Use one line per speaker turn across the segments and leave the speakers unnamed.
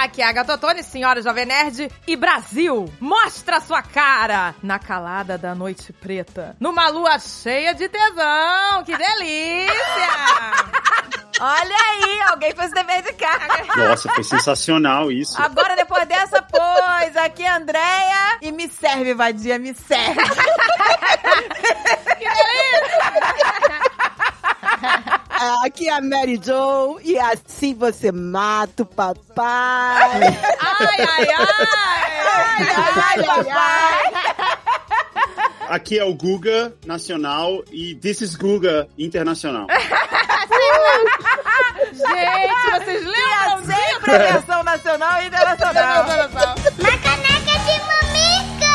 Aqui é a Gatotone, senhora Jovem Nerd e Brasil, mostra sua cara na calada da noite preta, numa lua cheia de tesão, que delícia!
Olha aí, alguém fez o dever de casa.
Nossa, foi sensacional isso.
Agora, depois dessa, pois, aqui é a Andrea e me serve, vadia, me serve.
que delícia!
Aqui é a Mary Joe e assim você mata o papai. Ai,
ai, ai! Ai, ai, ai papai!
Aqui é o Guga Nacional e This is Guga Internacional.
Gente, vocês lembram?
E sempre a versão nacional e internacional.
Macaneca de mamica!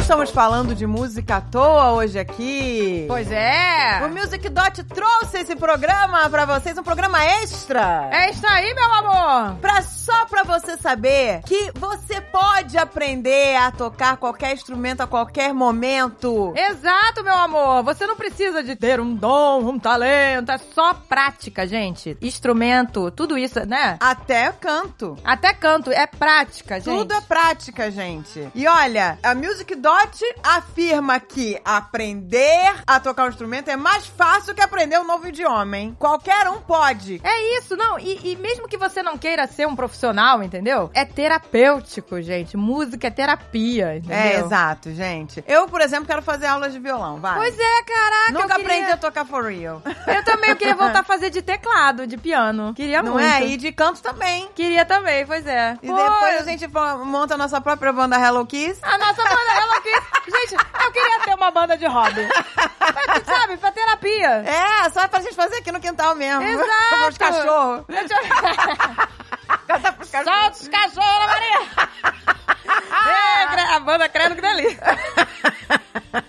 estamos falando de música à toa hoje aqui.
Pois é.
O Music Dot trouxe esse programa para vocês, um programa extra.
É isso aí, meu amor.
Pra, só pra você saber que você pode aprender a tocar qualquer instrumento a qualquer
É.
momento.
Exato, meu amor. Você não precisa de ter um dom, um talento. É só prática, gente. Instrumento, tudo isso, né?
Até canto.
Até canto. É prática, gente.
Tudo é prática, gente. E olha, a Music Dot afirma que aprender a tocar um instrumento é mais fácil que aprender um novo idioma, hein? Qualquer um pode.
É isso, não. E, e, mesmo que você não queira ser um profissional, entendeu? É terapêutico, gente. Música é terapia, entendeu?
É, exato, gente. Eu, por exemplo, quero fazer aulas de violão, vai.
Pois é, caraca.
Nunca
queria...
aprendi a tocar for real.
Eu também eu queria voltar a fazer de teclado, de piano. Queria
não
muito.
Não é? E de canto também.
Queria também, pois é.
E Pô, depois a gente monta a nossa própria banda Hello Kiss.
A nossa banda Hello Kiss. Gente, eu queria ter uma banda de hobby. Pra, sabe, pra terapia.
É, só pra gente fazer aqui no quintal mesmo.
Exato.
Pra os cachorros. Deixa eu...
Canta pros cachorros. Solta os cachorros, Maria. é, a banda credo que delícia.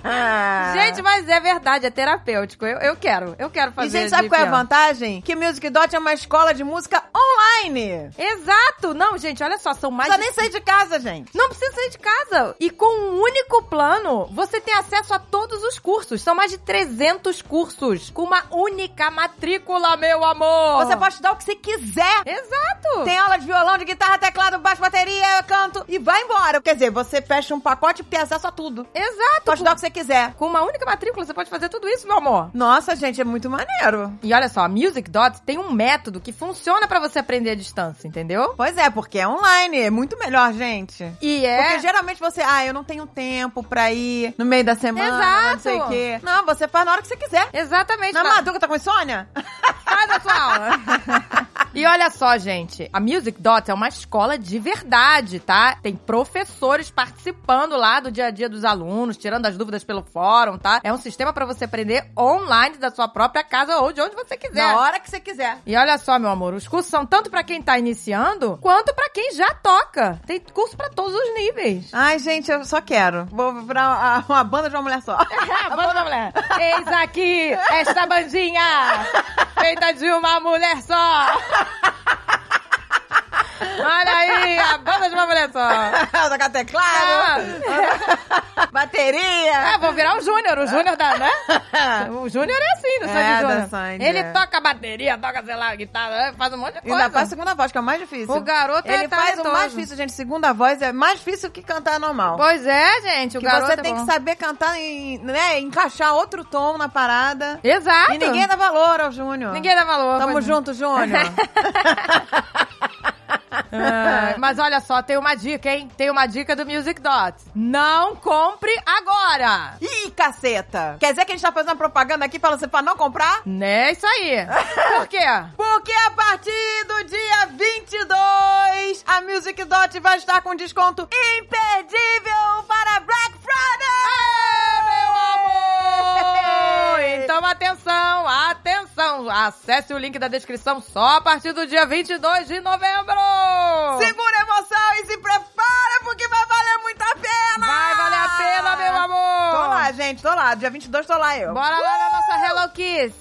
Ah.
gente, mas é verdade, é terapêutico. Eu, eu quero, eu quero fazer.
E gente, sabe qual é a vantagem? Que Music Dot é uma escola de música online.
Exato! Não, gente, olha só, são mais.
Não precisa de... nem sair de casa, gente.
Não precisa sair de casa. E com um único plano, você tem acesso a todos os cursos. São mais de 300 cursos com uma única matrícula, meu amor.
Você pode estudar o que você quiser.
Exato!
Tem aula de violão, de guitarra, teclado, baixo, bateria, canto e vai embora. Quer dizer, você fecha um pacote e tem acesso a tudo.
Exato!
Pode estudar o que você quiser.
Com uma única matrícula, você pode fazer tudo isso, meu amor.
Nossa, gente, é muito maneiro.
E olha só, a Music Dot tem um método que funciona para você aprender à distância, entendeu?
Pois é, porque é online, é muito melhor, gente.
E é.
Porque geralmente você, ah, eu não tenho tempo pra ir no meio da semana, Exato. não sei o quê. Não, você faz na hora que você quiser.
Exatamente.
Na faz... madruga tá com insônia?
Faz a sua aula. e olha só, gente, a Music Dot é uma escola de verdade, tá? Tem professores participando lá do dia a dia dos alunos, tirando as dúvidas pelo fórum, tá? É um sistema para você aprender online da sua própria casa ou de onde você quiser.
Na hora que você quiser.
E olha só, meu amor, os cursos são tanto para quem tá iniciando quanto para quem já toca. Tem curso para todos os níveis.
Ai, gente, eu só quero. Vou virar uma, banda de uma mulher só.
É, a banda de uma mulher. Eis aqui esta bandinha feita de uma mulher só. Olha aí, a banda de uma mulher só.
Tocar teclado. É. Bateria.
É, vou virar o Júnior, o Júnior da, né? O Júnior é assim, do Sandy Júnior.
Sandy,
Ele toca bateria, toca, sei lá, guitarra, faz um monte de coisa.
é. Ainda faz segunda voz, que é o mais difícil.
O garoto
Ele
é
faz o mais difícil, gente. Segunda voz é mais difícil que cantar normal.
Pois é, gente, o
que
garoto
você
é
tem
bom.
que saber cantar, em, né, encaixar outro tom na parada.
Exato.
E ninguém dá valor ao Júnior.
Ninguém dá valor.
Tamo pois... junto, Júnior.
Ah, mas olha só, tem uma dica, hein? Tem uma dica do Music Dot. Não compre agora!
Ih, caceta! Quer dizer que a gente tá fazendo propaganda aqui falando assim pra não comprar?
Né, isso aí! Por quê?
Porque a partir do dia 22, a Music Dot vai estar com desconto imperdível para Black Friday!
Aê, meu amor! então atenção, atenção! Acesse o link da descrição só a partir do dia 22 de novembro!
Segura a emoção e se prepara, porque vai valer muito a pena!
Vai valer a pena, meu amor!
Tô lá, gente, tô lá. Dia 22 tô lá eu.
Bora lá uh! na nossa Hello Kiss!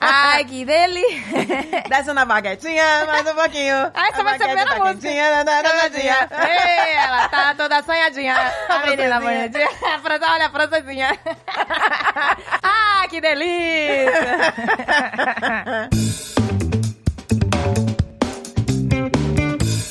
Ai, que delícia.
Desce na baguetinha, mais um pouquinho.
Ah, essa
A
vai ser a primeira
baguete,
música.
baguetinha, nananadinha.
Ei, ela tá toda sonhadinha. A menina manhadinha. A França, olha a francesinha. Ah, que delícia.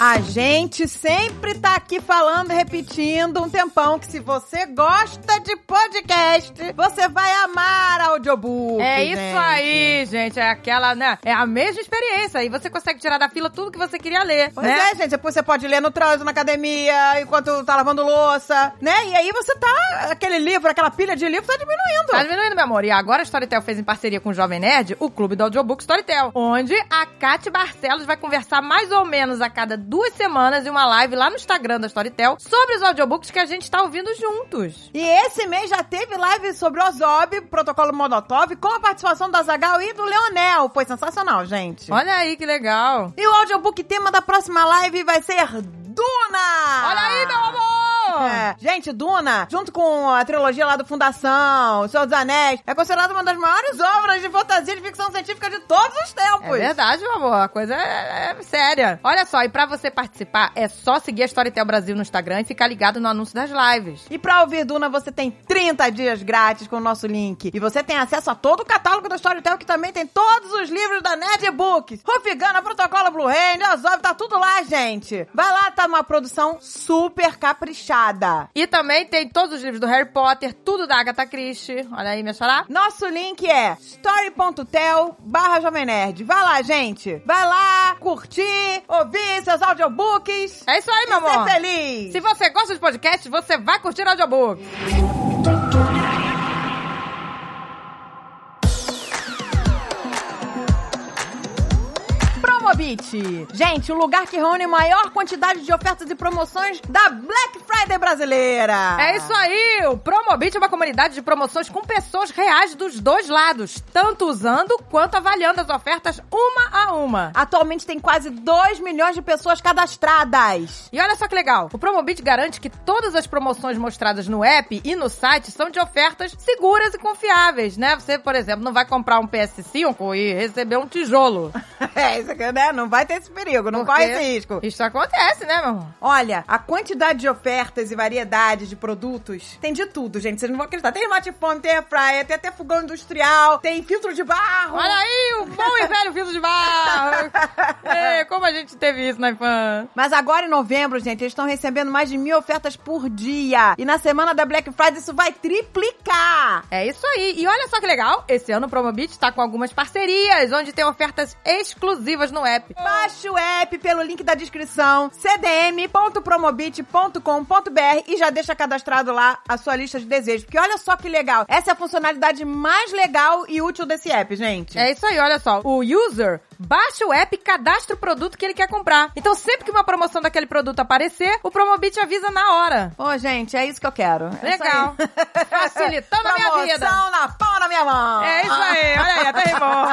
A gente sempre tá aqui falando e repetindo um tempão que se você gosta de podcast, você vai amar audiobook.
É
gente.
isso aí, gente. É aquela, né? É a mesma experiência. E você consegue tirar da fila tudo que você queria ler,
Pois
né?
é, gente. Depois você pode ler no trânsito, na academia, enquanto tá lavando louça, né? E aí você tá. Aquele livro, aquela pilha de livro tá diminuindo.
Tá diminuindo, meu amor. E agora a Storytel fez em parceria com o Jovem Nerd o Clube do Audiobook Storytel, onde a Kate Barcelos vai conversar mais ou menos a cada duas semanas em uma live lá no Instagram da Storytel sobre os audiobooks que a gente tá ouvindo juntos.
E esse mês já teve live sobre o Ozob, protocolo Molotov, com a participação da Zagal e do Leonel. Foi sensacional, gente.
Olha aí que legal.
E o audiobook tema da próxima live vai ser Duna!
Olha aí, meu amor!
É. Gente, Duna, junto com a trilogia lá do Fundação, O Senhor dos Anéis, é considerada uma das maiores obras de fantasia e de ficção científica de todos os
É
tempos.
verdade, meu amor. A coisa é, é séria. Olha só, e pra você participar, é só seguir a Storytel Brasil no Instagram e ficar ligado no anúncio das lives.
E pra ouvir Duna, você tem 30 dias grátis com o nosso link. E você tem acesso a todo o catálogo da Storytel, que também tem todos os livros da Nerd Books. Rufigana, Protocolo Blue Hand, Azov, tá tudo lá, gente. Vai lá, tá uma produção super caprichada.
E também tem todos os livros do Harry Potter, tudo da Agatha Christie. Olha aí, minha xará.
Nosso link é story.tel barra Jovem Nerd. Vai lá, gente. Vai lá, curtir, ouvir seus audiobooks.
É isso aí, meu amor.
Ser feliz.
Se você gosta de podcast, você vai curtir o audiobook.
Promobit. Gente, o lugar que reúne maior quantidade de ofertas e promoções da Black Friday brasileira.
É isso aí! O Promobit é uma comunidade de promoções com pessoas reais dos dois lados, tanto usando quanto avaliando as ofertas uma a uma.
Atualmente tem quase 2 milhões de pessoas cadastradas.
E olha só que legal, o Promobit garante que todas as promoções mostradas no app e no site são de ofertas seguras e confiáveis, né? Você, por exemplo, não vai comprar um PS5 e receber um tijolo.
É, isso aqui, né? Não vai ter esse perigo, não
Porque
corre esse risco.
Isso acontece, né, meu amor?
Olha, a quantidade de ofertas e variedade de produtos tem de tudo, gente. Vocês não vão acreditar. Tem smartphone, tem airfryer, tem até fogão industrial, tem filtro de barro.
Olha aí, o bom e velho vidro de barro! Ei, como a gente teve isso na infância?
Mas agora em novembro, gente, eles estão recebendo mais de mil ofertas por dia. E na semana da Black Friday isso vai triplicar.
É isso aí. E olha só que legal, esse ano o Promobit tá com algumas parcerias, onde tem ofertas exclusivas no app.
Baixe o app pelo link da descrição, cdm.promobit.com.br e já deixa cadastrado lá a sua lista de desejos. Porque olha só que legal. Essa é a funcionalidade mais legal e útil desse app, gente.
É isso aí, olha só. O user baixa o app e cadastra o produto que ele quer comprar. Então, sempre que uma promoção daquele produto aparecer, o Promobit avisa na hora.
Ô, gente, é isso que eu quero. É isso aí. Tá
Legal. Facilitando a minha vida.
Promoção na pau na minha mão.
É isso aí, olha aí, tá até rimou.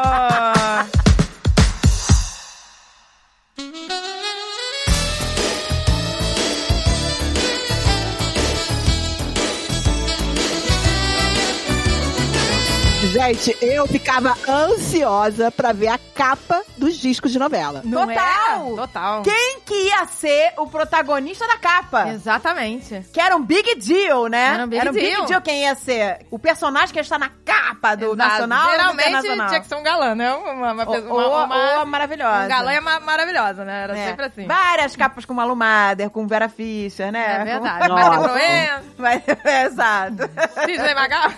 Gente, eu ficava ansiosa pra ver a capa dos discos de novela.
Não
Total.
é? Total.
Quem que ia ser o protagonista da capa?
Exatamente.
Que era um big deal, né?
Era um big deal.
quem ia ser. O personagem que está na capa do
Exato.
nacional ou do
Geralmente
internacional.
tinha que ser um galã, né? Uma, uma,
Ou,
pessoa-
ou,
uma,
ou
uma-
a maravilhosa.
um galã é ma- maravilhosa, né? Era
É.
sempre assim.
Várias capas com Malu Mader, com Vera Fischer, né?
É verdade.
Com-
Mas
Nossa.
Proença,
Mas- exato.
Sidney Magal.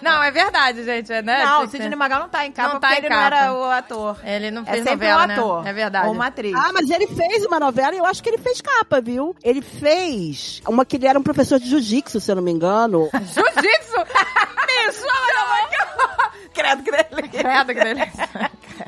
Não, é verdade, gente. É, né?
não,
Tinha
o
que
Sidney
ser.
Magal não tá em capa
Não tá
porque
em
ele não era
capa.
o ator.
Ele não
É
fez
sempre
novela,
um ator.
né? É verdade.
Ou uma atriz.
Ah, mas ele fez uma novela e eu acho que ele fez capa, viu? Ele fez uma que ele era um professor de jiu-jitsu, se eu não me engano.
Jiu-jitsu! Me chama,
Credo que ele...
Credo que delícia.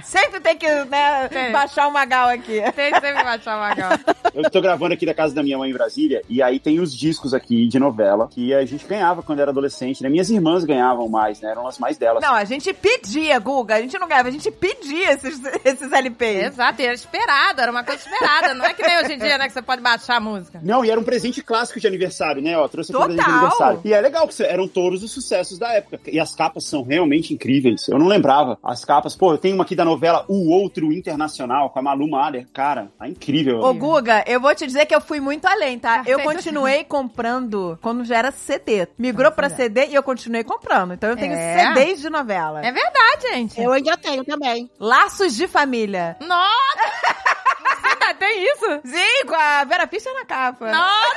Sempre tem que, né,
Tem.
baixar o Magal aqui.
Tem sempre baixar o Magal.
Eu tô gravando aqui da casa da minha mãe em Brasília, e aí tem os discos aqui de novela que a gente ganhava quando era adolescente, né? Minhas irmãs ganhavam mais, né? Eram as mais delas.
Não, a gente pedia, Guga. A gente não ganhava, a gente pedia esses, esses LPs.
Exato, e era esperado, era uma coisa esperada. Não é que nem hoje em dia, né, que você pode baixar a música.
Não, e era um presente clássico de aniversário, né? Ó, trouxe aqui um
Total.
presente de aniversário. E é legal, porque eram todos os sucessos da época. E as capas são realmente incríveis. Eu não lembrava. As capas, pô, eu tenho uma aqui da novela O Outro Internacional, com a Malu Mader. Cara, tá incrível.
Ô, Guga, eu vou te dizer que eu fui muito além, tá? Eu
Perfeito.
continuei comprando quando já era CD. Migrou pra CD e eu continuei comprando. Então eu tenho
É.
CDs de novela.
É verdade, gente.
Eu ainda tenho também.
Laços de família.
Nossa! Você ainda tem isso?
Sim, com a Vera Fischer na capa.
Nossa!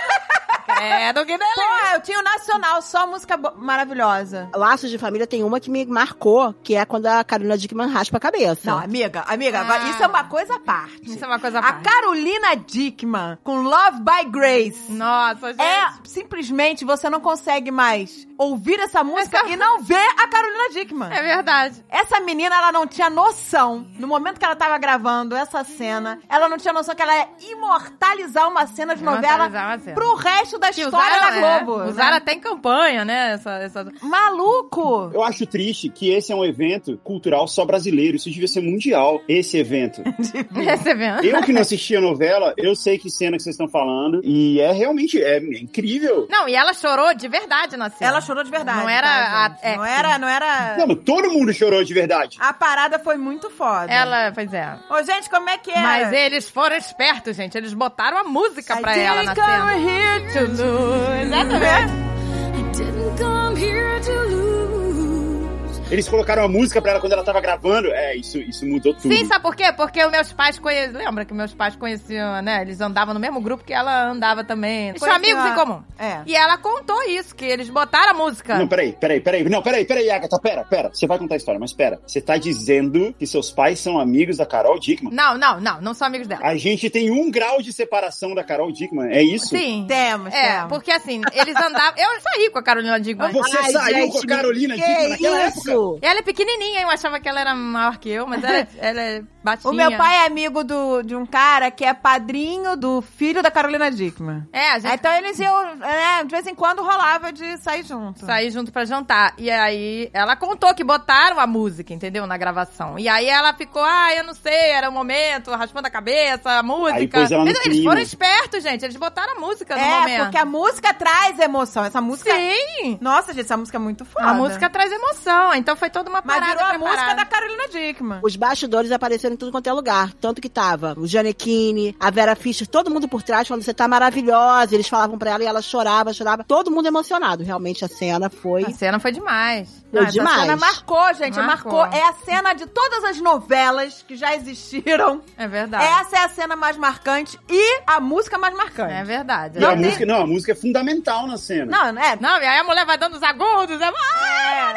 Credo que delícia!
Porra, eu tinha o Nacional, só música bo- maravilhosa.
Laços de família tem uma que me marcou, que é quando a Carolina Dickman raspa a cabeça.
Não, amiga, amiga, agora
Ah.
isso é uma coisa à parte.
Isso é uma coisa
A
boa.
Carolina Dickman com Love by Grace.
Nossa, gente.
É, simplesmente você não consegue mais ouvir essa música e não ver a Carolina Dickman.
É verdade.
Essa menina, ela não tinha noção, no momento que ela tava gravando essa cena, ela não tinha noção que ela ia imortalizar uma cena de novela
Imortalizar é uma cena.
pro resto da
Que
história da
é,
Globo. né?
usaram até em campanha, né? Essa, essa...
Maluco!
Eu acho triste que esse é um evento cultural só brasileiro. Isso devia ser mundial, esse evento.
Você vê?
Eu que não assisti a novela, eu sei que cena que vocês estão falando. E é realmente é, incrível.
Não, e ela chorou de verdade na cena.
Ela chorou de verdade.
Não era
tá,
a-
gente?
é. Então,
Não era, não
Não,
era.
mas todo mundo chorou de verdade.
A parada foi muito foda.
Ela, pois é.
Ô, gente, como é que é?
Mas eles foram espertos, gente. Eles botaram a música pra ela na cena. Exatamente.
Didn't come here to lose.
Eles colocaram a música pra ela quando ela tava gravando. É, isso, isso mudou tudo.
Sim, sabe por quê? Porque os meus pais conheciam. Lembra que meus pais conheciam, né? Eles andavam no mesmo grupo que ela andava também. Eles tinham
Conheciam
amigos
a-
em comum.
É.
E ela contou isso, que eles botaram a música.
Não, peraí, peraí, peraí. Não, peraí, peraí, Agatha, pera, pera. Você vai contar a história, mas pera. Você tá dizendo que seus pais são amigos da Carol Dickman?
Não, não, não, não são amigos dela.
A gente tem um grau de separação da Carol Dickman, é isso?
Ah, Sim.
Temos,
É,
temos.
porque assim, eles andavam. Eu saí com a Carolina Dickman.
Você
Ai,
saiu
gente,
com a Carolina
que
Dickman naquela
isso?
época?
E Ela é pequenininha, eu achava que ela era maior que eu, mas ela, ela é baixinha.
O meu pai é amigo do, de um cara que é padrinho do filho da Carolina Dickman.
É, a gente
Aí, Então eles iam, né, de vez em quando rolava de sair junto.
sair junto pra jantar. E aí, ela contou que botaram a música, entendeu? Na gravação. E aí ela ficou, ah, eu não sei, era o momento, raspando a cabeça, a música.
Aí pôs ela no
eles, eles
clima.
foram espertos, gente. Eles botaram a música no
É,
momento.
porque a música traz emoção. Essa música.
Sim!
Nossa, gente, essa música é muito foda.
A música traz emoção, então foi toda uma
Mas
parada
virou a música
preparada.
da Carolina Dickman.
Os bastidores apareceram em tudo quanto é lugar. Tanto que tava o Janequine, a Vera Fischer, todo mundo por trás falando, você tá maravilhosa. Eles falavam pra ela e ela chorava, chorava. Todo mundo emocionado. Realmente, a cena foi...
A cena foi demais.
Foi
Essa
demais.
cena marcou, gente. Marcou.
Marcou.
É a cena de todas as novelas que já existiram.
É verdade.
Essa é a cena mais marcante e a música mais marcante.
É verdade.
E
Não,
a música, não, a música é fundamental na cena.
Não, não é.
não, e aí a mulher vai dando os agudos, ela, ah, vai,
É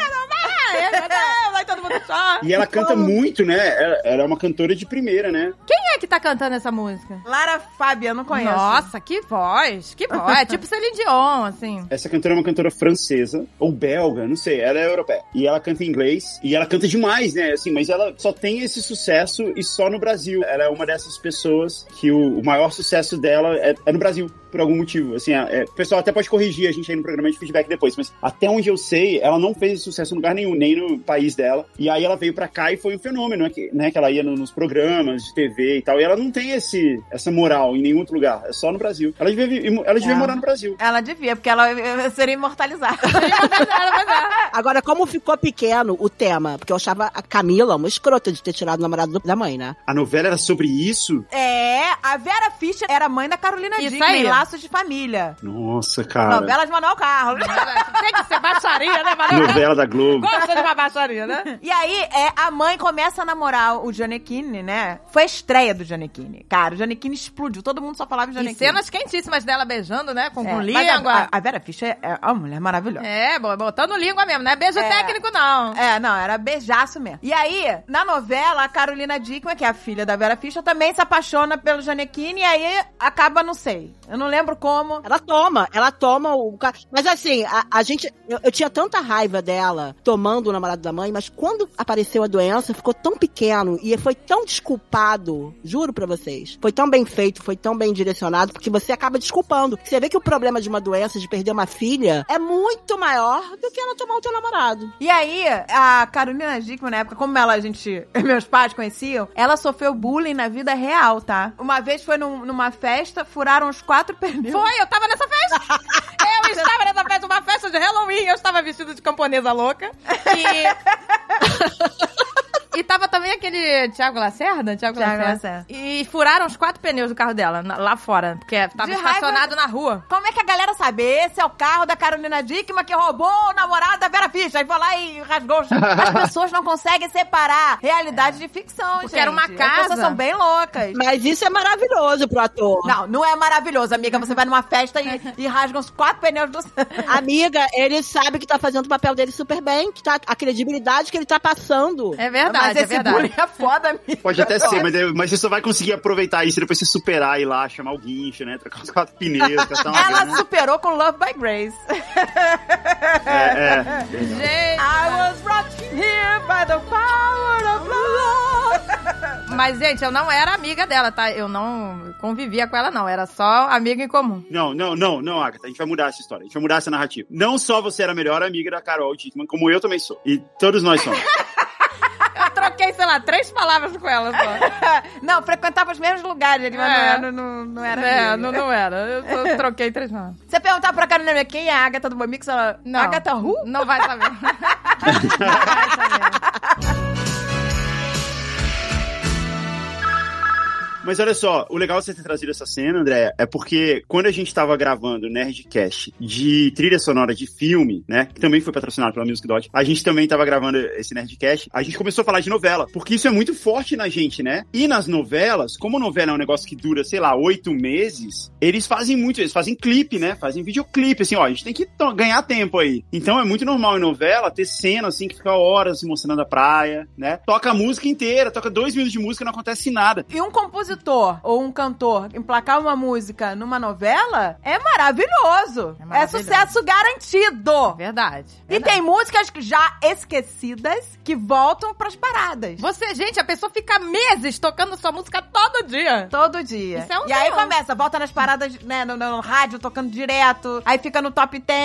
vai, vai, vai, vai, todo mundo chora.
E ela canta muito, né? Ela, ela é uma cantora de primeira, né?
Quem é que tá cantando essa música?
Lara Fábia, eu não conheço.
Nossa, que voz, que voz. É tipo Celine Dion, assim.
Essa cantora é uma cantora francesa, ou belga, não sei, ela é europeia. E ela canta em inglês, e ela canta demais, né? Assim, mas ela só tem esse sucesso e só no Brasil. Ela é uma dessas pessoas que o, o maior sucesso dela é, é no Brasil, por algum motivo. Assim, é- é- o pessoal até pode corrigir a gente aí no programa de feedback depois, mas até onde eu sei, ela não fez sucesso em lugar nenhum, nem no país dela. E aí ela veio pra cá e foi um fenômeno, né? Que, né, que ela ia no- nos programas de TV e tal. E ela não tem esse, essa moral em nenhum outro lugar, é só no Brasil. Ela devia, vi- ela devia
É.
morar no Brasil.
Ela devia, porque ela eh, seria imortalizada.
é,
Agora, como ficou pequeno o tema? Porque eu achava a Camila uma escrota de ter tirado o namorado do- da mãe, né?
A novela era sobre isso?
é, a Vera Fischer era mãe da Carolina
Isso
Dickman
aí.
em Laços de Família.
Nossa, cara.
Novela de Manuel Carlos.
Tem que ser baixaria, né, Valeu?
Novela da Globo.
Gosta de uma baixaria, né?
E aí, é, a mãe começa a namorar o Giannichini, né? Foi a estreia do Giannichini. Cara, o Giannichini explodiu. Todo mundo só falava
E
em Giannichini.
cenas quentíssimas dela beijando, né, com,
É,
com
mas
língua.
a, a- a Vera Fischer é uma mulher maravilhosa.
É, bo- botando língua mesmo, não é beijo
É.
técnico, não.
É, não, era beijaço mesmo. E aí, na novela, a Carolina Dickman, que é a filha da Vera Fischer, também se apaixona pelo Janequine e aí acaba, não sei. Eu não lembro como.
Ela toma, ela toma o. ca- Mas assim, a, a gente. Eu, eu tinha tanta raiva dela tomando o namorado da mãe, mas quando apareceu a doença, ficou tão pequeno e foi tão desculpado. Juro pra vocês. Foi tão bem feito, foi tão bem direcionado, porque você acaba desculpando. Você vê que o problema de uma doença, de perder uma filha, é muito maior do que ela tomar o teu namorado.
E aí, a Carolina Dickman, na época, como ela, a gente, meus pais conheciam, ela sofreu bullying na vida real, tá? Uma vez foi num- numa festa, furaram os quatro pneus.
Foi, eu tava nessa festa. Eu estava nessa festa, uma festa de Halloween. Eu estava vestida de camponesa louca. E. E tava também aquele Tiago Lacerda, Tiago
Thiago
Lacerda.
Lacerda.
E furaram os quatro pneus do carro dela, na- lá fora, porque tava
De
estacionado na rua.
Como é que a galera sabe? Esse é o carro da Carolina Dickman que roubou o namorado da Vera Fischer. Aí foi lá e rasgou os... As pessoas não conseguem separar realidade de ficção,
Porque
gente.
era uma
As pessoas
casa.
são bem loucas.
Mas isso é maravilhoso pro ator.
Não, não é maravilhoso, amiga. Você vai numa festa e, e rasga os quatro pneus do...
Amiga, ele sabe que tá fazendo o papel dele super bem, que tá a credibilidade que ele tá passando.
É verdade,
Mas
é
esse
verdade.
bullying é foda, amiga.
Pode até ser, mas, deve- mas você só vai conseguir aproveitar isso depois você superar e ir lá, chamar o guincho, né? Trocar os quatro pneus, gastar uma
Ela
grana.
superou com Love by Grace.
É, é.
Gente,
I was brought here by the power of love.
mas, gente, eu não era amiga dela, tá? Eu não convivia com ela, não. Era só amiga em comum.
Não, não, não, não, Agatha. A gente vai mudar essa história. A gente vai mudar essa narrativa. Não só você era a melhor amiga da Carol Dickman, como eu também sou. E todos nós somos.
Eu troquei, sei lá, três palavras com ela só.
Não, frequentava os mesmos lugares, mas não
É.
era, não, não era
É,
amiga.
não, não era. Eu só troquei três palavras.
Você perguntar pra Carolina quem é a Agatha do Bomix, ela...
Não.
Agatha who?
Não vai saber.
Mas olha só, o legal de você ter trazido essa cena, André, é porque quando a gente tava gravando o Nerdcast de trilha sonora de filme, né, que também foi patrocinado pela Music Dot, a gente também tava gravando esse Nerdcast, a gente começou a falar de novela, porque isso é muito forte na gente, né? E nas novelas, como novela é um negócio que dura, sei lá, oito meses, eles fazem muito, eles fazem clipe, né? Fazem videoclipe, assim, ó, a gente tem que to- ganhar tempo aí. Então é muito normal em novela ter cena, assim, que fica horas mostrando a praia, né? Toca a música inteira, toca dois minutos de música e não acontece nada.
E um compositor ou um cantor emplacar uma música numa novela é maravilhoso.
É
É,
maravilhoso.
sucesso garantido.
Verdade.
E tem músicas que já esquecidas que voltam pras paradas.
Você, gente, a pessoa fica meses tocando sua música todo dia.
Todo dia.
Isso é um
e aí
dom.
começa, volta nas paradas, né, no, no rádio, tocando direto. Aí fica no top 10.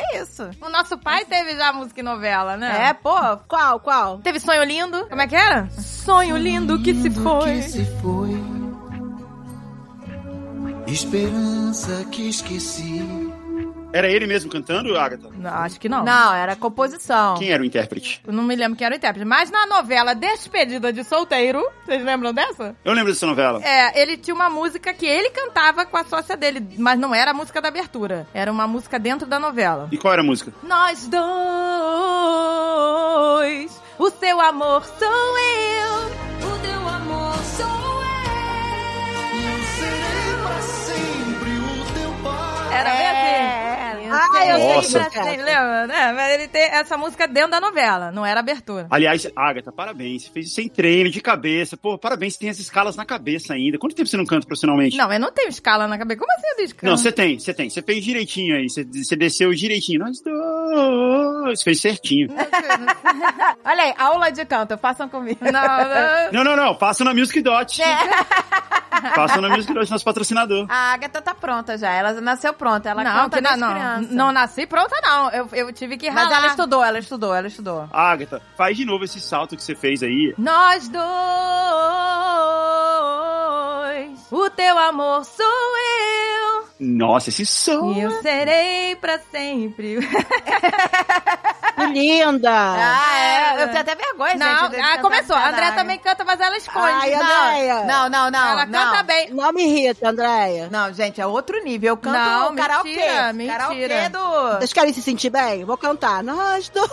É isso.
O nosso pai teve já música em novela, né?
É, pô.
Qual, qual?
Teve Sonho Lindo. Como é que era? Sonho Lindo que se foi.
que se foi, esperança que esqueci.
Era ele mesmo cantando, Agatha?
Não, acho que não.
Não, era composição.
Quem era o intérprete?
Eu Não me lembro quem era o intérprete. Mas na novela Despedida de Solteiro, vocês lembram dessa?
Eu lembro dessa novela.
É, ele tinha uma música que ele cantava com a sócia dele, mas não era a música da abertura. Era uma música dentro da novela.
E qual era a música?
Nós dois, o seu amor sou eu.
O teu amor sou eu.
Serei pra sempre o teu pai.
Era bem
É,
assim.
Ah, eu sei
Nossa.
dessa.
Vocês lembram, né? Mas ele tem essa música dentro da novela, não era abertura.
Aliás, Agatha, parabéns. Você fez isso sem treino, de cabeça. Pô, parabéns, você tem as escalas na cabeça ainda. Quanto tempo você não canta profissionalmente?
Não, eu não tenho escala na cabeça. Como assim eu tenho escala?
Não, você tem, você tem. Você fez direitinho aí. Você, você desceu direitinho. Nós dois. Você fez certinho.
É.
Olha aí, aula de canto, façam comigo.
Não, não.
Não, não, não. Faça na Music Dot.
É.
Faça na Music Dot, nosso patrocinador.
A Agatha tá pronta já. Ela nasceu pronta. Ela
não,
canta
que não,
desde
não,
criança.
não nasci pronta, não. Eu, eu tive que ralar.
Mas ela estudou, ela estudou, ela estudou.
Agatha, faz de novo esse salto que você fez aí.
Nós dois, o teu amor sou eu.
Nossa, esse som.
E eu serei pra sempre.
Que linda!
Ah, é.
é.
Eu tenho até vergonha,
não,
gente. de
ah,
cantar
começou. A
essa
André
daga.
também canta, mas ela esconde.
Ai,
Não,
Andréia!
Não, não, não.
ela
não.
canta bem.
Não me irrita, Andréia.
Não, gente, é outro nível. Eu canto
Não,
karaokê.
mentira, mentira.
Karaokê do...
Vocês querem se sentir bem? Vou cantar. Nós dois.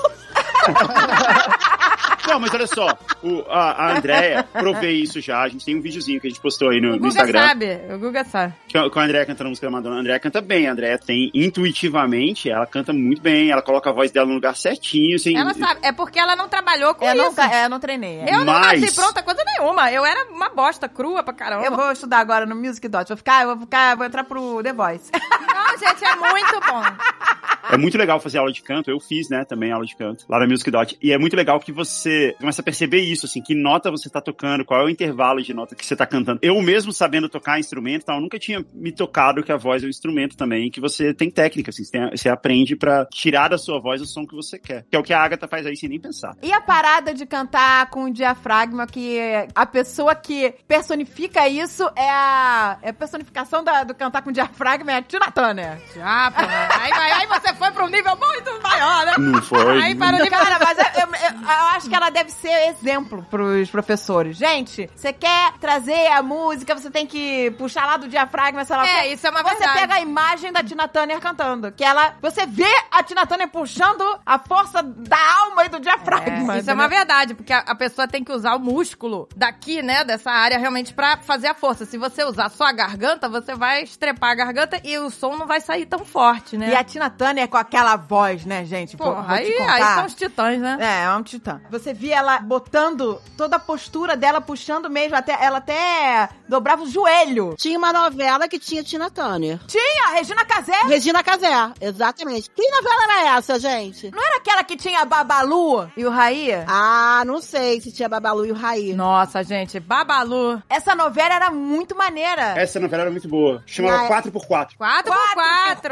Não, mas olha só, o- a, a Andrea provei isso já. A gente tem um videozinho que a gente postou aí no,
O
no
Guga
Instagram.
sabe, o Guga sabe.
Com com a Andrea cantando música da Madonna. A Andrea canta bem, a Andrea tem intuitivamente, ela canta muito bem, ela coloca a voz dela no lugar certinho, assim.
Ela sabe, é porque ela não trabalhou com
Eu
isso.
não, ca- é, eu não treinei. é.
Eu não
Mas-
nasci pronta coisa nenhuma. Eu era uma bosta crua pra caramba.
Eu vou estudar agora no Music Dot. Vou ficar, eu vou ficar, vou entrar pro The Voice.
Não, gente, é muito bom.
É muito legal fazer aula de canto, eu fiz, né, também aula de canto, lá na Music Dot. E é muito legal que você começa a perceber isso, assim, que nota você tá tocando, qual é o intervalo de nota que você tá cantando. Eu mesmo sabendo tocar instrumento e tal, eu nunca tinha me tocado que a voz é um instrumento também, que você tem técnica, assim, você, tem- você aprende pra tirar da sua voz o som que você quer. Que é o que a Agatha faz aí sem nem pensar.
E a parada de cantar com o diafragma, que a pessoa que personifica isso é a, é a personificação da- do cantar com diafragma é a Tina Turner.
Já, Ah, pô. Aí, aí, aí você foi pra um nível muito maior, né?
Não foi?
Aí parou de
Cara, mas eu, eu- eu- eu acho que ela deve ser exemplo pros professores. Gente, você quer trazer a música, você tem que puxar lá do diafragma, sei lá. o quê.
É, isso é uma
você
verdade.
pega a imagem da Tina Turner cantando, que ela, você vê a Tina Turner puxando a força da alma e do diafragma.
É, isso é uma
entendeu?
verdade, porque a, a pessoa tem que usar o músculo daqui, né, dessa área realmente pra fazer a força. Se você usar só a garganta, você vai estrepar a garganta e o som não vai sair tão forte, né?
E a Tina Turner é com aquela voz, né, gente? Vou- vou
Porra, aí,
te contar.
aí são os titãs, né?
É, é um titã. Você via ela botando toda a postura dela, puxando mesmo, até ela até dobrava o joelho.
Tinha uma novela que tinha Tina Turner.
Tinha, Regina Casé.
Regina Casé, exatamente. Que novela era essa, gente?
Não era aquela que tinha a Babalu e o Raí?
Ah, não sei se tinha Babalu e o
É.
Raí.
Nossa, gente, Babalu.
Essa novela era muito maneira.
Essa novela era muito boa. Chamava
Ah, é.
4x4.
4x4.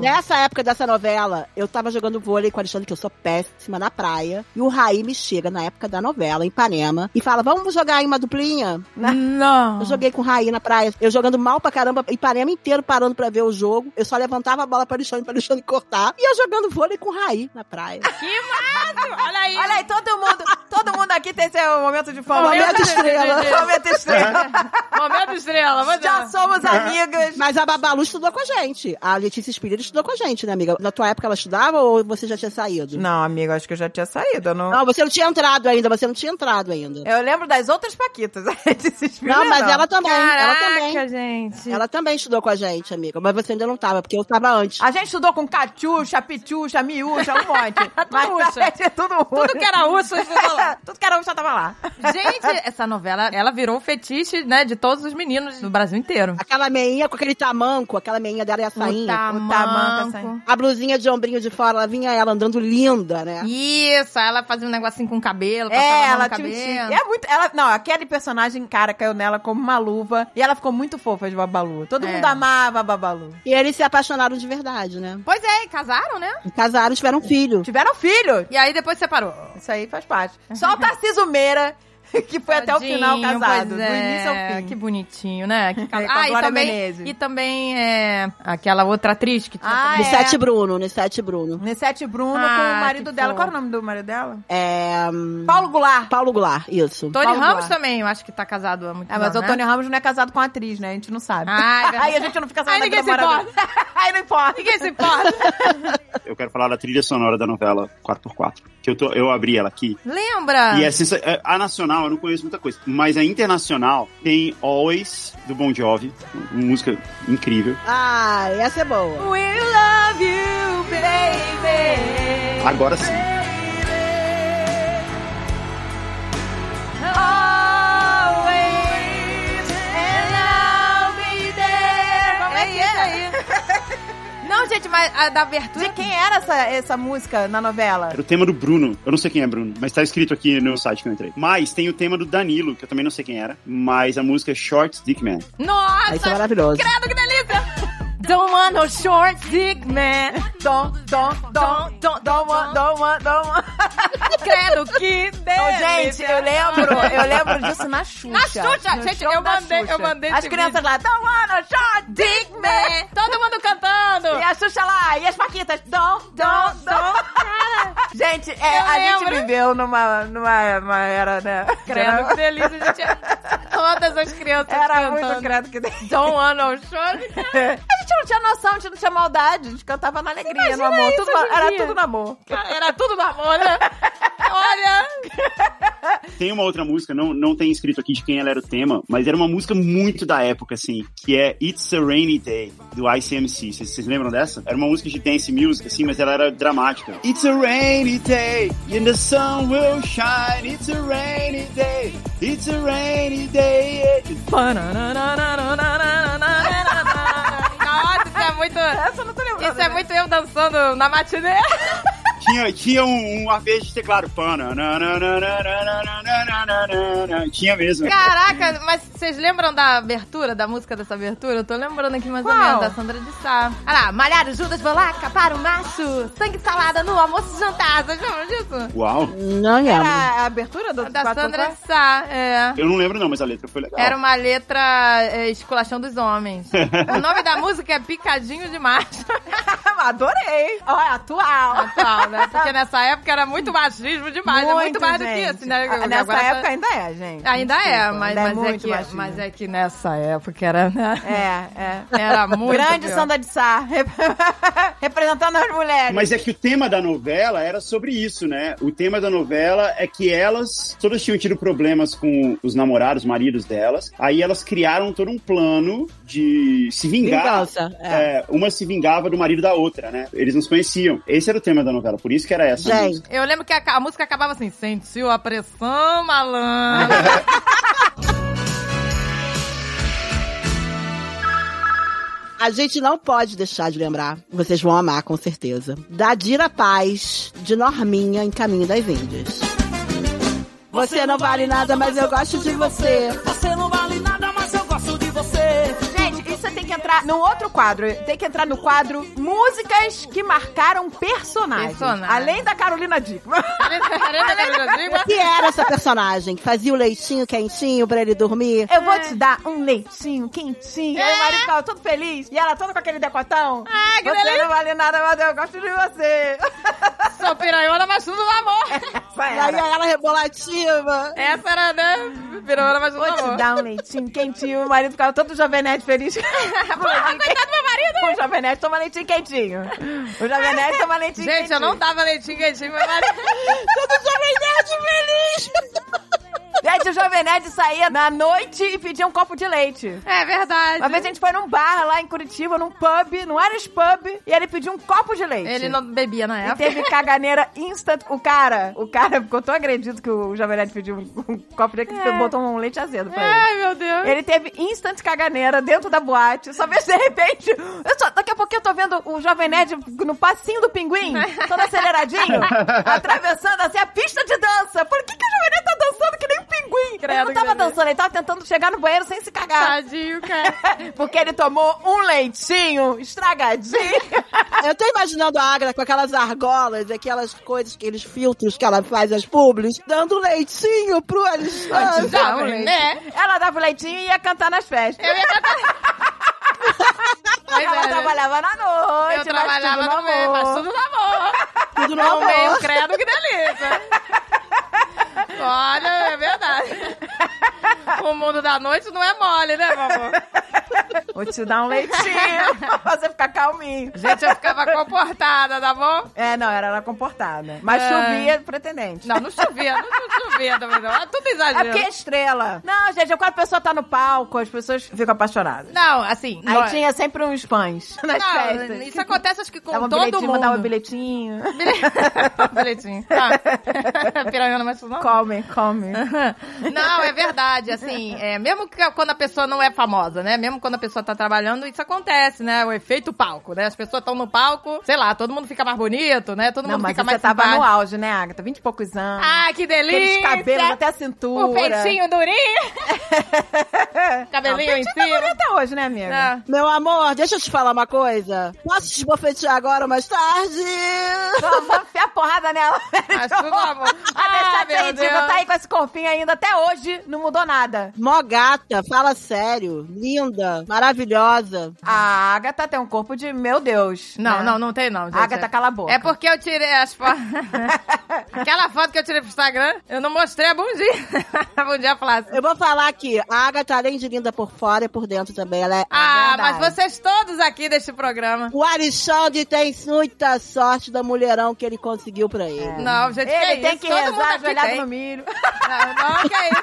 Né?
Nessa época dessa novela, eu tava jogando vôlei com o Alexandre, que eu sou péssima na praia. E o Raí me chega na época da novela, em Ipanema, e fala: Vamos jogar aí uma duplinha?
Não.
Eu joguei com o Raí na praia. Eu jogando mal pra caramba, Ipanema inteiro parando pra ver o jogo. Eu só levantava a bola pra Alexandre, pra Alexandre cortar. E eu jogando vôlei com o Raí na praia.
Que mato! Olha aí.
Olha aí, todo mundo, todo mundo aqui tem seu momento de fama.
Momento estrela.
momento estrela.
Momento estrela, vamos
Já
lá.
somos amigas.
Mas a Babalu estudou com a gente. A Letícia Espírito estudou com a gente, né, amiga? Na tua época ela estudava ou você já tinha saído?
Não, amiga, acho que eu já tinha saído. eu Não...
Não, você não tinha entrado ainda, você não tinha entrado ainda.
Eu lembro das outras Paquitas. Desespero,
Não, mas ela também, ela também.
Caraca, gente.
Ela também estudou com a gente, amiga. Mas você ainda não tava, porque eu tava antes.
A gente estudou com Catiuxa, Pitiuxa, Miúcha, um monte. mas
Ursa.
é tudo urso.
Tudo que era urso, você falou.
Tudo que era urso já tava lá.
Gente, essa novela, ela virou o fetiche, né, de todos os meninos do Brasil inteiro.
Aquela meinha com aquele tamanco, aquela meinha dela e a sainha.
tamanco. assim.
A blusinha de ombrinho de fora, ela vinha ela andando linda, né?
Isso, ela fazia um negocinho com o cabelo, passava
É,
a mão
ela
no
tinha um tique.
cabelo.
É muito. Ela, não, aquele personagem, cara, caiu nela como uma luva. E ela ficou muito fofa de Babalu. Todo
É.
mundo amava a Babalu.
E eles se apaixonaram de verdade, né?
Pois é, e casaram, né?
E casaram, tiveram um filho.
Tiveram filho.
E aí depois separou.
Isso aí faz parte. Só o Tarciso Meira, que foi até o final
Tadinho,
casado.
pois
Do
é,
início ao fim.
Que bonitinho, né? Que
É, com a
e
Glória
também,
Menezes.
e também é, aquela outra atriz que tinha
Ah,
também.
é.
Nissete Bruno, Nissete Bruno.
Nissete Bruno com
Ah,
o marido
que
dela.
fofo.
Qual era o nome do marido dela?
É. hum,
Paulo Goulart.
Paulo Goulart, isso.
Tony
Paulo
Ramos
Goulart.
também, eu acho que tá casado há muito
Ah, mas
tempo,
o
né?
Tony Ramos não é casado com a atriz, né? A gente não sabe.
Ah, é verdade.
aí a gente não fica sabendo
Aí
da
ninguém
vida
se
amorosa. aí não importa.
Ninguém se importa.
Eu quero falar da trilha sonora da novela 4x4. Que eu, tô, eu abri ela aqui
Lembra?
E é sensa- é, a nacional, eu não conheço muita coisa, mas a internacional tem Always, do Bon Jovi, uma música incrível.
Ah, essa é boa.
We love you, baby.
Agora sim,
Always. And I'll be there. Como é
É
que é?
Não, gente, mas a da abertura...
De quem era essa, essa música na novela?
era o tema do Bruno. Eu não sei quem é Bruno, mas tá escrito aqui no site que eu entrei. Mas tem o tema do Danilo, que eu também não sei quem era, mas a música é Short Dick Man.
Nossa!
tá
Isso é maravilhoso.
Credo, que delícia! Don't want no short dick man.
Dom, dom, dom, dom, dom, dom, dom.
Credo, que
Então,
delícia!
gente, eu lembro, eu lembro disso na Xuxa.
Na Xuxa,
No
gente,
show
eu
da
mandei-
Xuxa.
eu mandei
As
esse Né?
crianças lá, don't wanna shot dick man.
Todo mundo cantando!
E a Xuxa lá, e as Paquitas, dom, dom, dom. Gente, é,
Eu
a gente
lembro.
viveu numa, numa uma era, né?
Credo, que delícia, gente. Todas as crianças
Era
cantando.
muito credo que
Don't want no short.
A gente gente não tinha noção, a gente não tinha maldade. A gente cantava na alegria, no amor. Tudo na- era tudo no amor. Era tudo no amor, né? Olha!
Tem uma outra música, não, não tem escrito aqui de quem ela era o tema, mas era uma música muito da época, assim, que é It's a Rainy Day, do ICMC. Vocês vocês lembram dessa? Era uma música de dance music, assim, mas ela era dramática. It's a rainy day, and the sun will shine. It's a rainy day, it's a rainy day.
Nossa, isso é muito.
Essa eu não tô lembrando.
Isso é muito eu dançando na matiné.
Tinha, tinha um, um arpejo de teclado. Panananananananananananana. Tinha mesmo.
Caraca, mas vocês lembram da abertura, da música dessa abertura? Eu tô lembrando aqui mais ou
Qual?
menos, da Sandra de Sá. Olha lá, malhar o Judas, vou lá capar o macho, sangue salada no almoço e jantar, vocês lembram disso?
Uau.
Não lembro.
Era a abertura do
Da
Quatro
Sandra de
Quatro?
Sá, é.
Eu não lembro não, mas a letra foi legal.
Era uma letra é, esculachão dos homens. o nome da música é Picadinho de Macho.
Adorei. Olha, atual.
Atual, né? Porque nessa época era muito machismo demais, é muito mais do que
gente.
isso, né?
Ah, Nessa
Agora tá-
época ainda é, gente.
Ainda é,
Desculpa,
mas,
ainda
mas, é
muito
que,
machismo.
mas é que nessa época era, né?
É, é.
Era muito.
Grande
pior.
Sandra de Sá, rep- representando as mulheres.
Mas é que o tema da novela era sobre isso, né? O tema da novela é que elas todas tinham tido problemas com os namorados, maridos delas. Aí elas criaram todo um plano de se vingar.
Vingança. É.
É, uma se vingava do marido da outra, né? Eles não se conheciam. Esse era o tema da novela, por isso que era essa.
Gente.
música.
Eu lembro que a, a música acabava assim: sentiu a pressão, malandro.
A gente não pode deixar de lembrar. Vocês vão amar, com certeza. Da Dira Paz, de Norminha, em Caminho das Índias. Você não vale nada, mas eu gosto de você.
Você não Tá vale nada, mas eu gosto de você.
Gente, isso tem que entrar num outro quadro. Tem que entrar no quadro Músicas que marcaram personagens.
Personagens.
Além da Carolina Dickman.
Lembra da Carolina
Que era essa personagem? que Fazia o leitinho quentinho pra ele dormir?
Eu vou te dar um leitinho quentinho. Aí o marido ficava todo feliz. E ela toda com aquele decotão. Ah,
que
Você não vale nada, mas eu gosto de você.
Dickman? Sou piranhona, mas tudo no amor.
Essa
E aí
era.
ela rebolativa.
Essa era, né? Piranhona, mas tudo
Vou
no
É. te
amor.
dar um leitinho quentinho. O marido ficava todo jovenete feliz. Coitado do meu marido. O jovenete toma leitinho quentinho. O jovenete toma leitinho quentinho.
Gente, eu não dava leitinho quentinho, mas.
Todo jovem nerd
Gente, o Jovem Nerd saía na noite e pedia um copo de leite.
É verdade.
Uma vez a gente foi num bar lá em Curitiba, num pub, num Ares Pub, e ele pediu um copo de leite.
Ele não bebia na
E
época.
teve caganeira instant. O cara, o cara ficou tão agredido que o Jovem Nerd pediu um, um copo de leite
É.
que botou um leite azedo pra ele.
Ai, meu Deus.
Ele teve instant caganeira dentro da boate. Só vejo de repente. Eu só, daqui a pouquinho eu tô vendo o Jovem Nerd no passinho do pinguim, todo aceleradinho, atravessando assim a pista de dança. Por que, que o Jovem Nerd tá dançando que nem um pinguim?
Credo,
ele não tava
credo.
dançando, ele tava tentando chegar no banheiro sem se cagar.
Tadinho, cara.
Porque ele tomou um leitinho estragadinho.
Eu tô imaginando a Agra com aquelas argolas, aquelas coisas, aqueles filtros que ela faz às publis, dando leitinho pro Alexandre.
um
Jovem, né?
Ela dava o leitinho e ia cantar nas festas.
Eu ia cantar. É, Pois
ela
é, né?
trabalhava na noite,
é, Eu
mas
trabalhava
tudo
no meio, mas tudo no amor.
Tudo no
No meio,
amor.
um credo, que delícia. Olha, é verdade. O mundo da noite não é mole, né, meu amor?
Vou te dar um leitinho pra você ficar calminho.
Gente, eu ficava comportada, tá bom?
É, não, era ela comportada. Mas
É.
chovia pretendente.
Não, não chovia, não, não chovia também não. É tudo
É
exagero.
porque é estrela. Não, gente, é quando a pessoa tá no palco, as pessoas ficam apaixonadas.
Não, assim...
Aí
não-
tinha sempre uns fãs nas
não,
festas.
isso acontece acho que com
dava um
todo
bilhetinho,
mundo.
mandava um bilhetinho.
Bile- Bilhetinho. Tá. Piranhona, mas tudo não.
Come, come.
Não, é verdade, assim, é, mesmo que quando a pessoa não é famosa, né? Mesmo quando a pessoa tá trabalhando, isso acontece, né? O efeito palco, né? As pessoas estão no palco, sei lá, todo mundo fica mais bonito, né? Todo
Não,
mundo
mas
fica
você
mais
tava no
simpático.
auge, né, Agatha? Vinte e poucos anos.
Ah, que delícia!
Aqueles cabelos até a cintura.
O peitinho durinho, cabelinho em cima. É.
até hoje, né, amiga?
Não.
Meu amor, deixa eu te falar uma coisa. Posso te esbofetear agora ou mais tarde?
Não, vou enfiar a porrada nela.
Mas tudo amor.
A
Ah,
Versace é
meu
ridícula,
Deus.
tá aí com esse corpinho ainda até hoje, não mudou nada.
Mó gata, fala sério. Linda. linda, maravilhosa.
A Agatha tem um corpo de, meu Deus.
Não,
né?
não, não tem não, gente.
Agatha, cala a boca.
É porque eu tirei as fotos.
né?
Aquela foto que eu tirei pro Instagram, eu não mostrei a bundinha. a bundinha
É
flácida.
Eu vou falar aqui, a Agatha, além de linda por fora e por dentro também, ela é...
Ah,
verdade.
mas vocês todos aqui deste programa.
O Alexandre tem muita sorte da mulherão que ele conseguiu pra ele.
Não, gente,
Ele
que
tem
isso?
que
Todo mundo
rezar
aqui
ajoelhado
tem.
no milho.
Não, não, que é isso.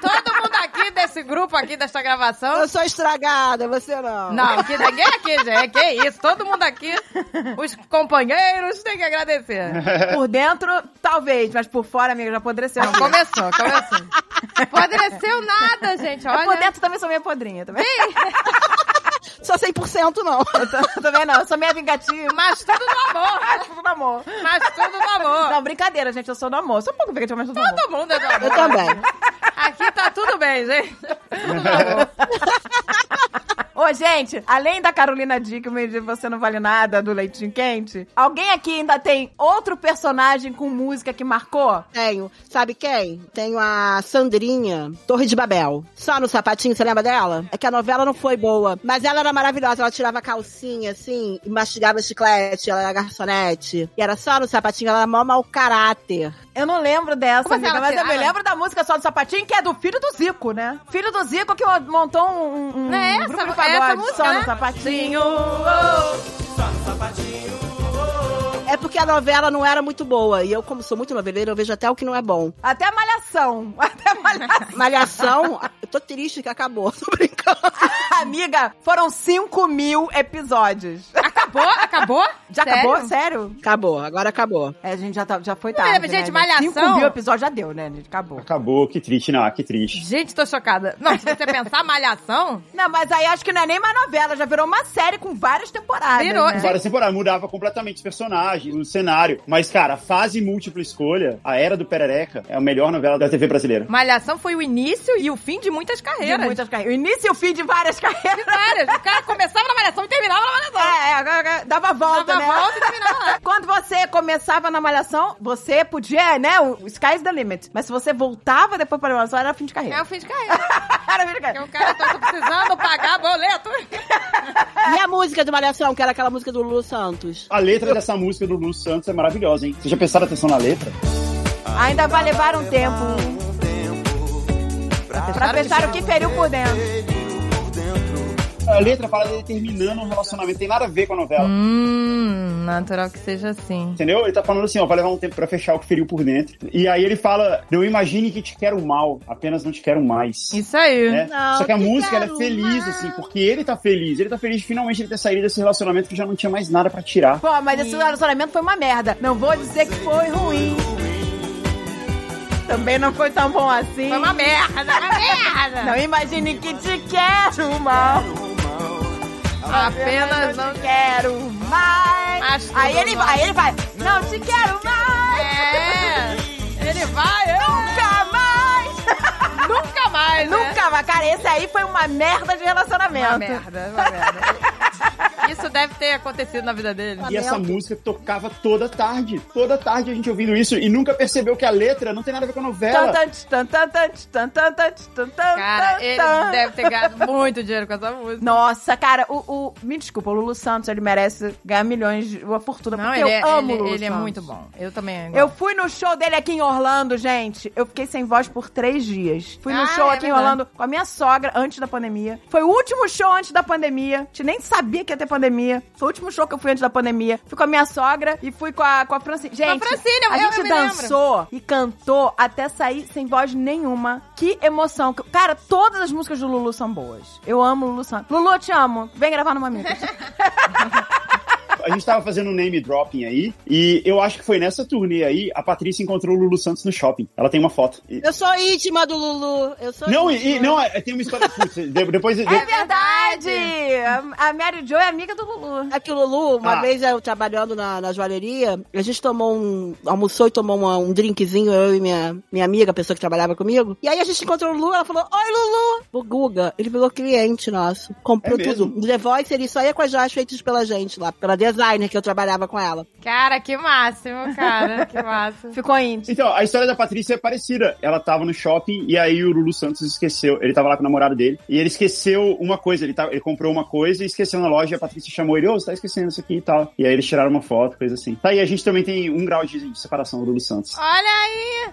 Todo mundo aqui desse grupo aqui, desta gravação.
Eu sou estragada, você não.
Não, que ninguém aqui, gente. Que isso, todo mundo aqui. Os companheiros têm que agradecer.
Por dentro, talvez, mas por fora, amiga, já apodreceu.
Não, começou, começou. Apodreceu nada, gente,
Eu por
olha.
dentro também sou minha podrinha, também.
Sou 100% não.
Eu tô- também não, eu sou meia vingativa.
Mas tudo no amor.
Mas tudo no amor.
Mas tudo no amor.
Não, brincadeira, gente, eu sou do amor. Sou um pouco vingativa, mas sou do amor.
Todo mundo é do amor.
Eu também.
Aqui tá tudo bem, gente. Tudo no amor.
Ô, gente, além da Carolina Dick, o meio de você não vale nada, do leitinho quente, alguém aqui ainda tem outro personagem com música que marcou?
Tenho. Sabe quem? Tenho a Sandrinha, Torre de Babel. Só no sapatinho, você lembra dela? É que a novela não foi boa. Mas ela era maravilhosa. Ela tirava a calcinha, assim, e mastigava chiclete. Ela era garçonete. E era só no sapatinho. Ela era mó mau caráter.
Eu não lembro dessa,
Como assim,
amiga,
ela
mas eu me
tirava?
lembro da música só do Sapatinho, que é do filho do Zico, né? Filho do Zico que montou um, um, um
Não é essa-
grupo de
é
pagode
essa música,
só no
né?
Sapatinho.
É porque a novela não era muito boa. E eu, como sou muito noveleira, eu vejo até o que não é bom.
Até a Malhação. Até a Malhação.
Malhação, eu tô triste que acabou. Tô brincando.
Amiga, foram 5 mil episódios.
Acabou? Acabou?
Já
Ah, Sério?
acabou? Sério?
Acabou, agora acabou.
É, a gente já, tá- já foi
Não,
tarde,
mas,
né,
gente, Malhação-
5 mil episódios já deu, né, gente? Acabou.
Acabou, que triste, não, ah, que triste.
Gente, tô chocada. Não, se você pensar malhação,
Não, mas aí acho que não é nem mais novela, já virou uma série com várias temporadas.
Virou,
né?
gente.
Várias temporadas, mudava completamente os personagens, o cenário. Mas, cara, a fase múltipla escolha, a Era do Perereca, é a melhor novela da TV brasileira.
malhação foi o início e o fim de muitas
De
carreiras.
muitas carreiras. O início e o fim de várias carreiras.
Várias. O cara começava na malhação e terminava na malhação.
É, é, agora- agora dava volta,
Dava
né?
volta e terminava lá.
Quando você começava na malhação, você podia, né? O o sky's the limit. Mas se você voltava depois pra malhação, era fim de
É
carreira.
o fim de carreira.
era fim
Porque
de carreira.
o cara tá precisando pagar boleto.
E a música do Malhação, que era aquela música do Lulu Santos?
A letra dessa música do Lu Santos é maravilhosa, hein? Vocês já prestaram atenção na letra?
Ainda vai levar um tempo
Um tempo pra
pra fechar o que feriu por dentro.
feriu por dentro.
A letra fala dele terminando um relacionamento, tem nada a ver com a novela.
Hum, natural que seja assim.
Entendeu? Ele tá falando assim, ó, vai levar um tempo pra fechar o que feriu por dentro. E aí ele fala, não imagine que te quero mal, apenas não te quero mais.
Isso aí.
né?
Não,
Só que a
te
música ela é
quero
feliz,
mais.
assim, porque ele tá feliz. Ele tá feliz de finalmente ele ter saído desse relacionamento que já não tinha mais nada pra tirar.
Pô, mas esse relacionamento foi uma merda. Não vou dizer que foi ruim. Também não foi tão bom assim.
Foi uma merda, uma merda.
Não imagine que te quero mal. é
Apenas um- não
quero mais.
Acho que
Aí
não
ele
vai.
vai, ele vai. Não te quero mais.
É. Ele vai, eu
Nunca mais.
nunca mais. né? É
É. Nunca mais. Cara, esse aí foi uma merda de relacionamento.
Uma merda, uma merda. Isso deve ter acontecido na vida dele.
E essa música tocava toda tarde. Toda tarde a gente ouvindo isso e nunca percebeu que a letra não tem nada a ver com a novela.
Tan, tan, tan, tan, tan, tan, tan, tan, tan,
Cara, ele
tan.
deve ter ganhado muito dinheiro com essa música.
Nossa, cara, o, o- Me desculpa, o Lulu Santos, ele merece ganhar milhões, de- uma fortuna,
Não,
porque
ele,
eu
é,
amo o
ele,
Lulu
ele é
Santos.
muito bom. Eu também
Eu
gosto.
fui no show dele aqui em Orlando, gente. Eu fiquei sem voz por três dias. Fui no
Ah,
show
é
aqui em
verdade.
Orlando com a minha sogra antes da pandemia. Foi o último show antes da pandemia. A gente nem sabia que ia ter pandemia. Foi o último show que eu fui antes da pandemia. Fui com a minha sogra e fui com a, com a Francine. Gente,
Francine, eu-
a
eu-
gente
eu me
dançou e cantou até sair sem voz nenhuma. Que emoção. Cara, todas as músicas do Lulu são boas. Eu amo o Lulu Santos. Lulu, eu te amo. Vem gravar numa amiga.
A gente tava fazendo um name dropping aí e eu acho que foi nessa turnê aí a Patrícia encontrou o Lulu Santos no shopping. Ela tem uma foto. E-
Eu sou íntima do Lulu. Eu sou
Não,
íntima.
e, e- não, é- tem uma história. Putz, de- depois. de-
É
É
verdade! A a Mary Jo é amiga do Lulu.
É que o Lulu, uma
Ah.
vez eu trabalhando na, na joalheria, a gente tomou um. almoçou e tomou uma- um drinkzinho, eu e minha, minha amiga, a pessoa que trabalhava comigo. E aí a gente encontrou o Lulu, ela falou: Oi, Lulu! O Guga, ele virou cliente nosso. Comprou
É mesmo?
tudo. O The Voice, ele só ia com as joias feitas pela gente lá, pela designer que eu trabalhava com ela.
Cara, que máximo, cara. Que máximo.
Ficou íntimo.
Então, a história da Patrícia é parecida. Ela tava no shopping e aí o Lulu Santos esqueceu. Ele tava lá com o namorado dele e ele esqueceu uma coisa. Ele tá- ele comprou uma coisa e esqueceu na loja. A Patrícia chamou ele, ô, você tá esquecendo isso aqui e tal. E aí eles tiraram uma foto, coisa assim. Tá, e a gente também tem um grau de separação do Lulu Santos.
Olha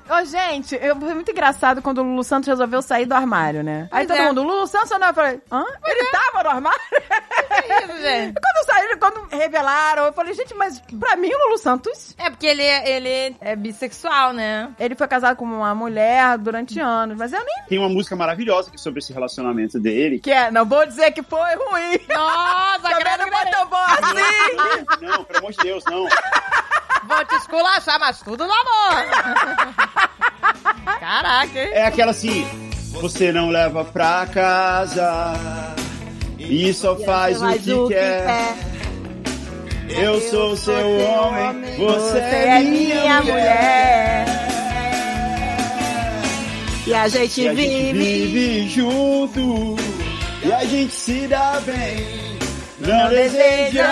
Ô, gente, eu, foi muito engraçado quando o Lulu Santos resolveu sair do armário, né? Aí
Pois
todo
é.
mundo, Lulu Santos ou não? Eu falei, hã? Ele
é.
tava no armário?
aí, isso, gente.
quando eu saí, quando revelaram, eu falei, gente, mas pra mim o Lulu Santos...
É porque ele, é- ele é bissexual, né?
Ele foi casado com uma mulher durante anos, mas eu nem...
Tem uma música maravilhosa que é sobre esse relacionamento dele.
Que é, não vou dizer que foi ruim.
Nossa,
Também
credo,
não foi
credo.
tão bom assim.
é, Não, pelo amor de Deus, não.
Vou te esculachar, mas tudo no amor. Caraca, hein?
É aquela assim: você não leva pra casa e só faz o
Mas
que quer. Eu sou seu homem, você é minha mulher.
E a gente
E a gente
vive.
vive junto e a gente se dá bem. Não desejamos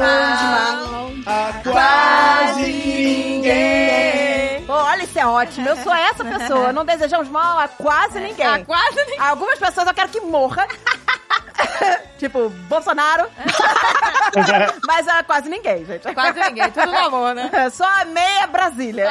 mal.
a quase ninguém.
Pô, olha, isso é ótimo. Eu sou essa pessoa. Não desejamos mal a
É.
quase ninguém.
Ah, quase nem...
Algumas pessoas eu quero que morra. tipo, Bolsonaro. Mas ah, quase ninguém, gente.
Quase ninguém, tudo no amor, né?
Só a meia
É
Brasília.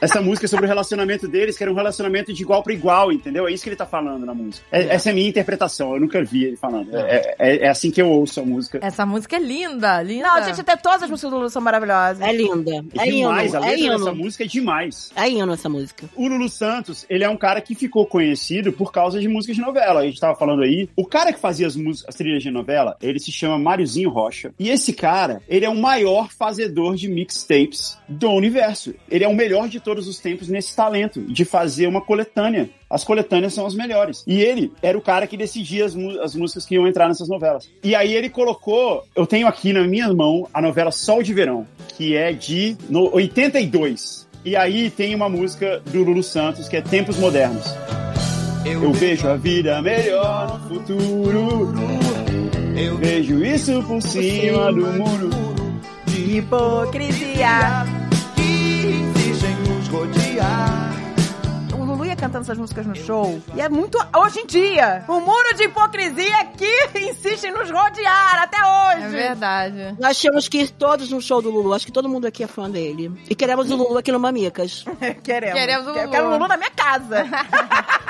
Essa música é sobre o relacionamento deles, que era um relacionamento de igual pra igual, entendeu? É isso que ele tá falando na música. É- Essa é a minha interpretação, eu nunca vi ele falando. É, é- é assim que eu ouço a música.
Essa música é linda, linda.
Não, gente, até todas as músicas do Lulu são maravilhosas.
É linda. É hino.
demais, a
É
letra dessa
hino.
música é demais.
É hino essa música.
O Lulu Santos, ele é um cara que ficou conhecido por causa de músicas de novela. A gente tava falando aí. O cara que fazia as, mús- as trilhas de novela, ele se chama Máriozinho Rocha. E esse cara, ele é o maior fazedor de mixtapes do universo. Ele é o melhor de todos os tempos nesse talento de fazer uma coletânea. As coletâneas são as melhores. E ele era o cara que decidia as, mu- as músicas que iam entrar nessas novelas. E aí ele colocou. Eu tenho aqui na minha mão a novela Sol de Verão, que é de no, 82. E aí tem uma música do Lulu Santos que é Tempos Modernos. Eu vejo a vida melhor no futuro. Eu vejo isso por cima do muro.
De hipocrisia. O Lulu ia cantando essas músicas no show. E é muito. Hoje em dia, o muro de hipocrisia é que insiste em nos rodear até
É
hoje.
verdade.
Nós tínhamos que ir todos no show do Lulu. Acho que todo mundo aqui é fã dele. E queremos o Lulu aqui no Mamicas.
Queremos.
Queremos o
Eu
Lulu.
quero o Lulu na minha casa.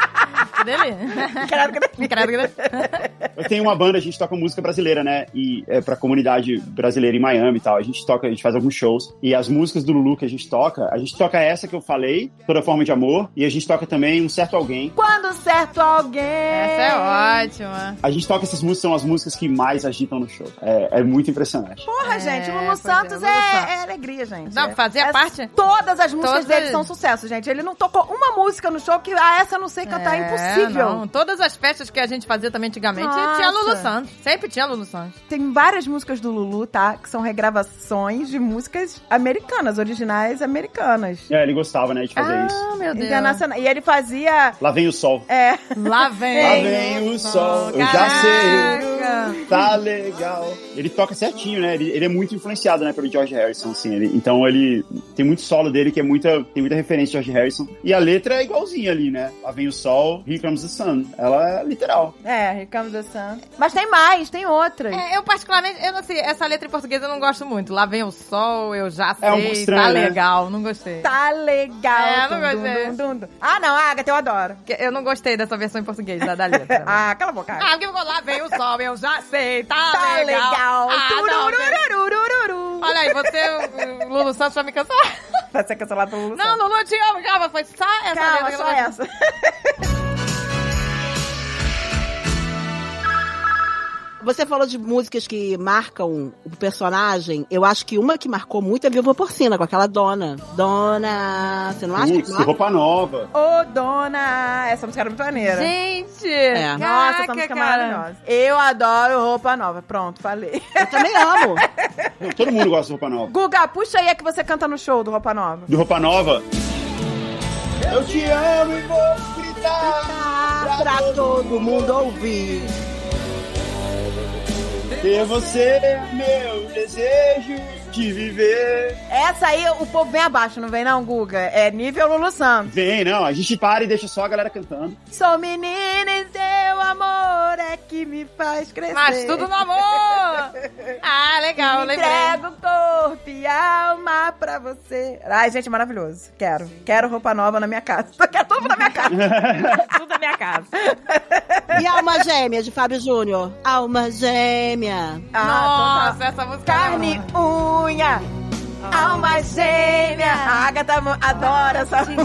Dele?
Quero que ele-
Credo, credo.
Eu tenho uma banda, a gente toca música brasileira, né? E é pra comunidade brasileira em Miami e tal. A gente toca, a gente faz alguns shows. E as músicas do Lulu que a gente toca, a gente toca essa que eu falei, Toda Forma de Amor. E a gente toca também Um Certo Alguém.
Quando certo alguém.
Essa é ótima.
A gente toca essas músicas, são as músicas que mais agitam no show. É, é muito impressionante.
Porra, gente, o Lulu
pois é,
Santos
Lulu
é,
Santos.
é alegria, gente.
Não,
É-
fazia
é-
parte-
Todas as músicas
Todas-
dele são sucesso, gente. Ele não tocou uma música no show que, ah, essa eu não sei cantar,
tá
é, impossível.
não. Todas as festas que a gente fazia também antigamente
Nossa.
tinha Lulu Santos. Sempre tinha Lulu Santos.
Tem várias músicas do Lulu, tá? Que são regravações de músicas americanas, originais americanas.
É, ele gostava, né, de fazer isso.
meu
Internacional. E ele fazia.
Lá vem o sol.
É.
Lá vem.
Lá vem o sol, eu já sei,
Caraca.
tá legal. Ele toca certinho, né? Ele, ele é muito influenciado, né, pelo George Harrison, assim. Ele- então ele tem muito solo dele que é muita, tem muita referência ao George Harrison. E a letra é igualzinha ali, né? Lá vem o sol, here comes the sun. Ela é literal.
É, Ricardo da Santos. Mas tem mais, tem outras.
É, eu particularmente, eu não sei, essa letra em português eu não gosto muito. Lá vem o sol, eu já sei,
É um estranho,
tá
né?
legal, não gostei.
Tá legal.
É, não
Dum,
gostei.
dum, dum, dum. Ah, não, Agatha, eu adoro.
Que Eu não gostei dessa versão em português da, da letra.
Ah, cala a boca. Agatha.
Ah, porque ficou lá vem o sol, eu já sei, tá,
tá legal.
legal. Ah, não, gente.
Tururururururu.
Olha aí, você, o Lulu Santos vai me cancelar.
Vai ser cancelado pelo Lulu
Não,
Santos.
Lulu, te amo, calma, foi só essa
Calma,
letra.
só essa.
Você falou de músicas que marcam o personagem. Eu acho que uma que marcou muito é Viúva Porcina, com aquela dona. Dona. Você não acha que
Putz,
marca?
roupa nova.
Ô, dona! Essa música era muito maneira.
Gente,
É.
Nossa,
caraca,
essa música é
cara.
maravilhosa. Eu adoro roupa nova. Pronto, falei.
Eu também amo.
Não, todo mundo gosta de roupa nova.
Guga, puxa aí a que você canta no show do Roupa Nova.
Do roupa nova. Eu te amo e vou gritar.
Ah, pra todo mundo ouvir.
Ter você é meu desejo de viver.
Essa aí o povo vem abaixo, não vem não, Guga? É nível Lulu Santos.
Vem, não. A gente para e deixa só a galera cantando.
Sou menina e eu amor é que me faz crescer.
Mas tudo no amor! Ah, legal,
Me
lembrei.
Entrego corpo e alma pra você. Ai, gente, maravilhoso. Quero. Quero roupa nova na minha casa. Quero tudo na minha casa.
Tudo da minha casa.
E Alma Gêmea, de Fábio Júnior. Alma Gêmea.
Ah, então tá.
Nossa, essa música. é
Carne, unha, alma gêmea. A Agatha mo- adora essa
de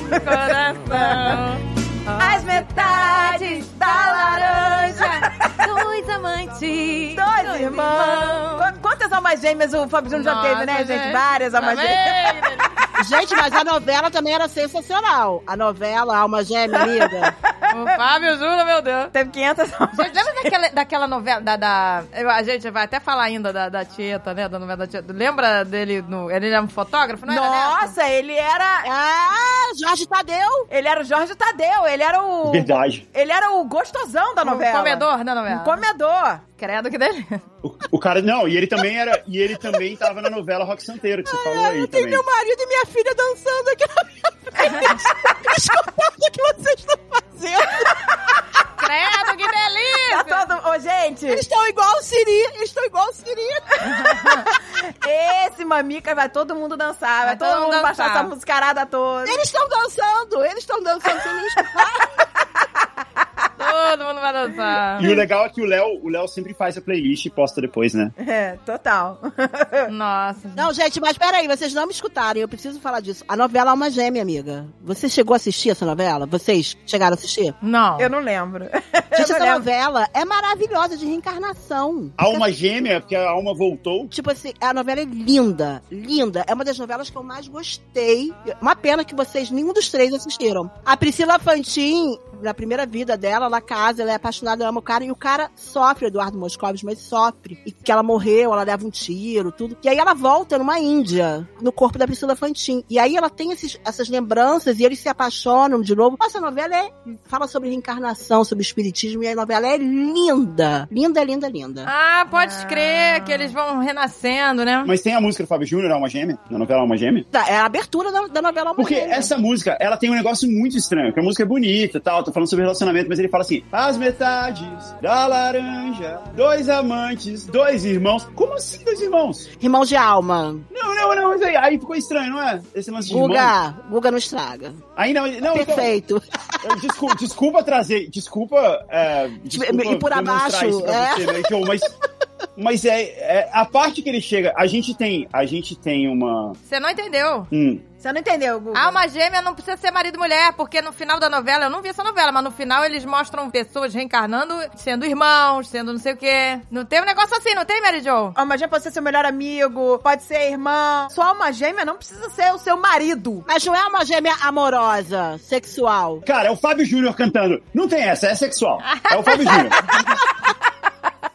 coração.
As metades da laranja.
Dois amantes.
Dois irmãos. Qu- Quantas almas gêmeas o Fábio Júnior já teve, né,
Nossa,
gente?
né?
Várias almas gêmeas.
Amei.
Gente, mas a novela também era sensacional. A novela Alma Gêmea, amiga.
O Fábio Júnior, meu Deus.
Teve 500 almas
Gente, lembra daquela, daquela novela da, da- eu- A gente vai até falar ainda da, da Tieta, né? Da novela da Tieta. Lembra dele no. Ele era um fotógrafo,
é
não era? nessa?
Nossa, ele era.
Ah, Jorge Tadeu.
Ele era o Jorge Tadeu, ele era o.
Verdade.
Ele era o gostosão da
Um
novela.
comedor da novela.
Um comedor.
Credo que dele.
O, o cara. Não, e ele também era. E ele também tava na novela Rock Santeiro, que você falou aí
Ah, Eu tenho
também.
meu marido e minha filha dançando aqui na minha frente. Escutando o que vocês estão fazendo.
Credo que
Tá
delícia!
todo... Ô, gente,
Eles estão igual o Siri. Eles estão igual o Siri.
esse mamica vai todo mundo dançar, vai,
Vai
todo
todo
mundo
mundo
baixar
dançar.
essa muscarada toda.
Eles estão dançando. Eles estão dançando sem me escutar.
Todo mundo vai dançar.
E o legal é que o Léo, o Léo sempre faz a playlist e posta depois, né?
É, total.
Nossa.
Não, gente, mas peraí. Vocês não me escutaram. Eu preciso falar disso. A novela Alma Gêmea, amiga. Você chegou a assistir essa novela? Vocês chegaram a assistir?
Não.
Eu não lembro. Eu
Gente,
não
essa
lembro.
novela é maravilhosa de reencarnação.
Alma gêmea, porque a alma voltou.
Tipo assim, a novela é linda, linda. É uma das novelas que eu mais gostei. Uma pena que vocês, nenhum dos três assistiram. A Priscila Fantin, na primeira vida dela, ela casa, ela é apaixonada, ela ama o cara, e o cara sofre, o Eduardo Moscovitch, mas sofre. E que ela morreu, ela leva um tiro, tudo. E aí ela volta numa Índia, no corpo da Priscila Fantin. E aí ela tem esses- essas lembranças e eles se apaixonam de novo. Nossa, a novela é, fala sobre reencarnação, sobre espiritismo, e a novela é linda. Linda, linda, linda.
Ah, pode crer que eles vão renascendo, né?
Mas tem a música do Fábio Júnior, Alma Gêmea, na novela Alma Gêmea.
Tá, É a abertura da, da novela Alma
Porque
Gêmea.
essa música, ela tem um negócio muito estranho, que a música é bonita e tal, tô falando sobre relacionamento, mas ele fala assim, as metades da laranja, dois amantes, dois irmãos. Como assim dois irmãos?
Irmão de alma.
Não, não, não, mas aí, aí ficou estranho, não é? Esse lance de irmão.
Guga, Guga não estraga.
Aí não, não, então,
Perfeito.
eu- desculpa, desculpa trazer, desculpa, é, desculpa
E Tipo, por abaixo,
demonstrar isso pra
é.
você, né, Joe, mas... Mas é, é a parte que ele chega, a gente tem, a gente tem uma,
Você não entendeu.
um,
Você não entendeu, Guga?
Alma gêmea não precisa ser marido e mulher, porque no final da novela, eu não vi essa novela, mas no final eles mostram pessoas reencarnando, sendo irmãos, sendo não sei o quê. Não tem um negócio assim, não tem, Mary Jo?
Alma gêmea Ah, pode ser seu melhor amigo, pode ser irmão. Sua alma gêmea não precisa ser o seu marido.
Mas não é uma gêmea amorosa, sexual.
Cara, é o Fábio Júnior cantando. Não tem essa, é sexual. É o Fábio Júnior.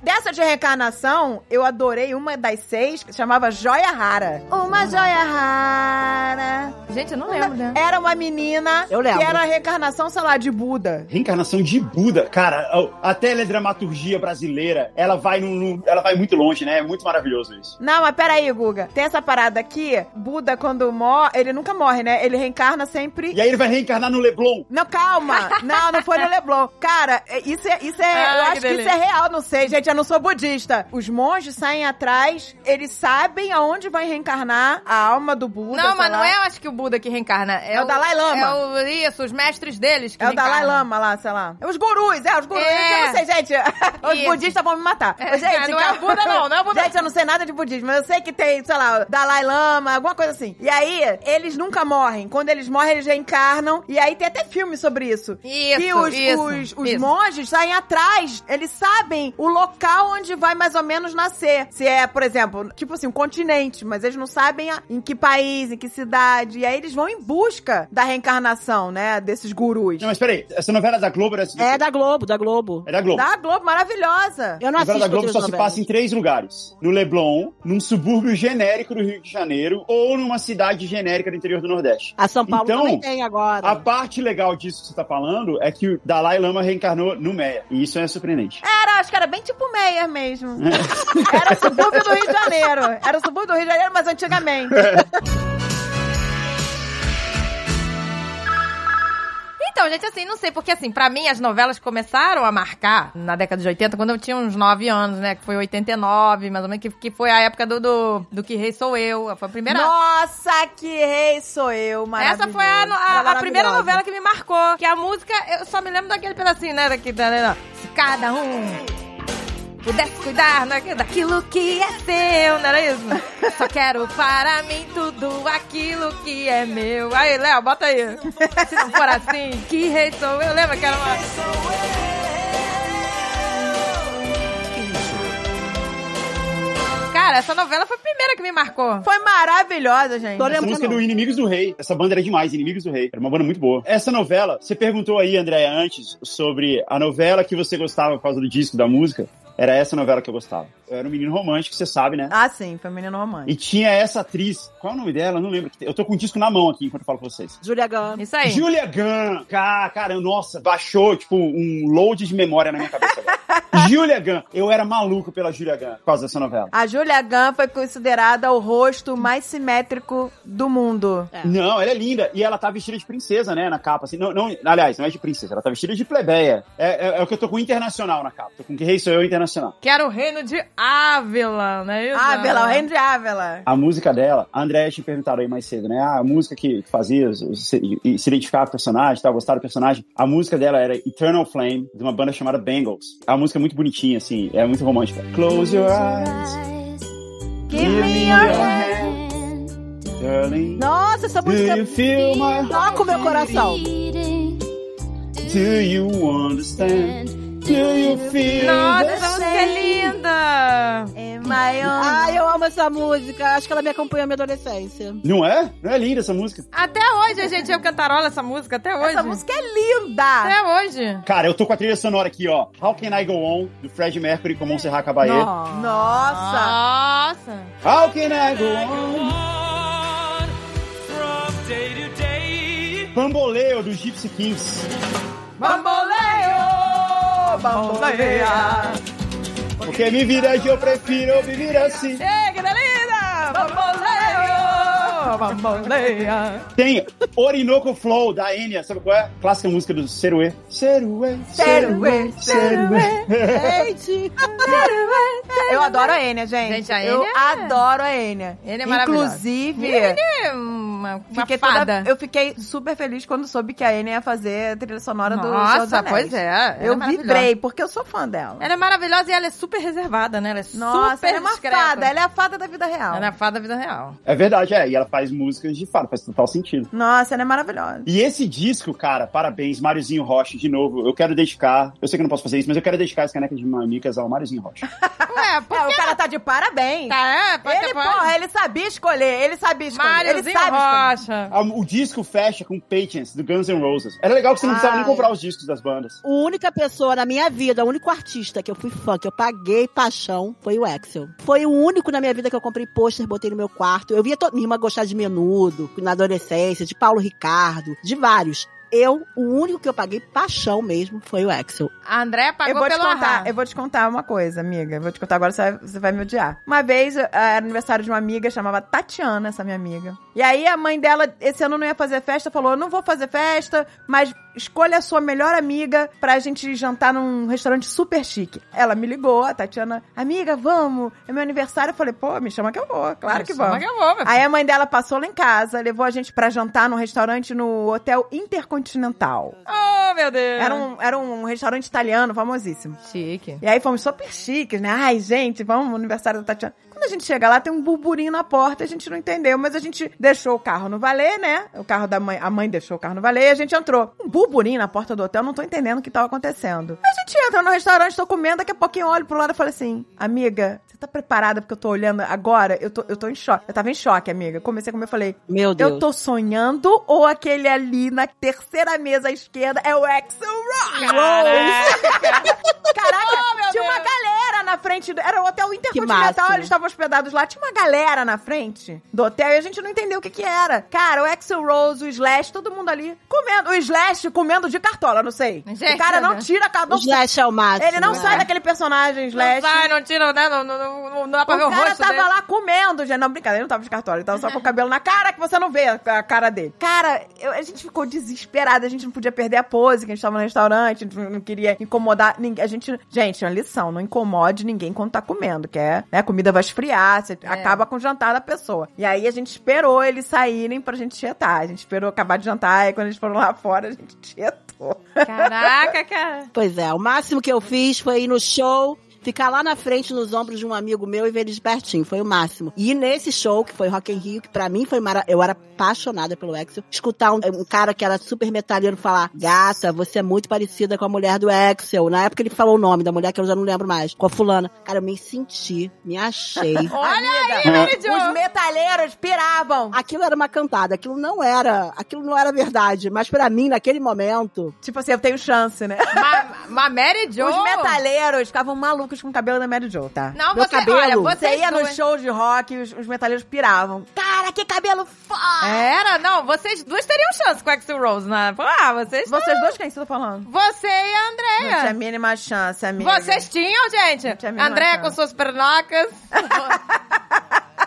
Dessa de reencarnação, eu adorei uma das seis, que chamava Joia Rara. Uma joia rara.
Gente, eu não lembro, né?
Era uma menina
Eu lembro.
que era a reencarnação, sei lá, de Buda.
Reencarnação de Buda. Cara, a a teledramaturgia brasileira, ela vai num, num- ela vai muito longe, né? É muito maravilhoso isso.
Não, mas peraí, Guga. Tem essa parada aqui. Buda, quando morre, ele nunca morre, né? Ele reencarna sempre.
E aí ele vai reencarnar no Leblon.
Não, calma. Não, não foi no Leblon. Cara, é- isso é. Isso é
Ah,
eu
que
acho que isso
delícia.
é real, não sei, gente. Eu não sou budista. Os monges saem atrás, eles sabem aonde vai reencarnar a alma do Buda.
não,
sei
mas
lá.
não é, eu acho que o Buda que reencarna. É,
É o Dalai Lama.
É o, isso, os mestres deles que
É o Dalai
reencarnam.
Lama lá, sei lá. É os gurus, é, os gurus.
É.
Eu não sei, gente. Os
Isso.
budistas vão me matar.
É,
gente,
não é o Buda, não, não é o Buda.
Gente, eu não sei nada de budismo, mas eu sei que tem, sei lá, Dalai Lama, alguma coisa assim. E aí, eles nunca morrem. Quando eles morrem, eles reencarnam. E aí tem até filme sobre isso.
Isso,
e os,
isso,
os, os
isso.
monges saem atrás. Eles sabem o local onde vai mais ou menos nascer. Se é, por exemplo, tipo assim, um continente, mas eles não sabem a- em que país, em que cidade. E aí eles vão em busca da reencarnação, né, desses gurus.
Não, é mas peraí, essa novela da Globo era
É da Globo, da Globo.
é da Globo.
Da Globo, maravilhosa.
Eu
A
não
novela
assisto
da Globo
outras
só se
novelas.
passa em três lugares. No Leblon, num subúrbio genérico do Rio de Janeiro ou numa cidade genérica do interior do Nordeste.
A São Paulo
Então,
também tem agora.
A parte legal disso que você tá falando é que o Dalai Lama reencarnou no Meia. E isso é surpreendente.
Ah,
Era, acho que era bem tipo Meyer mesmo. Era o subúrbio do Rio de Janeiro. Era o subúrbio do Rio de Janeiro, mas antigamente.
Então, Então, gente, assim, não sei, porque assim, pra mim as novelas começaram a marcar na década de 80, quando eu tinha uns 9 anos, né? Que foi 89, mais ou menos, que, que foi a época do, do, do Que Rei Sou Eu. Foi a primeira.
Nossa, que rei sou eu, maravilhoso.
Essa foi a, no- a- a,
Maravilhosa.
primeira novela que me marcou. Que a música, eu só me lembro daquele pedacinho, né? Daqui, da, da, da- Se cada um pudesse cuidar né, daquilo que é seu, não era isso? Só quero para mim tudo aquilo que é meu. Aí, Léo, bota aí. Se não for assim, que rei sou eu? Lembra que era uma... Cara, essa novela foi a primeira que me marcou.
Foi maravilhosa, gente.
Tô
Essa
lembrando.
música é do Inimigos do Rei. Essa banda era demais, Inimigos do Rei. Era uma banda muito boa. Essa novela, você perguntou aí, Andréia, antes, sobre a novela que você gostava por causa do disco, da música. Era essa novela que eu gostava. Eu era um menino romântico, você sabe, né?
Ah, sim, foi menino romântico.
E tinha essa atriz. Qual é o nome dela? Eu Não lembro. Eu tô com o disco na mão aqui enquanto eu falo pra vocês.
Julia Gama.
Isso aí.
Julia Gunn. Cara, cara, nossa, baixou, tipo, um load de memória na minha cabeça agora. Julia Gunn. Eu era maluco pela Julia Gunn por causa dessa novela.
A Julia Gunn foi considerada o rosto mais simétrico do mundo.
É.
Não, ela é linda. E ela tá vestida de princesa, né, na capa. Assim, não, não, aliás, não é de princesa, ela tá vestida de plebeia. É, é- é o que eu tô com internacional na capa. Tô com que rei sou eu internacional.
Que era o reino de Ávila, não é isso?
Ávila, o reino de Ávila.
A música dela, a Andréia te perguntaram aí mais cedo, né? Ah, a música que fazia os- os- se, e se identificar com o personagem, tá? gostar do personagem. A música dela era Eternal Flame, de uma banda chamada Bangles. A música é muito bonitinha, assim, é muito romântica. Close your eyes,
Give me your hand.
darling.
Nossa, essa
Do
música
you feel my heart?
toca o meu coração.
Do you understand? Do you feel
Nossa,
the
essa música é linda!
Am I on?
Ai, eu amo essa música. Acho que ela me acompanhou na minha adolescência.
Não é? Não é linda essa música?
Até hoje a gente eu cantarola essa música, até hoje.
Essa música é linda.
Até hoje.
Cara, eu tô com a trilha sonora aqui, ó. How Can I Go On, do Fred Mercury com Montserrat Caballé.
Ah,
Nossa.
Nossa!
How Can I Go On? Bamboleo, do Gypsy Kings.
Bamboleio, bamboleia.
Porque me vira que eu prefiro viver assim.
Chega, da linda!
Bamboleio, bamboleia.
Tem Orinoco Flow, da Enya. Sabe qual é? Clássica música do Seruê. Seruê,
Seruê,
Gente,
Eu adoro a Enya, gente.
Gente, a
Eu
Enya é-
adoro a Enya.
Enya é maravilhosa.
Inclusive,
É uma, uma
fiquei toda-
fada.
eu fiquei super feliz quando soube que a Enya ia fazer a trilha sonora do Senhor dos
Nossa,
Anéis.
pois é. Ela é
Eu
maravilhosa.
vibrei, porque eu sou fã dela.
Ela é maravilhosa e ela é super reservada, né? Ela é
Nossa,
super
ela é uma
discreta.
fada, ela é a fada da vida real.
Ela é a fada da vida real.
É verdade, é. E ela faz músicas de fato, faz total sentido.
Nossa, ela é maravilhosa.
E esse disco, cara, parabéns, Máriozinho Rocha, de novo. Eu quero dedicar. Eu sei que eu não posso fazer isso, mas eu quero dedicar as canecas de mamicas ao Máriozinho Rocha.
Ué,
É,
por
o
que?
cara tá de parabéns.
Tá, é, pode
ele,
ter
porra, ele sabia escolher, ele sabia escolher. ele
Máriozinho
sabe escolher.
Rocha.
A- O disco fecha com Patience, do Guns N' Roses. Era legal que você não precisava nem
Ai.
comprar os discos das bandas.
a única pessoa na minha vida, o único artista que eu fui fã, que eu paguei paixão, foi o Axel. Foi o único na minha vida que eu comprei pôster, botei no meu quarto. Eu via to- minha irmã gostar de Menudo, na adolescência, de Paulo Ricardo, de vários. Eu, o único que eu paguei paixão mesmo foi o Axel.
A André
Eu
pagou
vou, te
pelo
contar,
arraso.
eu vou te contar uma coisa, amiga. Eu vou te contar agora, você vai, você vai me odiar. Uma vez, eh, era aniversário de uma amiga, chamava Tatiana, essa minha amiga. E aí a mãe dela, esse ano não ia fazer festa, falou: Eu não vou fazer festa, mas escolha a sua melhor amiga pra gente jantar num restaurante super chique. Ela me ligou, a Tatiana, amiga, vamos, é meu aniversário. Eu falei, pô, me chama que eu vou, claro que
Chama
vamos.
é que eu vou, meu
Aí a mãe dela passou lá em casa, levou a gente pra jantar num restaurante no Hotel Intercontinental.
Oh, meu Deus.
Era um, era um restaurante italiano famosíssimo.
Chique.
E aí fomos super chiques, né? Ai, gente, vamos no aniversário da Tatiana. Quando a gente chega lá, tem um burburinho na porta, a gente não entendeu, mas a gente deixou o carro no valet, né? O carro da mãe, a mãe deixou o carro no valet e a gente entrou. Um burburinho na porta do hotel, não tô entendendo o que tava acontecendo. A gente entra no restaurante, tô comendo, daqui a pouquinho eu olho pro lado e falo assim, amiga, você tá preparada porque eu tô olhando agora? Eu tô, eu tô em choque. Eu tava em choque, amiga. Comecei a comer, eu falei,
Meu Deus.
eu tô sonhando ou aquele ali na terceira mesa à esquerda é o Axel Rock?
Caraca.
Caraca,
Oh, meu
tinha uma
Deus.
galera na frente do. Era o hotel
que
Continental,
massa.
eles estavam hospedados lá. Tinha uma galera na frente do hotel e a gente não entendeu o que que era. Cara, o Axel Rose, o Slash, todo mundo ali comendo. O Slash comendo de cartola, não sei.
Gente,
o cara não
né?
tira a
O
cartola.
Slash é o máximo.
Ele não
né?
sai daquele personagem, Slash.
Não sai, não tira, né? Não, não, não, não dá pra ver o
o cara
rosto
tava
dele.
lá comendo, gente. Não, brincadeira, ele não tava de cartório. Ele tava só com o cabelo na cara, que você não vê a a cara dele. Cara, eu- a gente ficou desesperada. A gente não podia perder a pose, que a gente tava no restaurante, a gente não queria incomodar ninguém. A gente... Gente, é uma lição. Não incomode ninguém quando tá comendo, que é... Né, a comida vai esfriar, você acaba com o jantar da pessoa. E aí a gente esperou eles saírem pra gente tietar. A gente esperou acabar de jantar, e quando eles foram lá fora, a gente tietou.
Caraca, cara.
Pois é, o máximo que eu fiz foi ir no show, ficar lá na frente nos ombros de um amigo meu e ver eles de pertinho, foi o máximo. E nesse show, que foi Rock in Rio, que pra mim foi mara... eu era apaixonada pelo Axel, escutar um, um cara que era super metalheiro falar, gata, você é muito parecida com a mulher do Axel. Na época ele falou o nome da mulher que eu já não lembro mais, com a fulana. Cara, eu me senti, me achei.
Olha aí,
É.
Mary Jo.
Os metalheiros piravam.
Aquilo era uma cantada, aquilo não era, aquilo não era verdade, mas pra mim naquele momento,
Tipo assim, eu tenho chance, né?
Ma, ma Mary Jo.
Os metaleiros ficavam malucos com o cabelo da Mary Jo, tá?
Não,
Meu
você,
cabelo.
olha,
Você
vocês
ia nos
duas...
shows de rock e os, os metaleiros piravam. Cara, que cabelo foda!
Era, não, vocês duas teriam chance com o Axel Rose, né? Ah, vocês...
Vocês dois quem você tá falando? É.
Você e a
Não tinha a
Andrea.
mínima chance, amiga.
Vocês tinham, gente.
tinha a mínima
Andrea
chance.
com suas pernocas.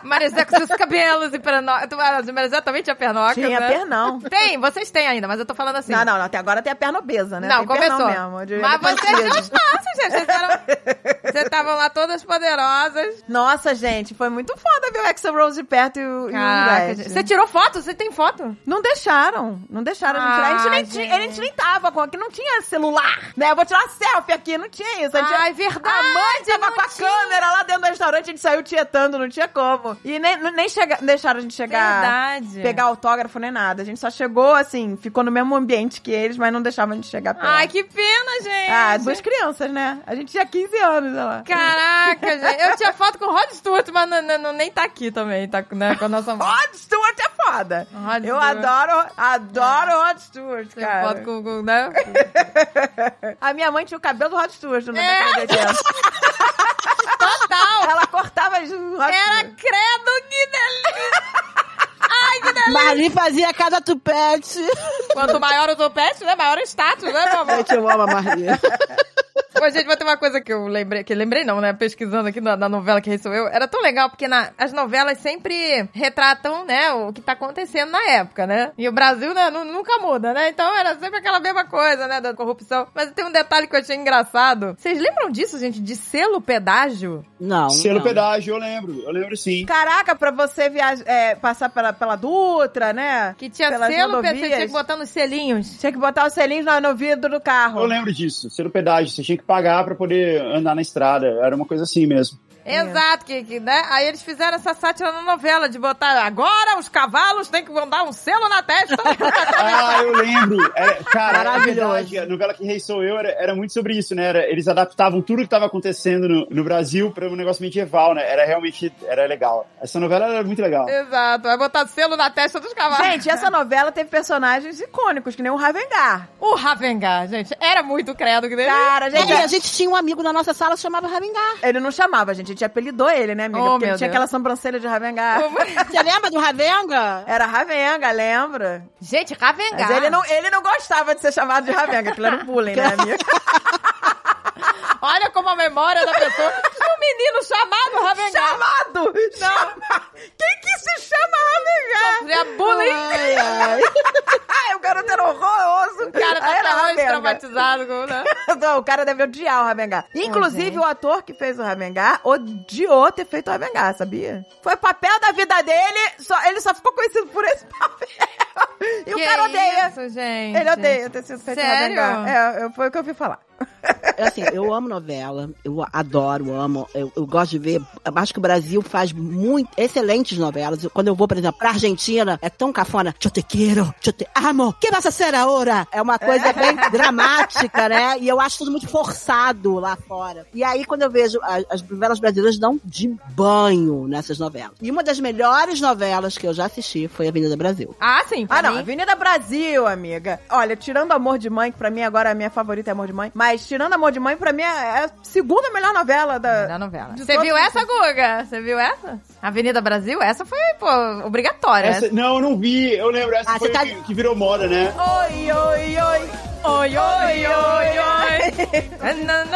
Marizé com seus cabelos e pernocas. Marizé também tinha pernocas,
Tinha
né?
pernão.
Tem, vocês têm ainda, mas eu tô falando assim.
Não, não, não, até agora tem a perna obesa, né?
Não,
tem pernão
começou.
mesmo. de-
Mas
depois
vocês
disso.
são espaços, gente. Vocês eram- Vocês estavam lá todas poderosas.
Nossa, gente, foi muito foda ver o Axel Rose de perto e o, e o
Caraca,
Red.
gente. Você tirou foto? Você tem foto?
Não deixaram. Não deixaram a gente tirar. A gente,
Ah,
nem ti-
gente.
a gente nem tava com aqui, não tinha celular. Né? Eu vou tirar selfie aqui, não tinha isso. A gente,
Ah, é verdade,
A mãe tava
não
com a
tinha.
câmera lá dentro do restaurante, a gente saiu tietando, não tinha como. E nem, nem chega- deixaram a gente chegar.
Verdade.
Pegar autógrafo nem nada. A gente só chegou assim, ficou no mesmo ambiente que eles, mas não deixavam a gente chegar perto.
Ai, que pena, gente.
Ah, duas crianças, né? A gente tinha 15 anos, olha lá.
Caraca, gente. Eu tinha foto com o Rod Stewart, mas não, não- não- nem tá aqui também, tá né, com a nossa mãe.
Rod Stewart é foda.
Rod
Eu
Stewart.
adoro, adoro Rod Stewart,
Tem
cara.
foto É. com, com né?
A minha mãe tinha o cabelo do Rod Stewart na
É.
década de 80.
Total.
Ela cortava as- o Rod
Era
Stewart.
credo, que delícia. Ai, que delícia.
Marli fazia cada tupete.
Quanto maior o topete, né? Maior o status, né, meu amor?
Gente, eu amo a Marli.
Ô, gente, mas tem uma coisa que eu lembrei, que lembrei não, né? Pesquisando aqui na, na novela que recebeu, era tão legal, porque na- as novelas sempre retratam, né, o que tá acontecendo na época, né? E o Brasil, né, nu- nunca muda, né? Então era sempre aquela mesma coisa, né, da corrupção. Mas tem um detalhe que eu achei engraçado. Vocês lembram disso, gente, de selo pedágio?
Não.
Selo
não.
pedágio, eu lembro. Eu lembro sim.
Caraca, pra você viajar, é, passar pela, pela Dutra, né?
Que tinha
Pelas
selo, pe-
rodovias.
você tinha que botar nos selinhos.
Tinha que botar os selinhos no, no vidro do carro.
Eu lembro disso. Selo pedágio. Você tinha que pagar pra poder andar na estrada. Era uma coisa assim mesmo.
É.
Exato, que, que, né? Aí eles fizeram essa sátira na novela, de botar agora os cavalos têm que mandar um selo na testa.
Ah, eu lembro. É, cara, é
Maravilhoso.
verdade. A novela que Rei Sou Eu era, era muito sobre isso, né? Era- eles adaptavam tudo que estava acontecendo no, no Brasil para um negócio medieval, né? Era realmente era legal. Essa novela era muito legal.
Exato, vai botar selo na testa dos cavalos.
Gente, essa novela teve personagens icônicos, que nem o Ravengar.
o Ravengar, gente, era muito credo que dele.
Cara, gente,
Não, e a gente tinha um amigo na nossa sala chamado Ravingar.
ele não chamava, a gente, a gente apelidou ele, né, amiga?
Oh,
Porque
meu
ele tinha
Deus. Oh,
aquela sobrancelha de Ravengar.
Você lembra do Ravenga?
Era Ravenga, lembra?
Gente, Ravengar.
Mas ele não, ele não gostava de ser chamado de Ravenga, aquilo era um bullying, né, amiga?
Olha como a memória da pessoa. Tinha um menino chamado Ravengar.
Chamado! Chama... Quem que se chama Ravengar?
Sofria bullying.
Ai, ai.
Ai, o Ah, é um garoto era horroroso.
O cara tá
Aí era
até hoje
Ravenga.
traumatizado. com, né?
Não, o cara deve odiar o Ramengar. Inclusive,
gente.
o ator que fez o Ramengar odiou ter feito o Ramengar, sabia? Foi papel da vida dele, só, ele só ficou conhecido por esse papel. E o
Que
cara odeia.
Isso, gente.
Ele odeia ter sido feito o
Sério?
Ramengar. É, eu- foi o que eu ouvi falar.
É Assim, eu amo novela, eu adoro, amo, eu, eu gosto de ver. Eu acho que o Brasil faz muito excelentes novelas. Quando eu vou, por exemplo, pra Argentina, é tão cafona. Yo te quiero, yo te amo, que vas a ser ahora? É uma coisa bem dramática, né? E eu acho tudo muito forçado lá fora. E aí, quando eu vejo, a- as novelas brasileiras dão de banho nessas novelas. E uma das melhores novelas que eu já assisti foi Avenida Brasil.
Ah, sim, pra
ah, não,
mim.
Avenida Brasil, amiga. Olha, tirando Amor de Mãe, que pra mim agora é a minha favorita é Amor de Mãe, mas tirando Amor de Mãe, pra mim é a segunda melhor novela da...
Da novela.
de
Você
todos
viu
os-
essa, Guga? Você viu essa? Avenida Brasil? Essa foi, pô, obrigatória.
Essa- não, eu não vi. Eu lembro. Essa
Ah,
foi
você tá-
que, que virou moda, né?
Oi, oi, oi. Oi, oi, oi, oi.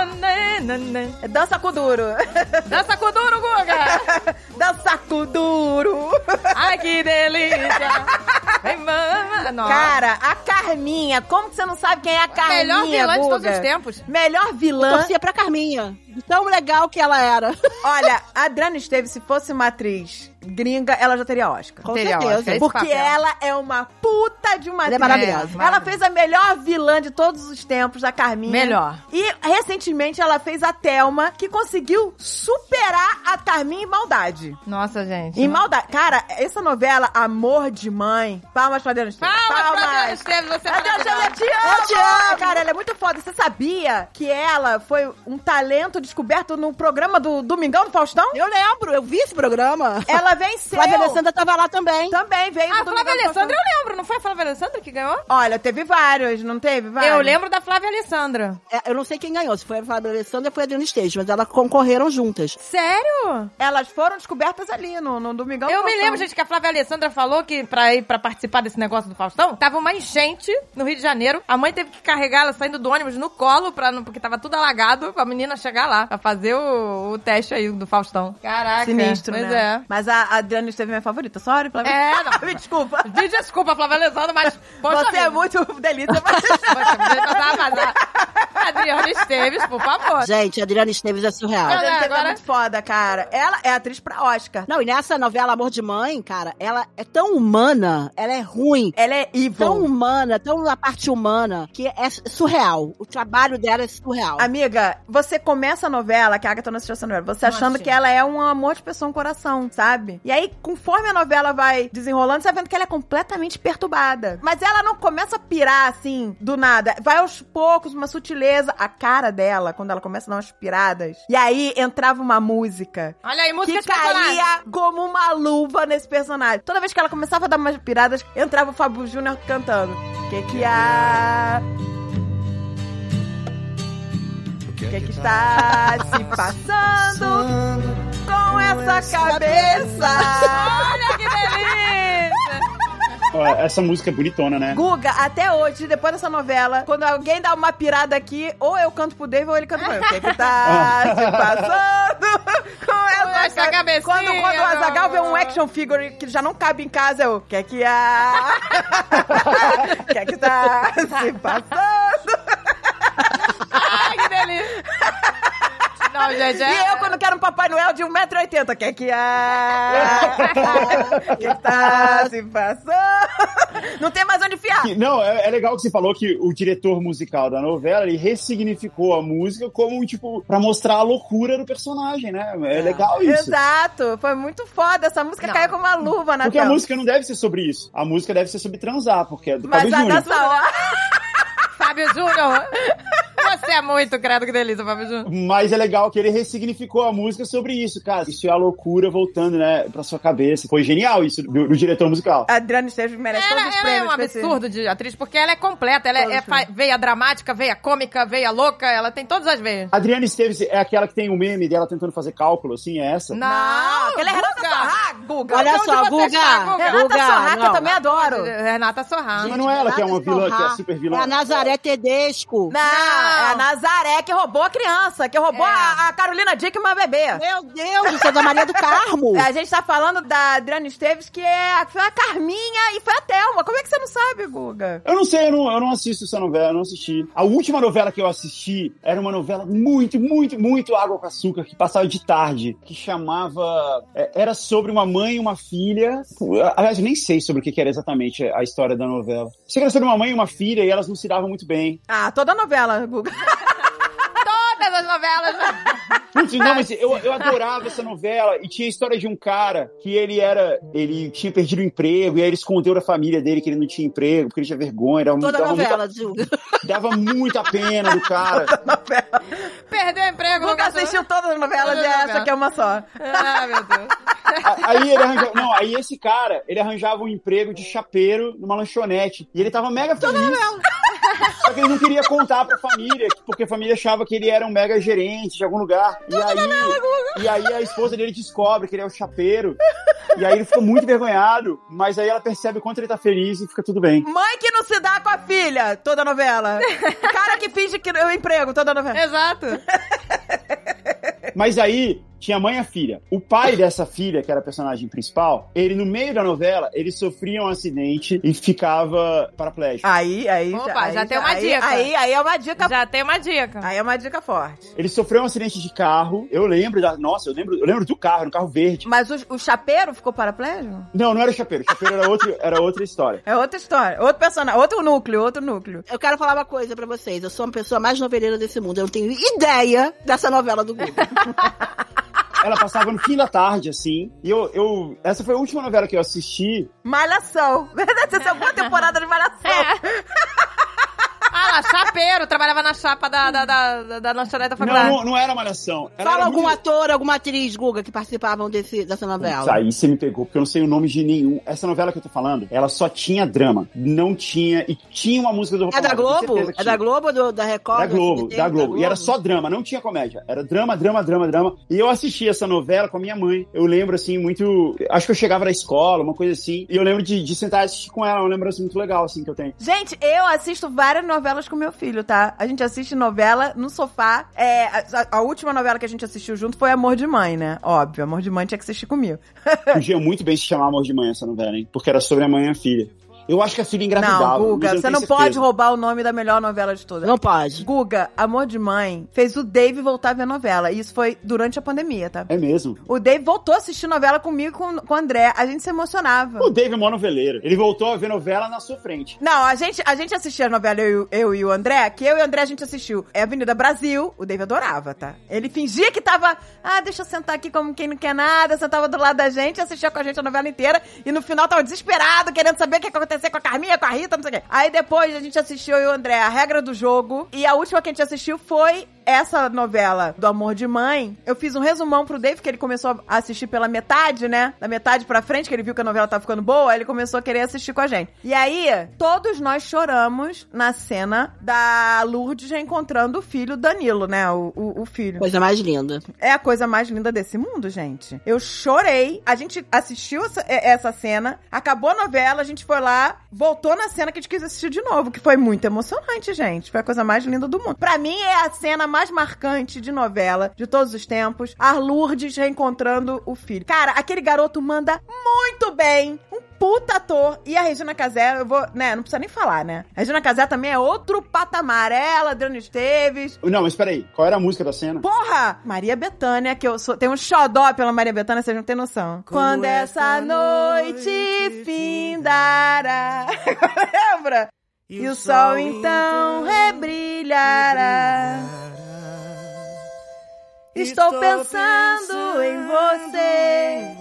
Nananana.
É Dança com duro.
Dança com duro, Guga!
Dança com duro.
Ai, que delícia! Vem, mama! Nossa.
Cara, a Carminha. Como que você não sabe quem é a Carminha,
melhor vilã de todos
Guga?
os tempos.
Melhor vilã.
Torcia pra Carminha. de Tão legal que ela era.
Olha, a Adriana Esteves, se fosse uma atriz gringa, ela já teria Oscar.
Com
Teria
certeza.
Oscar, esse
Porque
papel.
ela é uma puta de uma
Ela é
atriz.
maravilhosa.
Ela fez a melhor vilã de todos os tempos, a Carminha.
Melhor.
E recentemente ela fez a Thelma, que conseguiu superar a Carminha em maldade.
Nossa, gente.
Em maldade. Cara, essa novela, Amor de Mãe. Palmas pra Adriana Esteves.
Palmas pra Adriana Esteves, você é
Adriana Esteves, eu te amo!
Eu te amo!
Cara, ela é muito foda. Você sabia que ela foi um talento descoberto no programa do Domingão do Faustão?
Eu lembro, eu vi esse programa.
Ela venceu.
Flávia Alessandra tava lá também.
Também veio
Ah,
do Domingão do
Flávia Alessandra,
Faustão.
eu lembro. Não foi a Flávia Alessandra que ganhou?
Olha, teve vários, não teve vários?
Eu lembro da Flávia Alessandra.
É, eu não sei quem ganhou, se foi a Flávia Alessandra ou foi a Adriana Esteves, mas elas concorreram juntas.
Sério?
Elas foram descobertas ali no, no Domingão do
Eu me
Faustão.
lembro, gente, que a Flávia Alessandra falou que pra ir pra participar desse negócio do Faustão, tava uma enchente no Rio de Janeiro. A mãe teve que carregar ela saindo do ônibus no colo, pra não, porque tava tudo alagado, pra menina chegar lá, pra fazer o, o teste aí do Faustão. Caraca.
Sinistro,
pois
né?
é.
Mas a a Adriana Esteves é minha favorita. Sorry, Flávia.
É, não.
me desculpa.
Me desculpa, Flávia Alessandra, mas... Poxa
Você é
vida.
muito delícia, mas...
Poxa, mas- mas- mas- Adriana Esteves, por favor.
Gente, a Adriana Esteves é surreal.
Ela-
Ela
agora-
é muito foda, cara. Ela é atriz pra Oscar.
Não, e nessa novela Amor de Mãe, cara, ela é tão humana, ela é ruim,
Ela é evil.
tão humana, tão na parte humana, que é surreal. O trabalho dela é surreal.
Amiga, você começa a novela, que a Agatha não assistiu essa novela, você achando
achei.
que ela é um amor de pessoa, um coração, sabe? E aí, conforme a novela vai desenrolando, você vai vendo que ela é completamente perturbada. Mas ela não começa a pirar, assim, do nada. Vai aos poucos, uma sutileza. A cara dela, quando ela começa a dar umas piradas. E aí, entrava uma música
Olha aí, música de
que
personagem.
caía como uma luva nesse personagem. Toda vez que ela começava a dar umas piradas, entrava o Fábio Júnior cantando. Que que há? O que, que está se passando com essa cabeça?
Olha que delícia!
Ó, essa música é bonitona, né?
Guga, até hoje, depois dessa novela, quando alguém dá uma pirada aqui, ou eu canto pro David ou ele canta pra mim. O que, que
Ah.
tá se passando com essa,
essa cabecinha,
Quando, quando o Azagal vê um
não.
action figure que já não cabe em casa, eu. O que é que há? O que é que tá se passando?
Ai, que delícia! Não, gente,
E
é...
eu, quando quero um Papai Noel de 1,80m, o que é que há? O que tá se passando? Não tem mais onde enfiar.
Que- Não, é, é legal que você falou que o diretor musical da novela, ele ressignificou a música como, tipo, pra mostrar a loucura do personagem, né? É, legal isso.
Exato, foi muito foda. Essa música
Não.
caiu com uma luva na
Porque a
tela.
música não deve ser sobre isso. A música deve ser sobre transar, porque é do
Mas
Fábio
a
Júnior.
nessa hora.
Fábio Júnior, você é muito credo que delícia, Fábio Júnior.
Mas é legal que ele ressignificou a música sobre isso, cara. Isso é a loucura voltando, né, pra sua cabeça. Foi genial isso do, do diretor musical.
A Adriana Esteves merece
Ela,
todos os
ela é
prêmios.
um
pra esse-
absurdo de atriz, porque ela é completa. Ela é,
Todos
é
os
fa- veia dramática, veia cômica, veia louca. Ela tem todas as veias.
Adriana Esteves é aquela que tem o meme dela tentando fazer cálculo, assim, é essa?
Não, aquela é Renata
Guga.
Sorrar, Guga. é
Olha
Então,
só,
onde você
Guga,
está, Guga?
Renata
Guga,
Sorrar, que tá, eu
não.
também adoro.
Renata Sorrar.
Mas não é ela que é uma vilã, que é a super vilã.
É a Nazaré Tedesco.
Não, é a Nazaré que roubou a criança, que roubou
É.
a, a Carolina Dickman bebê.
Meu Deus, do céu, da Maria do Carmo.
A gente tá falando da Adriana Esteves, que é a, foi a Carminha e foi a Thelma. Como é que você não sabe, Guga?
Eu não sei, eu não, eu não assisto essa novela, eu não assisti. A última novela que eu assisti era uma novela muito, muito, muito água com açúcar, que passava de tarde, que chamava. é, Era sobre uma mãe e uma filha. Aliás, eu nem sei sobre o que que era exatamente a história da novela. Sei que era sobre uma mãe e uma filha e elas não se davam muito bem.
Ah, toda novela, Guga.
todas as novelas. né?
Putz, não, mas eu, eu adorava essa novela. E tinha a história de um cara que ele era. Ele tinha perdido o emprego, e aí ele escondeu da família dele que ele não tinha emprego, porque ele tinha vergonha. Dava,
Toda
dava
novela,
muita-
Ju.
dava muita pena do cara.
Perdeu o emprego.
Nunca
gastou-
assistiu todas as novelas,
Todas
é
as
essa
novelas.
que é uma só.
Ah, meu Deus.
A- Aí ele arranjava. Não, aí esse cara, ele arranjava um emprego de chapeiro numa lanchonete. E ele tava mega feliz. Só que ele não queria contar pra família, porque a família achava que ele era um mega gerente de algum lugar. E aí, e aí a esposa dele descobre que ele é o chapeiro. E aí ele fica muito envergonhado, mas aí ela percebe o quanto ele tá feliz e fica tudo bem.
Mãe que não se dá com a filha, toda novela. Cara que finge que eu emprego, toda novela.
Exato.
Mas aí tinha mãe e a filha. O pai dessa filha, que era a personagem principal, ele no meio da novela, ele sofria um acidente e ficava paraplégico.
Aí, aí.
Opa,
aí,
já tem uma
aí,
dica.
Aí, aí é uma dica.
Já tem uma dica.
Aí é uma dica forte.
Ele sofreu um acidente de carro. Eu lembro da. Nossa, eu lembro, eu lembro do carro, era um carro verde.
Mas o, o chapeiro ficou paraplégico?
Não, não era o chapeiro. O chapeiro era, outro, era outra história.
É outra história, outro personagem, outro núcleo, outro núcleo.
Eu quero falar uma coisa pra vocês. Eu sou uma pessoa mais noveleira desse mundo. Eu não tenho ideia dessa novela do Google.
Ela passava no fim da tarde, assim. E eu. eu essa foi a última novela que eu assisti.
Malhação. Verdade, essa é uma temporada de Malhação.
É. Ah lá, chapeiro. Trabalhava na chapa da, da, da, da, da lanchoneta
Não,
familiar.
não, não era malhação. Ela
Fala
era
algum
muito-
ator, alguma atriz, Guga, que participavam desse, dessa
Putz,
novela.
Aí você me pegou, porque eu não sei o nome de nenhum. Essa novela que eu tô falando, ela só tinha drama. Não tinha. E tinha uma música do
É da Globo? É da Globo ou do- da Record?
Da Globo,
SBT,
da Globo. E era só drama, não tinha comédia. Era drama, drama, drama, drama. E eu assisti essa novela com a minha mãe. Eu lembro, assim, muito. Acho que eu chegava da escola, uma coisa assim. E eu lembro de, de sentar e assistir com ela. Uma lembrança muito legal, assim, que eu tenho.
Gente, eu assisto várias novelas com meu filho, tá? A gente assiste novela no sofá. É, a, a última novela que a gente assistiu junto foi Amor de Mãe, né? Óbvio, Amor de Mãe tinha que assistir comigo.
Podia Um muito bem se chamar Amor de Mãe essa novela, hein? Porque era sobre a mãe e a filha. Eu acho que a filha engravidava.
não, Guga,
mas
você
eu tenho
não pode
certeza.
roubar o nome da melhor novela de todas.
Não pode.
Guga, Amor de Mãe, fez o Dave voltar a ver novela. E isso foi durante a pandemia, tá?
É mesmo.
O Dave voltou a assistir novela comigo e com, com o André. A gente se emocionava.
O David é mó noveleiro. Ele voltou a ver novela na sua frente.
Não, a gente, a gente assistia a novela, eu, eu e o André, que eu e o André a gente assistiu. É Avenida Brasil, o Dave adorava, tá? Ele fingia que tava, ah, deixa eu sentar aqui como quem não quer nada, sentava do lado da gente, assistia com a gente a novela inteira, e no final tava desesperado, querendo saber o que ia acontecer com a Carminha, com a Rita, não sei o quê. Aí depois a gente assistiu, eu e o André, a regra do jogo, e a última que a gente assistiu foi essa novela do Amor de Mãe, eu fiz um resumão pro Dave, que ele começou a assistir pela metade, né? Da metade pra frente, que ele viu que a novela tava ficando boa, aí ele começou a querer assistir com a gente. E aí, todos nós choramos na cena da Lourdes reencontrando o filho Danilo, né? O, o- o filho.
Coisa mais linda.
É a coisa mais linda desse mundo, gente. Eu chorei. A gente assistiu essa, é- essa cena, acabou a novela, a gente foi lá, voltou na cena que a gente quis assistir de novo, que foi muito emocionante, gente. Foi a coisa mais linda do mundo. Pra mim, é a cena mais marcante de novela de todos os tempos. A Lourdes reencontrando o filho. Cara, aquele garoto manda muito bem. Um puta ator. E a Regina Casé, eu vou, né, não precisa nem falar, né? A Regina Casé também é outro patamar. Ela, Adriana Esteves,
Não, mas peraí. Qual era a música da cena?
Porra! Maria Bethânia, que eu sou. Tem um xodó pela Maria Bethânia, vocês não têm noção. Quando essa noite findará. Lembra? E o sol então rebrilhará. Estou pensando em você.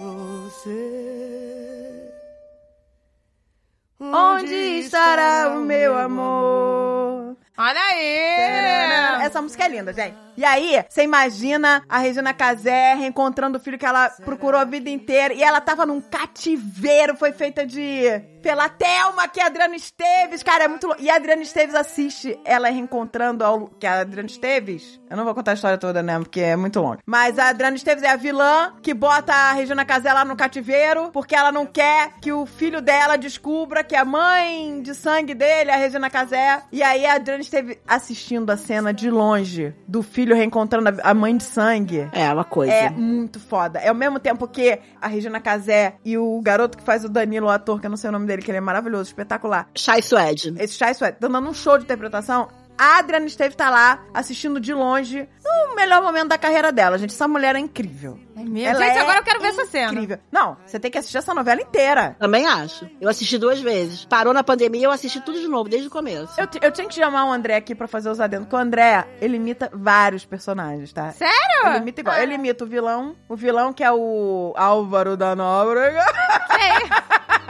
Onde estará o meu amor?
Olha É.
Né,
aí.
Essa música é linda, gente. E aí, você imagina a Regina Casé reencontrando o filho que ela procurou a vida inteira. E ela tava num cativeiro, foi feita de. pela Thelma, que é a Adriana Esteves. Cara, é muito louco. E a Adriana Esteves assiste ela reencontrando ao. que é a Adriana Esteves. Eu não vou contar a história toda, né? Porque é muito longa. Mas a Adriana Esteves é a vilã que bota a Regina Casé lá no cativeiro porque ela não quer que o filho dela descubra que a mãe de sangue dele é a Regina Casé. E aí a Adriana esteve assistindo a cena de longe do filho reencontrando a- a mãe de sangue.
É, uma coisa.
É muito foda. É ao mesmo tempo que a Regina Casé e o garoto que faz o Danilo, o ator, que eu não sei o nome dele, que ele é maravilhoso, espetacular.
Chai Suede.
Esse Chai Suede, dando um show de interpretação A Adriana Esteve tá lá assistindo de longe o melhor momento da carreira dela, gente. Essa mulher é incrível.
É mesmo? Gente, agora eu quero ver essa cena.
Incrível. Não, você tem que assistir essa novela inteira.
Também acho. Eu assisti duas vezes. Parou na pandemia e eu assisti tudo de novo, desde o começo.
Eu, ti- eu tinha que chamar o André aqui pra fazer os adendos, porque o André, ele imita vários personagens, tá? Ele
Sério? Ah.
imita igual. Ele imita o vilão, o vilão que é o Álvaro da Nóbrega.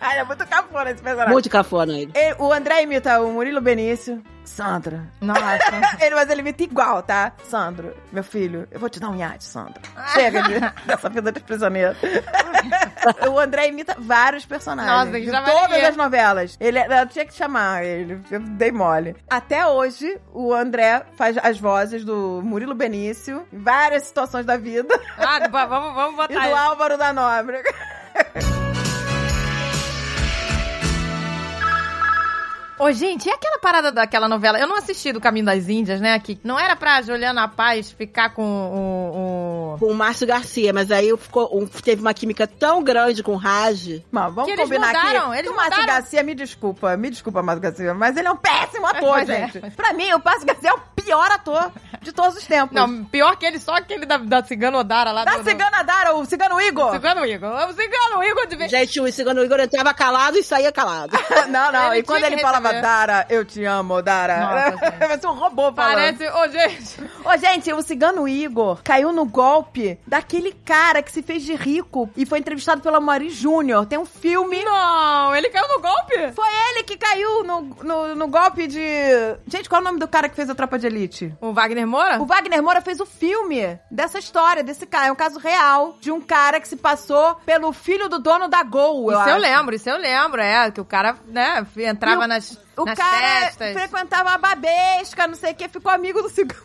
Ai, é muito cafona esse personagem.
Muito cafona ele.
Ele- o André imita o Murilo Benício. Sandra.
Nossa.
Ele, mas ele imita igual, tá? Sandro, meu filho, eu vou te dar um iate, Sandro. Chega de, dessa vida de prisioneiro. o André imita vários personagens.
Nossa, que
de
já vai
todas
ninguém.
as novelas. Ele, eu tinha que chamar ele, eu dei mole. Até hoje, o André faz as vozes do Murilo Benício, em várias situações da vida,
Ah, b- vamos, vamos
e
botar
do
isso.
Álvaro da Nóbrega.
Ô, gente, e aquela parada daquela novela? Eu não assisti do Caminho das Índias, né? Que não era pra Juliana Paz ficar com o. o-
Com o Márcio Garcia, mas aí ficou, um- teve uma química tão grande com o Raj.
Mas vamos
Que eles
combinar
mudaram,
aqui.
eles
o Márcio
mudaram.
Garcia, me desculpa, me desculpa, Márcio Garcia, mas ele é um péssimo ator,
Mas é.
gente. Pra mim, o Márcio Garcia é o pior ator de todos os tempos.
Não, pior que ele, só aquele da, da Cigano Odara lá
da
do. do-
Cigana Dara, o Cigano Igor.
Cigano Igor. O Cigano Igor de vez.
Gente, o Cigano Igor entrava calado e saía calado.
Não, não,
Ele
e quando
tinha que
ele falava
receber.
Dara, eu te amo, Dara.
Nossa, gente.
Parece um robô falando.
Parece. Ô, gente.
Ô, gente, o Cigano Igor caiu no golpe daquele cara que se fez de rico e foi entrevistado pela Mari Júnior. Tem um filme...
Não, ele caiu no golpe?
Foi ele que caiu no, no, no golpe de... Gente, qual é o nome do cara que fez a Tropa de Elite?
O Wagner Moura?
O Wagner Moura fez o filme dessa história, desse cara. É um caso real de um cara que se passou pelo filho do dono da Gol.
Isso eu
acho.
lembro, isso eu lembro, é. Que o cara, né, entrava
E o-
nas,
O
nas
cara é
festas.
frequentava a babesca, não sei o quê, ficou amigo do cigano.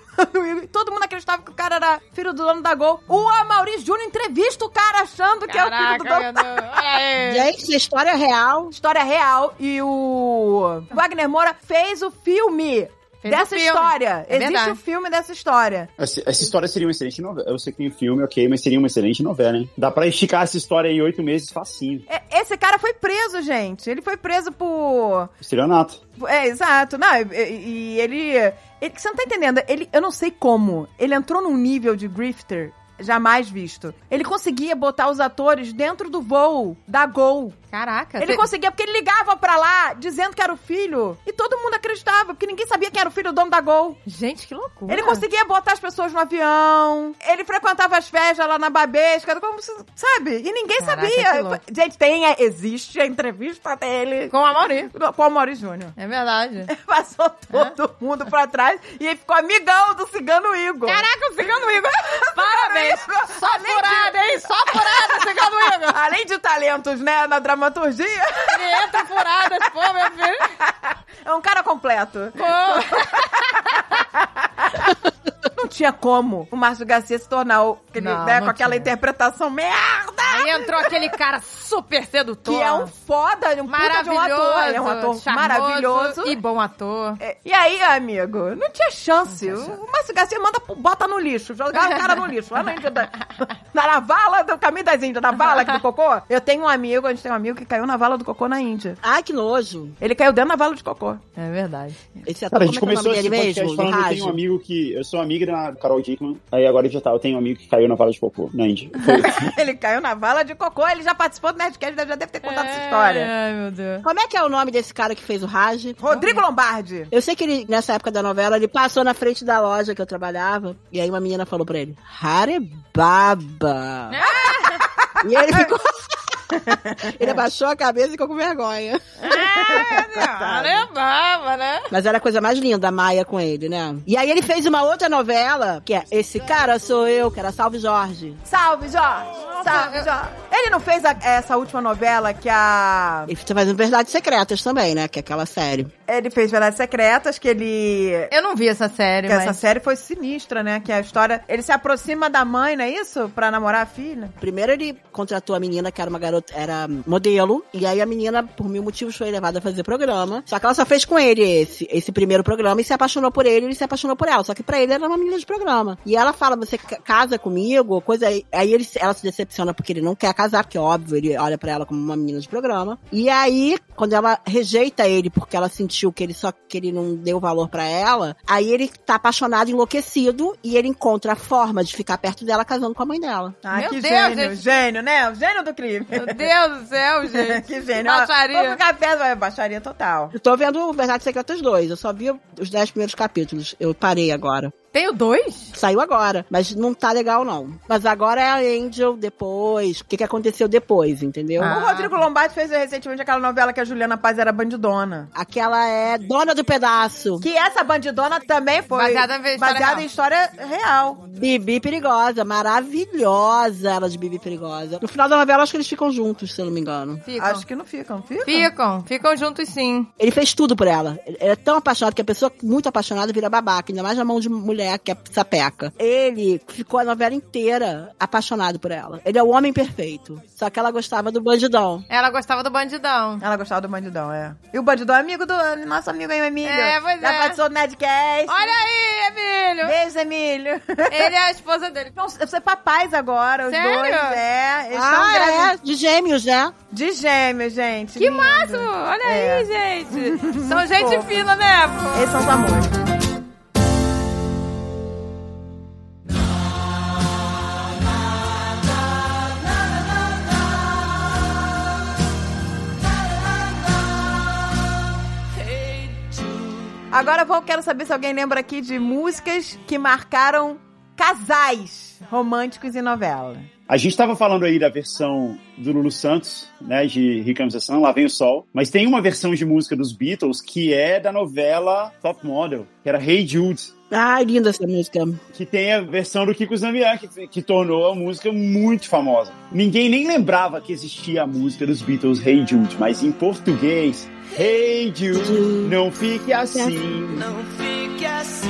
E Todo mundo acreditava que o cara era filho do dono da Gol. O Amaury Júnior entrevista o cara achando que é o filho
Caraca,
do dono
meu Deus. É, Olha aí.
Gente, história é real.
história real e o Wagner Moura fez o filme
Fez
dessa
o filme.
história.
É
Existe
verdade.
o filme dessa história.
Essa, essa história seria uma excelente novela. Eu sei que tem filme, ok, mas seria uma excelente novela, hein? Dá pra esticar essa história aí oito meses facinho.
É, Esse cara foi preso, gente. Ele foi preso por
Estelionato.
É, exato. Não, e, e- e ele, ele. Você não tá entendendo? Ele, eu não sei como. Ele entrou num nível de grifter jamais visto. Ele conseguia botar os atores dentro do voo da Gol.
Caraca.
Ele
cê-
conseguia, porque ele ligava pra lá dizendo que era o filho. E todo mundo acreditava, porque ninguém sabia quem era o filho do dono da Gol.
Gente, que loucura.
Ele conseguia botar as pessoas no avião. Ele frequentava as festas lá na Babesca, como se- sabe? E ninguém
Caraca, que
sabia.
louco.
Gente, tem, a- existe a entrevista dele
Com a Mauri.
com o Mauri Júnior.
É verdade.
Passou todo mundo pra trás e ele ficou amigão do cigano Igor.
Caraca, o Cigano Igor. Parabéns.
Igor,
Só furada, hein? Só furada, Cigano Igor.
Além de talentos, né, na dramaturgia,
Ele entra furada, pô, meu filho.
é um cara completo.
Pô.
Não tinha como o Márcio Garcia se tornar o- aquele,
Não,
né,
não
com aquela
tinha.
interpretação merda,
Aí entrou aquele cara super sedutor.
que é um foda, um puta de um
maravilhoso.
ator. Ele é um ator
charmoso
maravilhoso.
E bom ator.
É, E aí, amigo, não tinha chance. O Márcio Garcia manda, pro- bota no lixo, jogar o cara no lixo, lá na Índia da, na, na vala do caminho das Índias, na vala aqui do cocô. Eu tenho um amigo, a gente tem um amigo que caiu na vala do cocô na Índia.
Ai, que nojo.
Ele caiu dentro da vala de cocô.
É verdade.
Esse ator,
Cara, a gente
como é que é
começou
o nome
esse
dele
podcast
mesmo?
falando que eu
Raj.
tenho um amigo que... Eu sou amiga da Carol Dickman. Aí agora já tá, eu tenho um amigo que caiu na vala de popô. Na Índia. Foi.
Ele caiu na vala de cocô, ele já participou do Nerdcast, ele já deve ter contado essa
É,
história.
Ai, meu Deus.
Como é que é o nome desse cara que fez o Raj?
Rodrigo Lombardi.
Eu sei que ele, nessa época da novela, ele passou na frente da loja que eu trabalhava, e aí uma menina falou pra ele, Harebaba. e ele ficou... ele abaixou a cabeça e ficou com vergonha.
É, Caramba, né?
Mas era a coisa mais linda, a Maia com ele, né? E aí ele fez uma outra novela, que é Esse Cara Sou Eu, que era Salve Jorge.
Salve, Jorge! Salve, Jorge! Ele não fez a- essa última novela que a.
Ele tá fazendo Verdades Secretas também, né? Que é aquela série.
Ele fez Verdades Secretas, que ele.
Eu não vi essa série,
que
mas...
essa série foi sinistra, né? Que a história. Ele se aproxima da mãe, não é isso? Pra namorar a filha.
Primeiro ele contratou a menina, que era uma garota garota era modelo. E aí a menina, por mil motivos, foi levada a fazer programa. Só que ela só fez com ele esse, esse primeiro programa e se apaixonou por ele, ele se apaixonou por ela. Só que pra ele era uma menina de programa. E ela fala: você ca- casa comigo, coisa aí. Aí ele, ela se decepciona porque ele não quer casar, porque é óbvio, ele olha pra ela como uma menina de programa. E aí, quando ela rejeita ele porque ela sentiu que ele só que ele não deu valor pra ela, aí ele tá apaixonado, enlouquecido, e ele encontra a forma de ficar perto dela casando com a mãe dela.
Ai,
Meu
Ah, que
Deus,
gênio,
gente.
gênio, né? O gênio do crime.
Meu Deus do céu, gente.
que gênio. ó. Vou
Baixaria.
ficar perto, é baixaria total.
Eu tô vendo o Verdades Secretas 2, eu só vi os 10 primeiros capítulos. Eu parei agora.
Tem o dois?
Saiu agora, mas não tá legal, não. Mas agora é a Angel depois. O que, que aconteceu depois, entendeu?
Ah.
O Rodrigo Lombardi fez recentemente aquela novela que a Juliana Paz era bandidona.
Aquela é dona do pedaço.
Que essa bandidona também foi
Baseada em história
baseada
real.
em história real.
Bibi perigosa, maravilhosa ela de Bibi perigosa. No final da novela, acho que eles ficam juntos, se eu não me engano.
Ficam.
Acho que não fica, não fica?
Ficam, ficam juntos sim.
Ele fez tudo por ela. Ele é tão apaixonado que a pessoa muito apaixonada vira babaca, ainda mais na mão de mulher que é sapeca. Ele ficou a novela inteira apaixonado por ela. Ele é o homem perfeito. Só que ela gostava do bandidão.
Ela gostava do bandidão.
Ela gostava do bandidão, é. E o bandidão é amigo do nosso amigo aí, o Emílio.
É, pois
Já
é.
participou do Nerdcast.
Olha aí, Emílio!
Beijo, Emílio.
Ele é a esposa dele.
Vão ser papais agora, os
Sério?
dois, é. Eles estão
ah,
grávidos
é? De gêmeos, né?
de gêmeos, gente.
Que
lindo.
máximo! Olha
É.
aí, gente. São gente fina, né? pô?
Esses são os amores. Agora eu quero saber se alguém lembra aqui de músicas que marcaram casais românticos em novela.
A gente estava falando aí da versão do Lulu Santos, né, de Here Comes the Sun, Lá Vem o Sol, mas tem uma versão de música dos Beatles que é da novela Top Model, que era Hey Jude,
Ai, linda essa música.
que tem a versão do Kiko Zambian, que, que tornou a música muito famosa. Ninguém nem lembrava que existia a música dos Beatles, Hey Jude, mas em português, Hey Jude, não fique assim,
Não fique assim.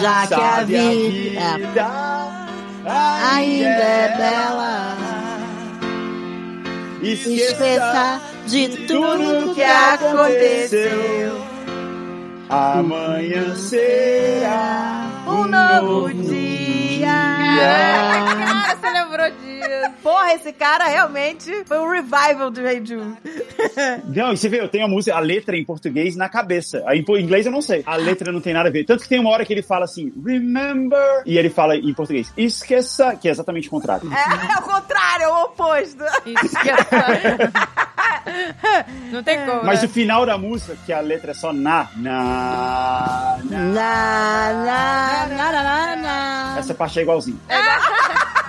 Já que é a
sabe
vida
a
é,
vida
ainda é bela,
é
esqueça de tudo que aconteceu.
Amanhã será um novo dia.
Cara, você lembrou disso.
Porra, esse cara realmente foi um revival do Rei Jude.
Não, e você vê, eu tenho a música, a letra em português na cabeça. Aí, em inglês eu não sei. A letra não tem nada a ver. Tanto que tem uma hora que ele fala assim, remember. E ele fala em português, esqueça, que é exatamente o contrário.
É, é o contrário, é o oposto.
Esqueça. Não tem como.
Mas
né?
o final da música, que a letra é só na, na, na.
Na, na, na, na, na, na.
Essa parte é igualzinho.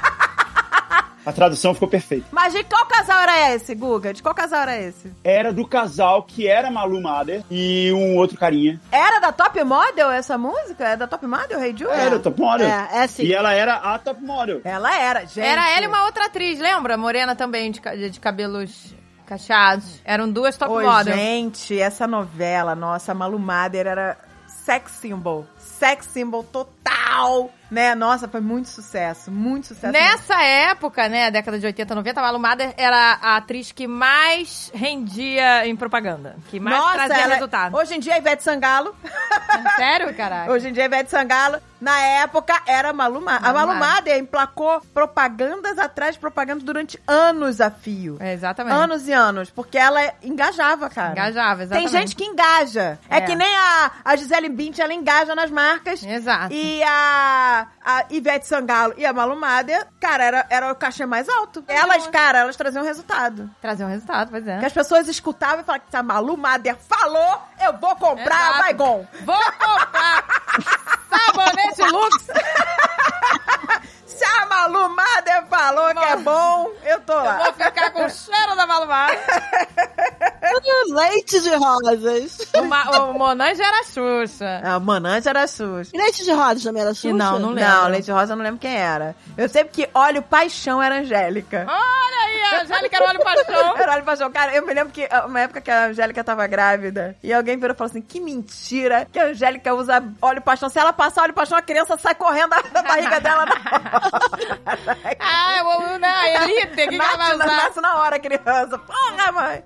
A tradução ficou perfeita.
Mas de qual casal era esse, Guga? De qual casal era esse?
Era do casal que era Malu Mader e um outro carinha.
Era da Top Model essa música? É da Top Model, Rei Jude?
Era top model.
É, é assim.
E ela era a top model.
Ela era, gente.
Era ela e uma outra atriz, lembra? Morena também, de, ca- de cabelos cacheados. Eram duas top
Oi,
model.
gente, essa novela, nossa, a Malu Mader era sex symbol. Sex symbol total, né? Nossa, foi muito sucesso, muito sucesso.
Nessa época, né, década de 80, 90, a Malu Mader era a atriz que mais rendia em propaganda. Que mais
nossa,
trazia
ela...
resultado.
hoje em dia é Ivete Sangalo.
Sério, caralho?
Hoje em dia é Ivete Sangalo. Na época era Malu Mader. A
Malu
Malu Mader emplacou propagandas atrás de propagandas durante anos a fio.
É, exatamente.
Anos e anos, porque ela é, engajava, cara.
Engajava,
Tem
exatamente.
gente que engaja. É,
É.
que nem a, a Gisele Bündchen, ela engaja nas marcas.
Exato.
E a, a Ivete Sangalo e a Malu Mader, cara, era, era o cachê mais alto. Elas, cara, elas traziam resultado.
Trazer um resultado, pois é.
Que as pessoas escutavam e falavam que se a Malu Mader falou, eu vou comprar
Exato.
a Baygon.
Vou comprar sabonete Lux.
Se a Malu Mader falou que é bom, eu tô lá.
Vou ficar com o cheiro da Malu Mader.
é- Leite de rosas.
O, Ma o Monange era a Xuxa.
A É, Manante era sujo.
E Leite de rosas também era Xuxa?
não, não lembro.
Não, Leite Rosa eu não lembro quem era. Eu sei que Olho Paixão era Angélica.
Olha aí, a Angélica era o óleo paixão.
Era óleo paixão. um Cara, eu me lembro que ah, uma época que a Angélica tava grávida e alguém virou e falou assim: que mentira que a Angélica usa óleo paixão. Se ela passar óleo paixão, a criança sai correndo da, da barriga dela. Na...
Ah, o, não, a Elite, que
Nasce,
ela vai usar?
nasce na hora, a criança. Porra, mãe!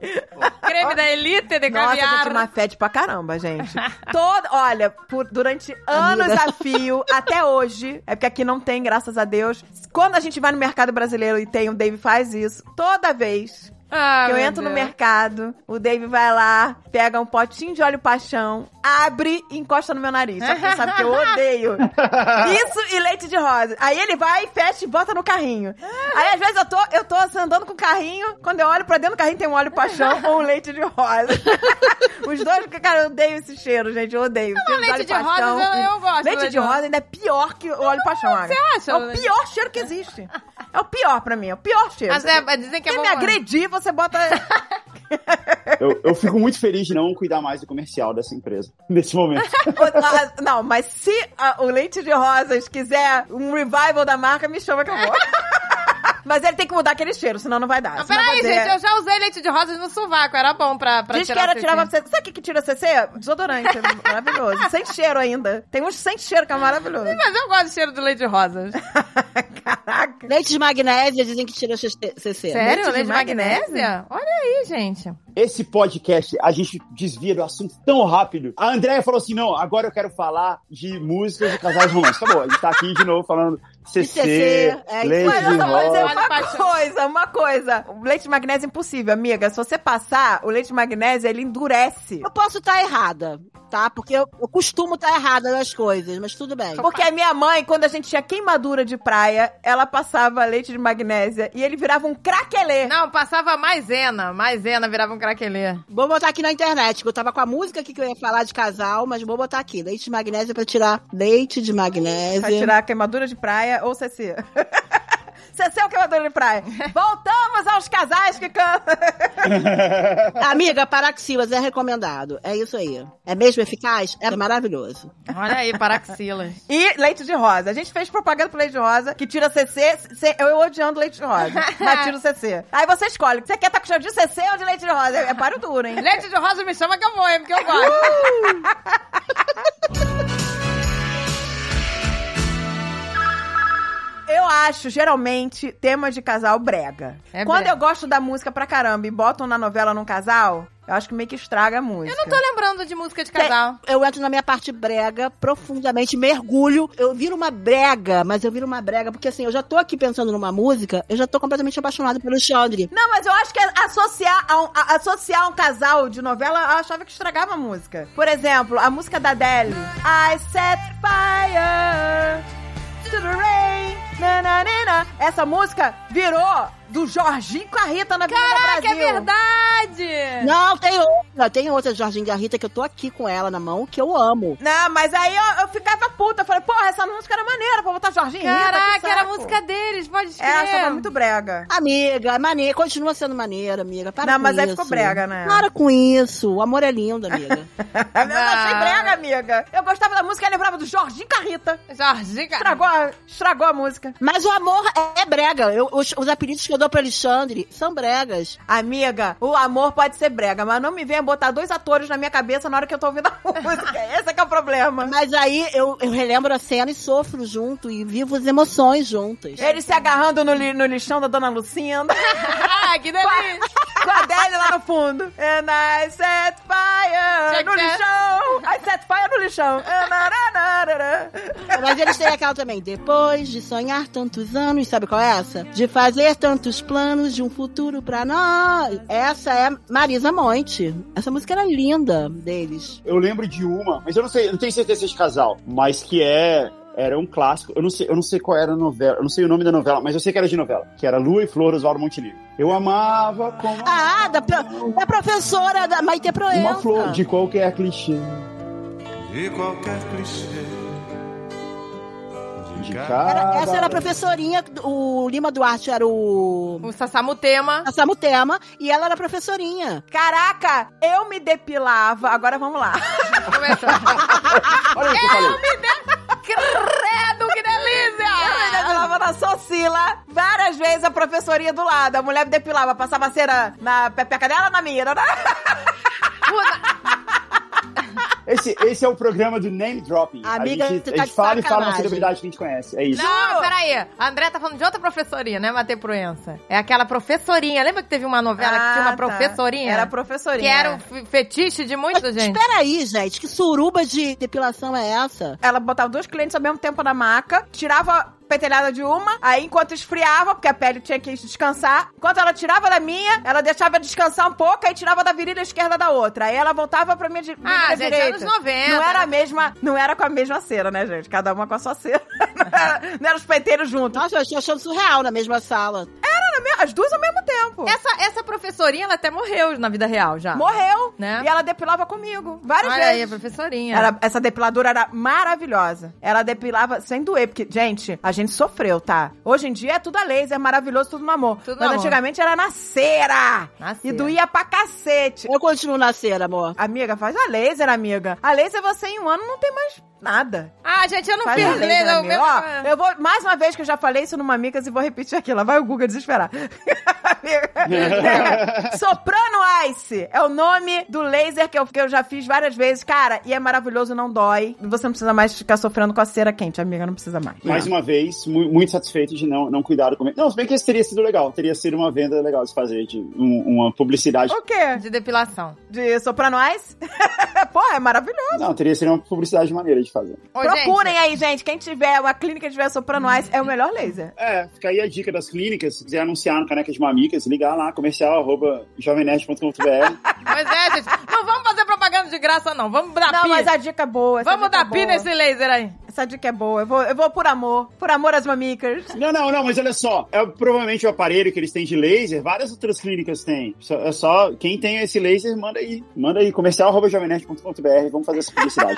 Creme da Elite de
Nossa, gente,
caviar.
uma fede pra caramba, gente. Toda, olha, por, durante anos a fio, até hoje, é porque aqui não tem, graças a Deus. Quando a gente vai no mercado brasileiro e tem, o Dave faz isso, toda vez
Ah,
que eu
meu
entro no
Deus.
mercado, o Dave vai lá, pega um potinho de óleo paixão, abre e encosta no meu nariz. Só porque sabe que eu odeio. Isso e leite de rosa. Aí ele vai, fecha e bota no carrinho. Aí às vezes eu tô, eu tô assim, andando com o carrinho, quando eu olho pra dentro do carrinho tem um óleo paixão ou um leite de rosa. Os dois, porque, cara, eu odeio esse cheiro, gente. Eu odeio. Não,
leite de rosa eu- eu gosto do
Leite
leite
de
de
rosa ainda é pior que o óleo paixão, Agatha.
acha,
É o
Lulete?
pior cheiro que existe. É o pior pra mim, é o pior cheiro.
Mas é, dizem que é
Se
bom.
me agredir, você bota.
Eu, eu fico muito feliz de não cuidar mais do comercial dessa empresa, nesse momento.
Ah, Não, mas se ah, o Leite de Rosas quiser um revival da marca, me chama que eu vou. Mas ele tem que mudar aquele cheiro, senão não vai dar.
Ah,
senão
peraí,
vai ter-
gente, eu já usei leite de rosas no sovaco, era bom pra, pra
Diz que
tirar
era
o
tirar
cecê.
CC. Sabe o que, que tira CC? Desodorante. é maravilhoso. Sem cheiro ainda. Tem uns sem cheiro que é maravilhoso.
Mas eu gosto do cheiro do leite de rosas.
É, Caraca.
Leite de magnésia dizem que tira CC.
Sério?
de
Leite, de
magnésia?
magnésia? Olha aí, gente.
Esse podcast, a gente desvia do assunto tão rápido. A Andrea falou assim: não, agora eu quero falar de músicas de casais românticos. Tá bom, a gente tá aqui de novo falando CC,
CC, é,
leite
Mas eu
de
só vou dizer
rosa.
Olha,
uma
paixão.
coisa, uma coisa. O leite de magnésio é impossível, amiga. Se você passar, o leite de magnésio, ele endurece.
Eu posso estar errada, tá? Porque eu, eu costumo estar errada nas coisas, mas tudo bem.
Porque a minha mãe, quando a gente tinha queimadura de praia, ela passava leite de magnésia e ele virava um craquelê.
Não, passava maisena. Maisena virava um craquelê.
Vou botar aqui na internet, que eu tava com a música aqui que eu ia falar de casal, mas vou botar aqui. Leite de magnésia pra tirar leite de magnésia.
Pra tirar a queimadura de praia ou CC. CC é o queimadura de praia. Voltamos aos casais que cantam.
Amiga, paraxilas é recomendado. É isso aí. É mesmo eficaz? É maravilhoso.
Olha aí, paraxilas.
E leite de rosa. A gente fez propaganda pro leite de rosa, que tira CC. C- Eu odiando leite de rosa, mas tira o CC. Aí você escolhe. Você quer estar com cheiro de CC ou de leite de rosa? É paro duro, hein?
leite de rosa me chama que eu vou, hein, porque eu gosto.
Eu acho, geralmente, tema de casal brega.
É
Quando
brega.
eu gosto da música pra caramba e botam na novela num casal, eu acho que meio que estraga a música.
Eu não tô lembrando de música de casal.
Eu entro na minha parte brega, profundamente, mergulho. Eu viro uma brega, mas eu viro uma brega, porque assim, eu já tô aqui pensando numa música, eu já tô completamente apaixonada pelo Xandre.
Não, mas eu acho que associar a um, a- associar um casal de novela, eu achava que estragava a música. Por exemplo, a música da Adele. I set fire to the rain. Na, na, na, na. Essa música virou do Jorginho com a Rita na Avenida
Caraca, é
Brasil.
verdade!
Não, tem outra. Tem outra, Jorginho Garrita, que eu tô aqui com ela na mão, que eu amo.
Não, mas aí eu, eu ficava puta. Eu falei, porra, essa música era maneira pra botar Jorginho e Rita, que
Caraca, era a
saco.
música deles, pode
É, eu
escrever.
achava muito brega.
Amiga, é maneira, continua sendo maneira, amiga. Para
Não,
com
mas
isso.
aí ficou brega, né?
Para com isso. O amor é lindo, amiga.
Eu não achei
Não.
brega, amiga. Eu gostava da música, eu lembrava do Jorginho Carrita.
Jorginho, cara.
Estragou a, estragou a música.
mas o amor é brega. Eu- os, os apelidos que eu dou pro Alexandre são bregas.
Amiga, o amor pode ser brega, mas não me venha botar dois atores na minha cabeça na hora que eu tô ouvindo a música. Esse é que é o problema.
Mas aí eu, eu relembro a cena e sofro junto e vivo as emoções juntas.
Eles se agarrando no, li- no lixão da Dona Lucinda,
Ah, que delícia!
com a Adele lá no fundo. And I set fire
Check
no
that.
lixão. I set fire no lixão. And na- na- na- na- na.
Mas eles têm aquela também. Depois de sonhar tantos anos, sabe qual é essa? De fazer tantos planos de um futuro pra nós. Essa é Marisa Monte. Essa música era linda deles.
Eu lembro de uma, mas eu não sei, eu não tenho certeza se é de casal, mas que é. Era um clássico. Eu não, sei, eu não sei qual era a novela, eu não sei o nome da novela, mas eu sei que era de novela. Que era Lua e Flor, Oswaldo Montenegro. Eu amava como.
Ah, da, pro- da professora da Maite Proença.
Uma flor de qualquer clichê.
E qualquer clichê
De
de cara.
Era-
cada-
essa era a professorinha, o Lima Duarte era o...
O Sassamu Tema.
Passamos o tema e ela era professorinha.
Caraca, eu me depilava. Agora vamos lá.
Começou.
Olha o que eu falei.
Credo, que delícia!
Eu me depilava na Socila várias inglês a professoria do lado. A mulher me depilava, passava cera na pepeca dela, na minha.
Esse, esse é o programa do name dropping.
Amiga,
a gente,
tu tá
a gente fala e fala uma
sacanagem.
celebridade que a gente conhece. É isso.
Não, peraí. A André tá falando de outra professorinha, né, Matei Proença? É aquela professorinha. Lembra que teve uma novela que tinha uma
Ah, tá.
professorinha?
Era professorinha.
Que era um o fe- fetiche de muita gente.
Espera aí, gente. Que suruba de depilação é essa?
Ela botava dois clientes ao mesmo tempo na maca, tirava a petelhada de uma, aí enquanto esfriava, porque a pele tinha que descansar, enquanto ela tirava da minha, ela deixava descansar um pouco, aí tirava da virilha esquerda da outra. Aí ela voltava pra minha, di-
Ah,
virilha
gente,
direita.
anos 90.
Não era a mesma, não era com a mesma cera, né, gente? Cada uma com a sua cera. Não era, não era os penteiros juntos.
Nossa, eu achei achando surreal na mesma sala.
Era me- as duas ao mesmo tempo.
Essa, essa professorinha, ela até morreu na vida real já.
Morreu.
Né?
E ela depilava comigo. Várias
Olha aí, a
vezes.
professorinha.
Ela- essa depiladora era maravilhosa. Ela depilava sem doer, porque, gente, a gente sofreu, tá? Hoje em dia é tudo a laser, é maravilhoso, tudo no amor.
Tudo no
Mas
amor.
antigamente era na cera.
Na
E
cera.
doía pra cacete.
Eu continuo na cera, amor.
Amiga, faz a laser, amiga. A laser você em um ano não tem mais nada.
Ah, gente, eu não
Faz
fiz
a laser,
laser. o
amiga.
meu-
Ó, eu vou, mais uma vez que eu já falei isso numa Micas e vou repetir aqui. Lá vai o Guga desesperar. Amiga. Soprano Ice é o nome do laser que eu, que eu já fiz várias vezes. Cara, e é maravilhoso, não dói. Você não precisa mais ficar sofrendo com a cera quente, amiga, não precisa mais.
Mais uma vez, mu- muito satisfeito de não, não cuidar do comentário. Não, se bem que isso teria sido legal. Teria sido uma venda legal de fazer, de um- uma publicidade.
O quê?
De depilação.
De Soprano Ice? Porra, é maravilhoso.
Não, teria sido uma publicidade maneira de fazer.
Ô,
Procurem
gente,
aí, gente. Quem tiver uma clínica que tiver Soprano Ice, é o melhor laser.
É, fica aí a dica das clínicas. Se quiser anunciar no Caneca de Mamicas, ligar lá, comercial, arroba jovemnerd.com.br.
Pois é, gente. Não vamos fazer propaganda de graça, não. Vamos dar
Não,
pi.
mas a dica é boa. essa
Tá Vamos
dica é
dar pi
boa.
nesse laser aí.
Essa dica é boa. Eu vou, eu vou por amor. Por amor às mamicas.
não, não, não, mas olha só. É provavelmente o aparelho que eles têm de laser, várias outras clínicas têm. Só- é só, quem tem esse laser, manda aí. Manda aí, comercial, arroba jovemnerd.com.br. Vamos fazer essa publicidade.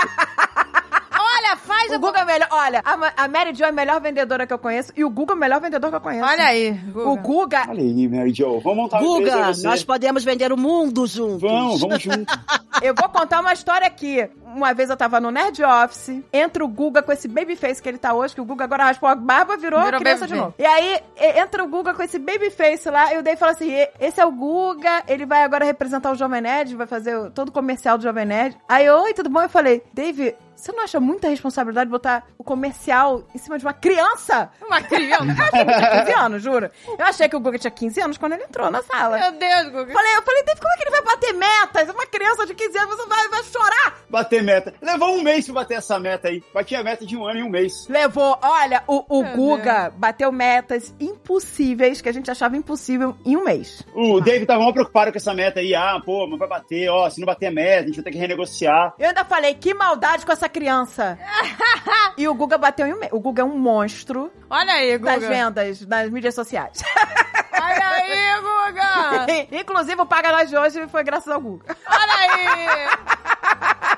Olha, faz a
O Guga é o melhor. Olha, a, Ma- a Mary Jo é a melhor vendedora que eu conheço e o Guga é o melhor vendedor que eu conheço.
Olha aí,
O
Guga.
Guga.
Olha aí, Mary Jo. Vamos montar uma empresa
Guga,
você.
nós podemos vender o mundo juntos.
Vamos, vamos junto.
Eu vou contar uma história aqui. Uma vez eu tava no Nerd Office, entra o Guga com esse babyface que ele tá hoje, que o Guga agora raspou a barba virou,
Virou
criança de
babyface.
novo. E aí, e- entra o Guga com esse babyface lá, eu dei e falo assim, "E- esse é o Guga, ele vai agora representar o Jovem Nerd, vai fazer o- todo o comercial do Jovem Nerd. Aí, eu, oi, tudo bom? Eu falei, Dave, você não acha muita responsabilidade botar o comercial em cima de uma criança?
Uma criança.
Eu achei que Ah, tinha 15 anos, juro. Eu achei que o Guga tinha 15 anos quando ele entrou na sala. Eu
Meu Deus, Guga.
falei, eu falei, Dave, como é que ele vai bater metas? Uma criança de 15 anos, você vai, vai chorar.
Bater meta. Levou um mês pra bater essa meta aí. Bati a meta de um ano em um mês.
Levou, olha, o, o
Meu
Guga bateu metas impossíveis, que a gente achava impossível, em um mês.
O David tava mal preocupado com essa meta aí. Ah, pô, mas vai bater, ó. Se não bater a meta, a gente vai ter que renegociar.
Eu ainda falei, que maldade com essa criança. e o Guga bateu em um mês. O Guga é um monstro
Olha aí, Guga.
das vendas, das mídias sociais.
Olha aí,
Ah.
Guga.
Inclusive, o Paga Nós de hoje foi graças ao Guga.
Olha aí.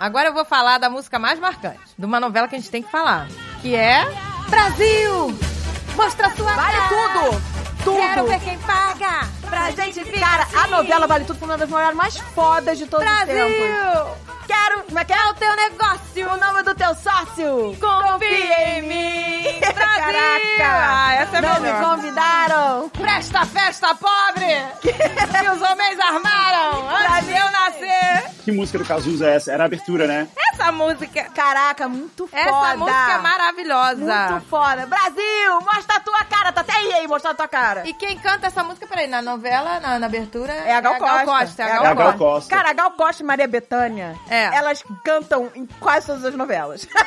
Agora eu vou falar da música mais marcante, de uma novela que a gente tem que falar, que é Brasil! Mostra sua
Vale
cara.
tudo!
Quero
Tudo!
ver quem paga!
Pra gente ficar. Cara,
assim.
a novela Vale Tudo foi uma das maiores mais fodas de todos os tempos.
Brasil!
Quero. Como é que é o teu negócio? O nome do teu sócio?
Confia
em mim!
Brasil!
Caraca!
Ah, essa é
Não me
melhor.
convidaram!
Presta festa pobre! que os homens armaram antes de eu nascer!
Que música do Cazuza é essa? Era a abertura, né?
Essa música...
Caraca, muito
Essa
foda!
música é maravilhosa!
Muito foda! Brasil, mostra a tua cara! Tá até aí aí, mostrar a tua cara!
E quem canta essa música, peraí, na novela, na, na abertura...
É a Gal Costa.
É a
Gal
Gal Costa.
Costa. Costa.
Cara, a Gal Costa e Maria Bethânia,
É.
elas cantam em quase todas as novelas.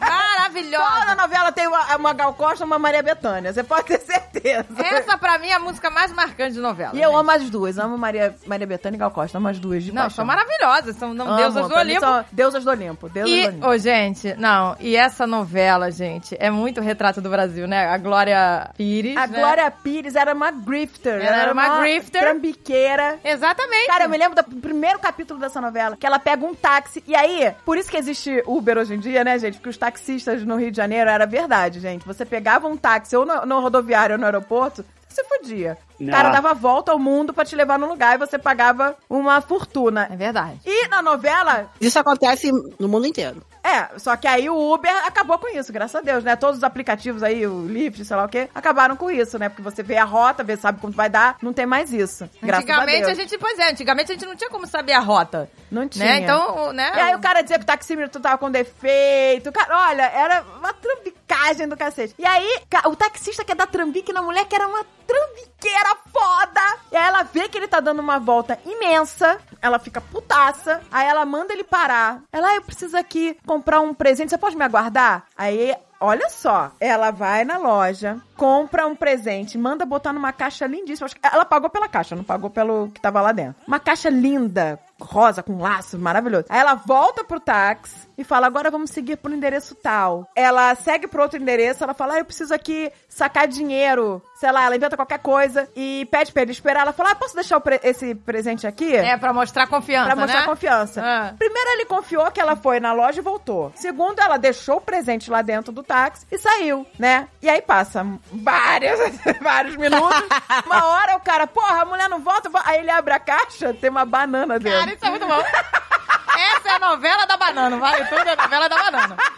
Toda
Maravilhosa!
novela tem uma, uma Gal Costa e uma Maria Bethânia, você pode ter certeza.
Essa, pra mim, é a música mais marcante de novela.
E eu
gente.
amo as duas, amo Maria, Maria Bethânia e Gal Costa, amo as duas de
Não,
paixão.
são maravilhosas, são não,
Amo,
deusas do
pra mim
Olimpo.
são Deusas do Olimpo, deusas
E,
do
ô,
Olimpo.
gente, não, e essa novela, gente, é muito retrato do Brasil, né? A Glória Pires.
A
né?
Glória Pires era uma grifter.
Ela era uma grifter.
Trambiqueira.
Exatamente.
Cara, eu me lembro do primeiro capítulo dessa novela, que ela pega um táxi, e aí, por isso que existe Uber hoje em dia, né, gente? Porque os taxistas no Rio de Janeiro era verdade, gente. Você pegava um táxi ou no, no rodoviário ou no aeroporto, você fudia. O cara dava a volta ao mundo pra te levar no lugar e você pagava uma fortuna.
É verdade.
E na novela,
Isso acontece no mundo inteiro.
é, só que aí o Uber acabou com isso, graças a Deus, né? Todos os aplicativos aí, o Lyft, sei lá o quê, acabaram com isso, né? Porque você vê a rota, vê, sabe quanto vai dar, não tem mais isso. Graças a
Antigamente
Deus.
a, gente, pois é, antigamente a gente não tinha como saber a rota.
Não tinha.
Né? Então, né?
E aí o cara dizia que o taxímetro tava com defeito. Cara, olha, era uma trambicagem do cacete. E aí, ca- o taxista quer dar trambique na mulher que era uma trambiqueira foda. E aí ela vê que ele tá dando uma volta imensa. Ela fica putaça. Aí ela manda ele parar. Ela, ah, eu preciso aqui comprar um presente. Você pode me aguardar? Aí Olha só, ela vai na loja, compra um presente, manda botar numa caixa lindíssima. Acho que Ela pagou pela caixa, não pagou pelo que tava lá dentro. Uma caixa linda, rosa, com laço, maravilhoso. Aí ela volta pro táxi e fala: agora vamos seguir pro endereço tal. Ela segue pro outro endereço, ela fala: ah, eu preciso aqui sacar dinheiro. Sei lá, ela inventa qualquer coisa e pede pra ele esperar. Ela fala: ah, posso deixar o pre- esse presente aqui?
É, pra mostrar confiança,
Pra mostrar
né?
confiança.
Ah.
Primeiro, ele confiou que ela foi na loja e voltou. Segundo, ela deixou o presente lá dentro do táxi e saiu, né? E aí passa vários, vários minutos. Uma hora o cara, porra, a mulher não volta. vo-" Aí ele abre a caixa, tem uma banana dentro.
Cara, isso é muito bom. Essa é a novela da banana, vale tudo, é a novela da banana.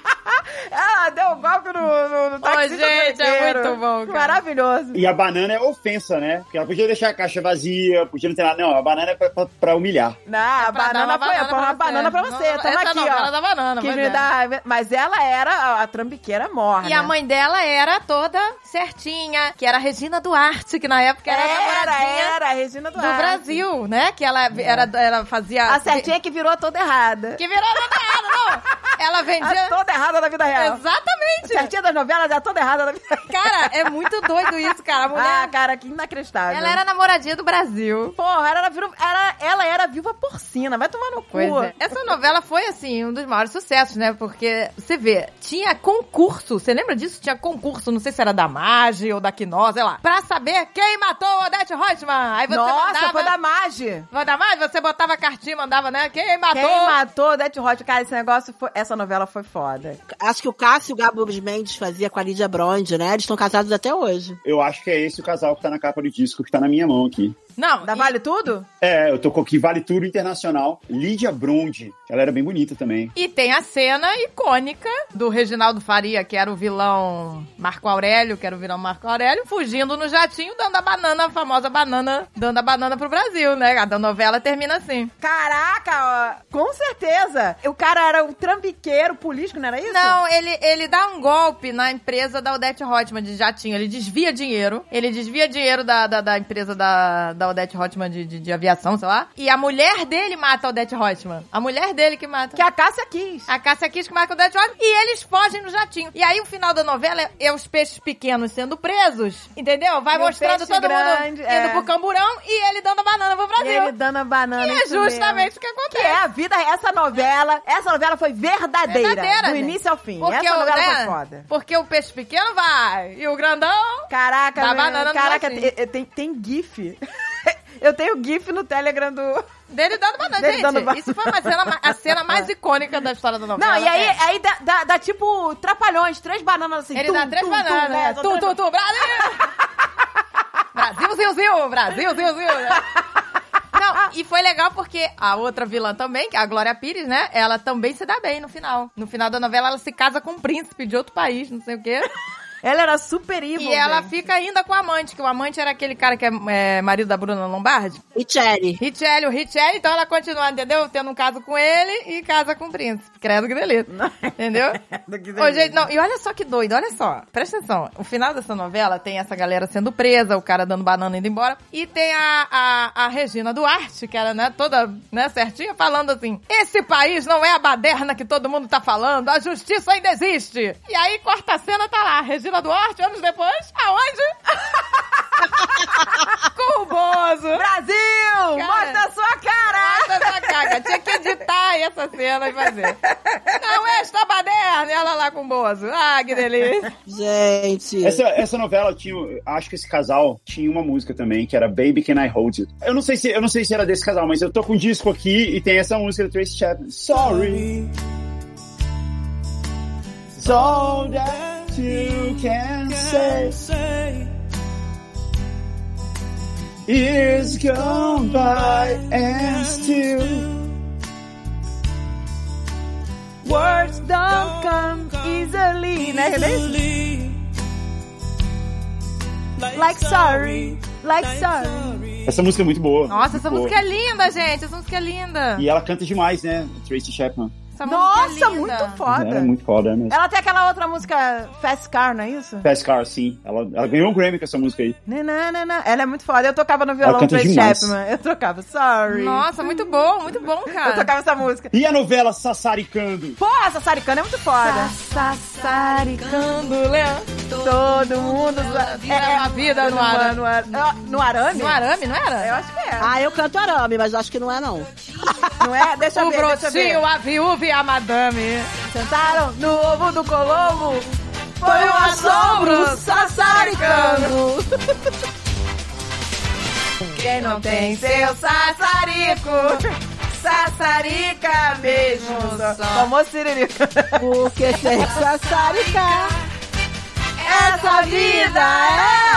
Ela deu um golpe no, no, no taxista
gente, é
brasileiro.
muito bom, cara.
Maravilhoso.
E a banana é ofensa, né? Porque ela podia deixar a caixa vazia, podia não ter nada. Não, a banana é pra, pra- pra humilhar.
Não, Né? a
É pra dar
banana
uma
foi,
banana
foi uma
pra
banana
você.
pra você.
Essa
Tamo
é a
aqui,
novela
ó.
da banana,
Quis
pois
me
é.
dar- Mas ela era a, a trambiqueira morna.
E a mãe dela era toda certinha, que era a Regina Duarte, que na época era, a
era,
namoradinha
era a Regina
do
Duarte.
Brasil, né? Que ela, era, ela fazia...
A certinha que virou toda errada.
Que virou novela, não! Ela
A
vendia...
toda errada da vida real. A
Exatamente!
certinha das novelas é a toda errada da vida real.
Cara, é muito doido isso, cara. A mulher...
Ah, cara, que inacreditável.
ela era namoradinha do Brasil.
Porra, ela era, viru- era- ela era viúva porcina. Vai tomar no cu.
Pois é. Essa novela foi, assim, um dos maiores sucessos, né? Porque, você vê, tinha concurso, você lembra disso? Tinha concurso, não sei se era da Mage ou da Quinó, sei lá, pra saber quem matou Odete Reutemann. Aí você
Nossa,
mandava...
foi da Mage.
Foi da Mage? Você botava a cartinha e mandava, né? Quem matou?
Quem matou Death Hot? Cara, esse negócio foi... Essa novela foi foda.
Acho que o Cássio Gabos Mendes fazia com a Lídia Bronde, né? Eles estão casados até hoje.
Eu acho que é esse o casal que tá na capa do disco, que tá na minha mão aqui.
Não,
Da
e-
Vale Tudo?
É, eu tô com aqui Vale Tudo Internacional. Lídia Bronde. Ela era bem bonita também.
E tem a cena icônica do Reginaldo Faria, que era o vilão Marco Aurélio, que era o vilão Marco Aurélio, fugindo no jatinho, dando a banana, a famosa banana, dando a banana pro Brasil, né? A da novela termina assim.
Caraca, ó, com certeza. O cara era um trambiqueiro político, não era isso?
Não, ele, ele dá um golpe na empresa da Odete Hotman de jatinho. Ele desvia dinheiro. Ele desvia dinheiro da, da, da empresa da, da Odete Hotman de, de, de aviação, sei lá. E a mulher dele mata a Odete Hotman. A mulher dele que mata.
Que a Cássia quis.
A Cássia Kiss que marca o Dead Rock e eles fogem no jatinho. E aí o final da novela é, é os peixes pequenos sendo presos, entendeu? Vai
E o
mostrando
peixe
todo
grande,
mundo
é.
indo pro camburão e ele dando a banana pro
E
Brasil.
ele dando a banana.
E é
isso mesmo.
justamente o que
Que é
acontece.
a vida, essa novela, essa novela foi verdadeira.
Verdadeira,
do
É gente.
início ao fim.
Porque
essa
o-
novela
né?
foi foda.
Porque o peixe pequeno vai e o grandão...
Caraca,
Da
meu,
banana no
caraca,
latim.
tem, eh, tem, tem GIF. Eu tenho GIF no Telegram do.
Dele dando banana,
Dele
gente.
dando banana.
Isso foi uma cena, ma- a cena mais icônica da história da novela.
Não, e aí, assim,
É.
aí dá, dá- dá tipo trapalhões, três bananas assim.
Ele
tum,
dá três
tum,
bananas.
Tum, né?
né? Tum, tum, tum, Brasil! Brasil, Zil, Zil! Brasil, Zil, Zil! né? Não, e foi legal porque a outra vilã também, que é a Glória Pires, né? Ela também se dá bem no final. No final da novela, ela se casa com um príncipe de outro país, não sei o quê.
Ela era super evil.
E ela
gente.
fica ainda com o amante, que o amante era aquele cara que é, é, marido da Bruna Lombardi.
E Cherry.
Richelle, o Richelle, então ela continua, entendeu? Tendo um caso com ele e casa com o príncipe. Credo que delícia. Entendeu? Ô, gente, não, e olha só que doido, olha só. Presta atenção. O final dessa novela tem essa galera sendo presa, o cara dando banana e indo embora. E tem a, a, a Regina Duarte, que era, né, toda né, certinha, falando assim: esse país não é a baderna que todo mundo tá falando, a justiça ainda existe. E aí, quarta cena, tá lá. Regina Duarte, anos depois, aonde? com o Bozo.
Brasil!
Cara.
Mostra a sua cara!
Nossa, essa caca. Tinha que editar essa cena e fazer. Não, é esta baderna! E ela lá com o Bozo. Ah, que delícia.
Gente.
Essa, é essa novela tinha, acho que esse casal tinha uma música também, que era Baby Can I Hold It. Eu não sei se, eu não sei se era desse casal, mas eu tô com um disco aqui e tem essa música do Tracy Chapman. Sorry. So that you can say. Years gone by and still.
Words don't come easily, né? Easily. Like sorry, like sorry.
Essa música é muito boa.
Nossa, essa
muito
música é linda, gente. Essa música é linda.
E ela canta demais, né? Tracy Chapman.
Essa música
Nossa,
é linda.
muito
Ela é
foda.
muito foda, né?
Ela tem aquela outra música Fast Car, não é isso?
Fast Car, sim. Ela, ela ganhou um Grammy com essa música aí.
Nananana. Ela é muito foda. Eu tocava no violão
canta
Tracy
demais.
Chapman. Eu tocava, sorry.
Nossa, muito bom, muito bom,
Eu
cara.
tocava essa música.
E a novela Sassaricando?
Porra, essa saricana é muito foda.
Sassaricando, Leão.
Todo mundo. é,
vida na vida, no
ar-
arame.
No, ar- no arame?
No um arame, não
Eu
era?
acho que é.
Ah, eu canto arame, mas acho que não é, não.
Não é? Deixa eu
O
ver, deixa eu ver.
brotinho, a viúva e a madame.
Sentaram no ovo do Colombo. Foi um assombro sassaricando. Quem não tem seu sassarico, sassarica mesmo.
só.
Tomou siririca.
Porque sem sassarica.
Essa vida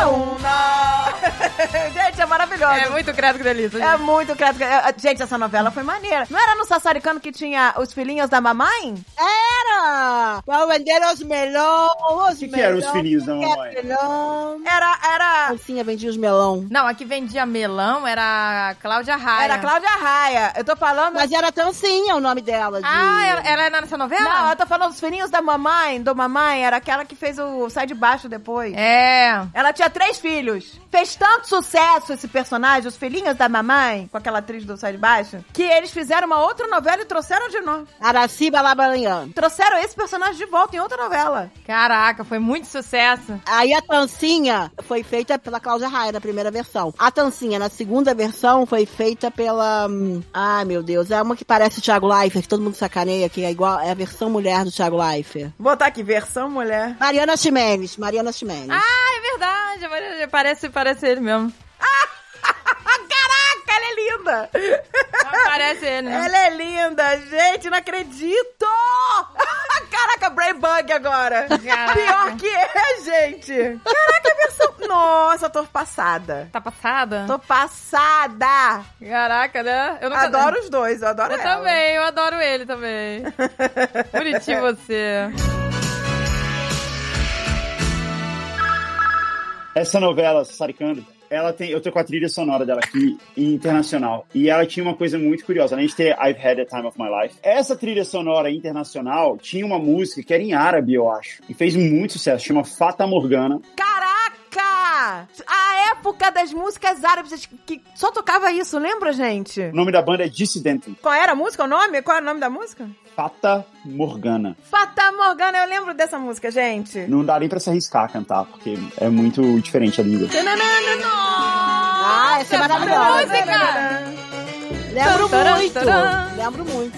é um nó. Gente, é maravilhosa.
É muito credo que delícia.
É
gente.
muito crédito. É, Gente, essa novela foi maneira. Não era no Sassaricano que tinha os filhinhos da mamãe?
Era! Vou vender os melões. Os
Que que eram os filhinhos da mamãe?
Melão.
Era,
A
era...
mocinha vendia os melão.
Não, a que vendia melão era a Cláudia Raia.
Era Cláudia Raia. Eu tô falando...
Mas era Tancinha o nome dela. de-
Ah, ela, ela era nessa novela?
assim, Não, eu tô falando dos filhinhos da mamãe, do mamãe, era aquela que fez o Sai de Baixo depois.
É.
Ela tinha três filhos. Fez tanto sucesso esse personagem, os filhinhos da mamãe, com aquela atriz do Sai de Baixo, que eles fizeram uma outra novela e trouxeram de novo.
Araciba Labanhã.
Trouxeram esse personagem de volta em outra novela.
Caraca, foi muito sucesso.
Aí a tancinha foi feita pela Cláudia Raia na primeira versão. A tancinha na segunda versão foi feita pela. hum, Ai, meu Deus, é uma que parece o Thiago Leifert, que todo mundo sacaneia, que é igual. É a versão mulher do Thiago Leifert.
Vou botar aqui, versão mulher.
Mariana Ximenes, Mariana Ximenes.
Ah, é verdade. Maria- Parece, parece ele mesmo.
Caraca, ela é linda!
Parece ele, né?
Ah. Ela é linda, gente, não acredito! Caraca, Brain Bug agora!
Caraca.
Pior que é, gente! Caraca, a versão. Nossa, tô passada!
Tá passada?
Tô passada!
Caraca, né? Eu nunca-
Adoro os dois, eu adoro
Eu
ela.
também, eu adoro ele também. Bonitinho você.
Essa novela Sassaricando, ela tem. Eu tô com a trilha sonora dela aqui, e internacional. E ela tinha uma coisa muito curiosa. Além de ter I've Had a Time of My Life, essa trilha sonora internacional tinha uma música que era em árabe, eu acho. E fez muito sucesso. Chama Fata Morgana.
Caraca! A época das músicas árabes que só tocava isso, lembra, gente?
O nome da banda é Dissidente.
Qual era a música, o nome? Qual era o nome da música?
Fata Morgana.
Fata Morgana, eu lembro dessa música, gente.
Não dá nem pra se arriscar a cantar, porque é muito diferente a língua.
Ah, essa é maravilhosa. Lembro
Taran,
muito.
taran.
Lembro muito.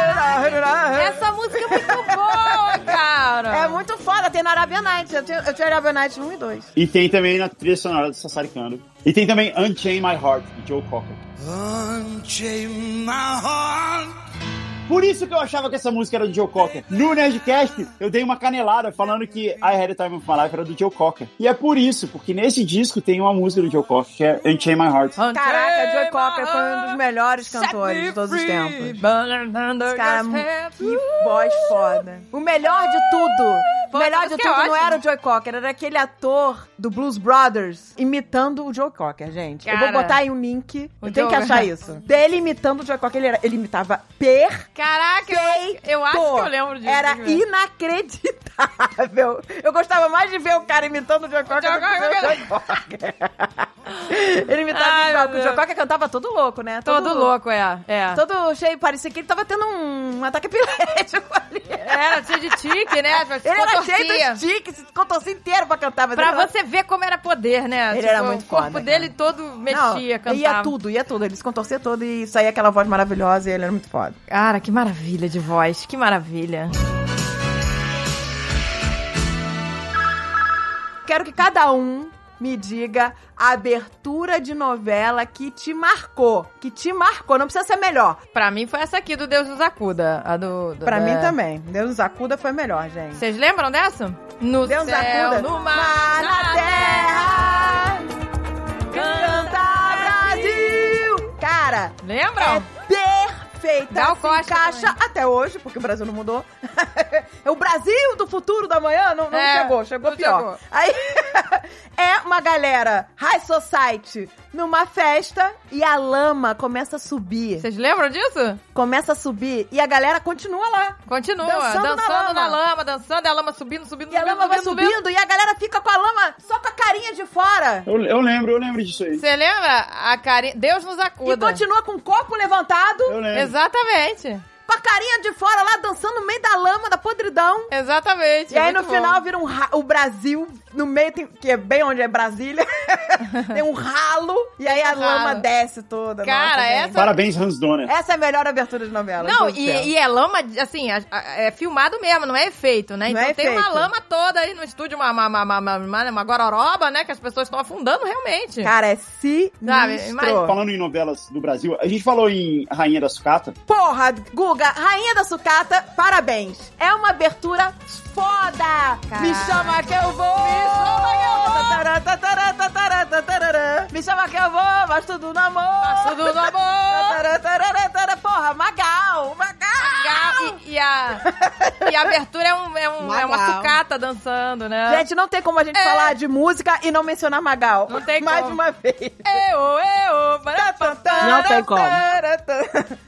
Essa música é muito boa, cara.
É muito foda, tem na Arabia Nights. Eu tinha, eu tinha Arabia Nights 1 e 2.
E tem também na trilha sonora do Sassaricando. E tem também Unchain My Heart, de Joe Cocker.
Unchain my heart.
Por isso que eu achava que essa música era do Joe Cocker. No Nerdcast, eu dei uma canelada falando que I Had a Time of My Life era do Joe Cocker. E é por isso, porque nesse disco tem uma música do Joe Cocker, que é Unchain My Heart.
Ah.
Caraca, Joe Cocker foi um dos melhores cantores de todos os tempos. Cara, Tá que voz foda. O melhor de tudo. O
Pô,
melhor
essa
de
música é
tudo não
ótima.
era o Joe Cocker, era aquele ator do Blues Brothers imitando o Joe Cocker, gente. Eu
Cara.
vou botar aí um link.
O
eu tenho que
Joe-
achar isso. Dele imitando o Joe Cocker, ele, era- ele imitava per.
Caraca, eu acho- eu acho que eu lembro disso.
Era
mesmo.
inacreditável. Eu gostava mais de ver o cara imitando o Joe Cocker do que ver o Joe Cocker. ele imitava
Ai,
o Joe
meu
Cocker. O
Deus.
Joe Cocker cantava todo louco, né?
Todo louco, é. é.
Todo cheio, parecia que ele tava tendo um ataque epilético ali.
Era cheio de tique, né? Tipo,
Ele era
É. contorcia.
cheio dos tiques, se contorcia inteiro pra cantar. Mas
Pra
ele era-
você ver como era poder, né?
Ele era muito
O corpo
foda,
dele todo
Não,
mexia, cantava.
Ia tudo, ia tudo. Ele se contorcia todo e saía aquela voz maravilhosa e ele era muito foda.
Cara, que maravilha de voz, que maravilha.
quero que cada um me diga a abertura de novela que te marcou. Que te marcou, não precisa ser melhor.
Pra mim foi essa aqui do Deus nos acuda. A do, do
Pra
da-
mim também. Deus nos acuda foi melhor, gente.
Vocês lembram dessa? No
Deus nos
céu,
acuda.
no mar, na terra.
Canta Brasil! Cara,
Lembram?
é perfeita.
Gal
se
Costa
encaixa até hoje, porque o Brasil não mudou. é o Brasil do futuro da manhã não, não
É,
chegou, chegou
não
pior.
chegou.
Aí é uma galera high society numa festa e a lama começa a subir.
Vocês lembram disso?
Começa a subir e a galera continua lá.
Continua,
Dançando
dançando,
na lama.
na, lama. dançando, e a lama subindo, subindo,
E a
subindo,
lama vai
subindo, subindo.
subindo e a galera fica com a lama só com a carinha de fora.
Eu, eu lembro, eu lembro disso aí.
Você lembra? A Karine... Deus nos
E
acuda.
continua com o corpo levantado.
Eu lembro.
Exatamente.
com a carinha de fora lá dançando no meio da lama, da podridão.
Exatamente.
E aí no
É muito bom.
final vira um ra- o Brasil, no meio, tem, que é bem onde é Brasília, tem um ralo, e aí a
Um
lama
ralo.
desce toda.
Cara,
nossa, gente.
essa-
Parabéns, Hans Donner.
Essa é a melhor abertura de novela.
Não,
meu Deus do céu.
e, e é lama, assim, a- a- é filmado mesmo, não é efeito, né?
Não
então
é
tem uma
efeito.
lama toda aí no estúdio, uma, uma, uma, uma, uma- uma gororoba, né? Que as pessoas estão afundando realmente.
Cara, é sinistro.
Sabe, imagina-
Falando em novelas do Brasil, a gente falou em Rainha da Sucata.
Porra, Guga, Rainha da Sucata, parabéns. É uma abertura foda. Me chama que eu vou. Me chama que eu vou. Tatará, tatará, tatará, tatará. Me chama que eu vou, mas tudo no amor.
Mas tudo no amor.
Tatará, tatará, tatará. Porra, Magal, Magal.
E, e a, e a abertura é, um, é, um- é uma
Magal.
sucata dançando, né?
Gente, não tem como a gente falar de música e É. não mencionar Magal.
Não tem
Mais
como.
uma vez.
Eu, eu,
tá,
bará, pá, pá,
Não tem como.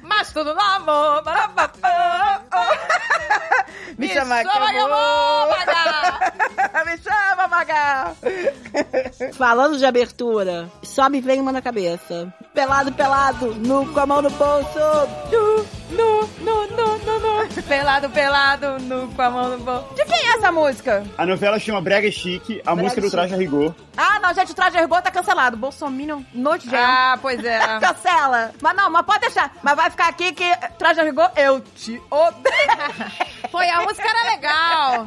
mas tudo no amor. bará, pá, pá, pá.
Me chama que eu
que eu vou, Magal.
Me chama, Magal.
Falando de abertura, só me vem uma na cabeça. Pelado, pelado, nu, com a mão no bolso.
Nu, nu, nu, nu, nu, nu. Pelado, pelado, nu, com a mão no bolso.
De quem é essa música?
A novela chama Brega Chique, a música do
Chique.
Traje a Rigor.
Ah, não, gente, o traje ergou tá cancelado. Bolsominion nojento.
Ah, pois é.
Cancela. Mas não, mas pode deixar. Mas vai ficar aqui que traje rigor, eu te odeio.
Foi, a música era legal.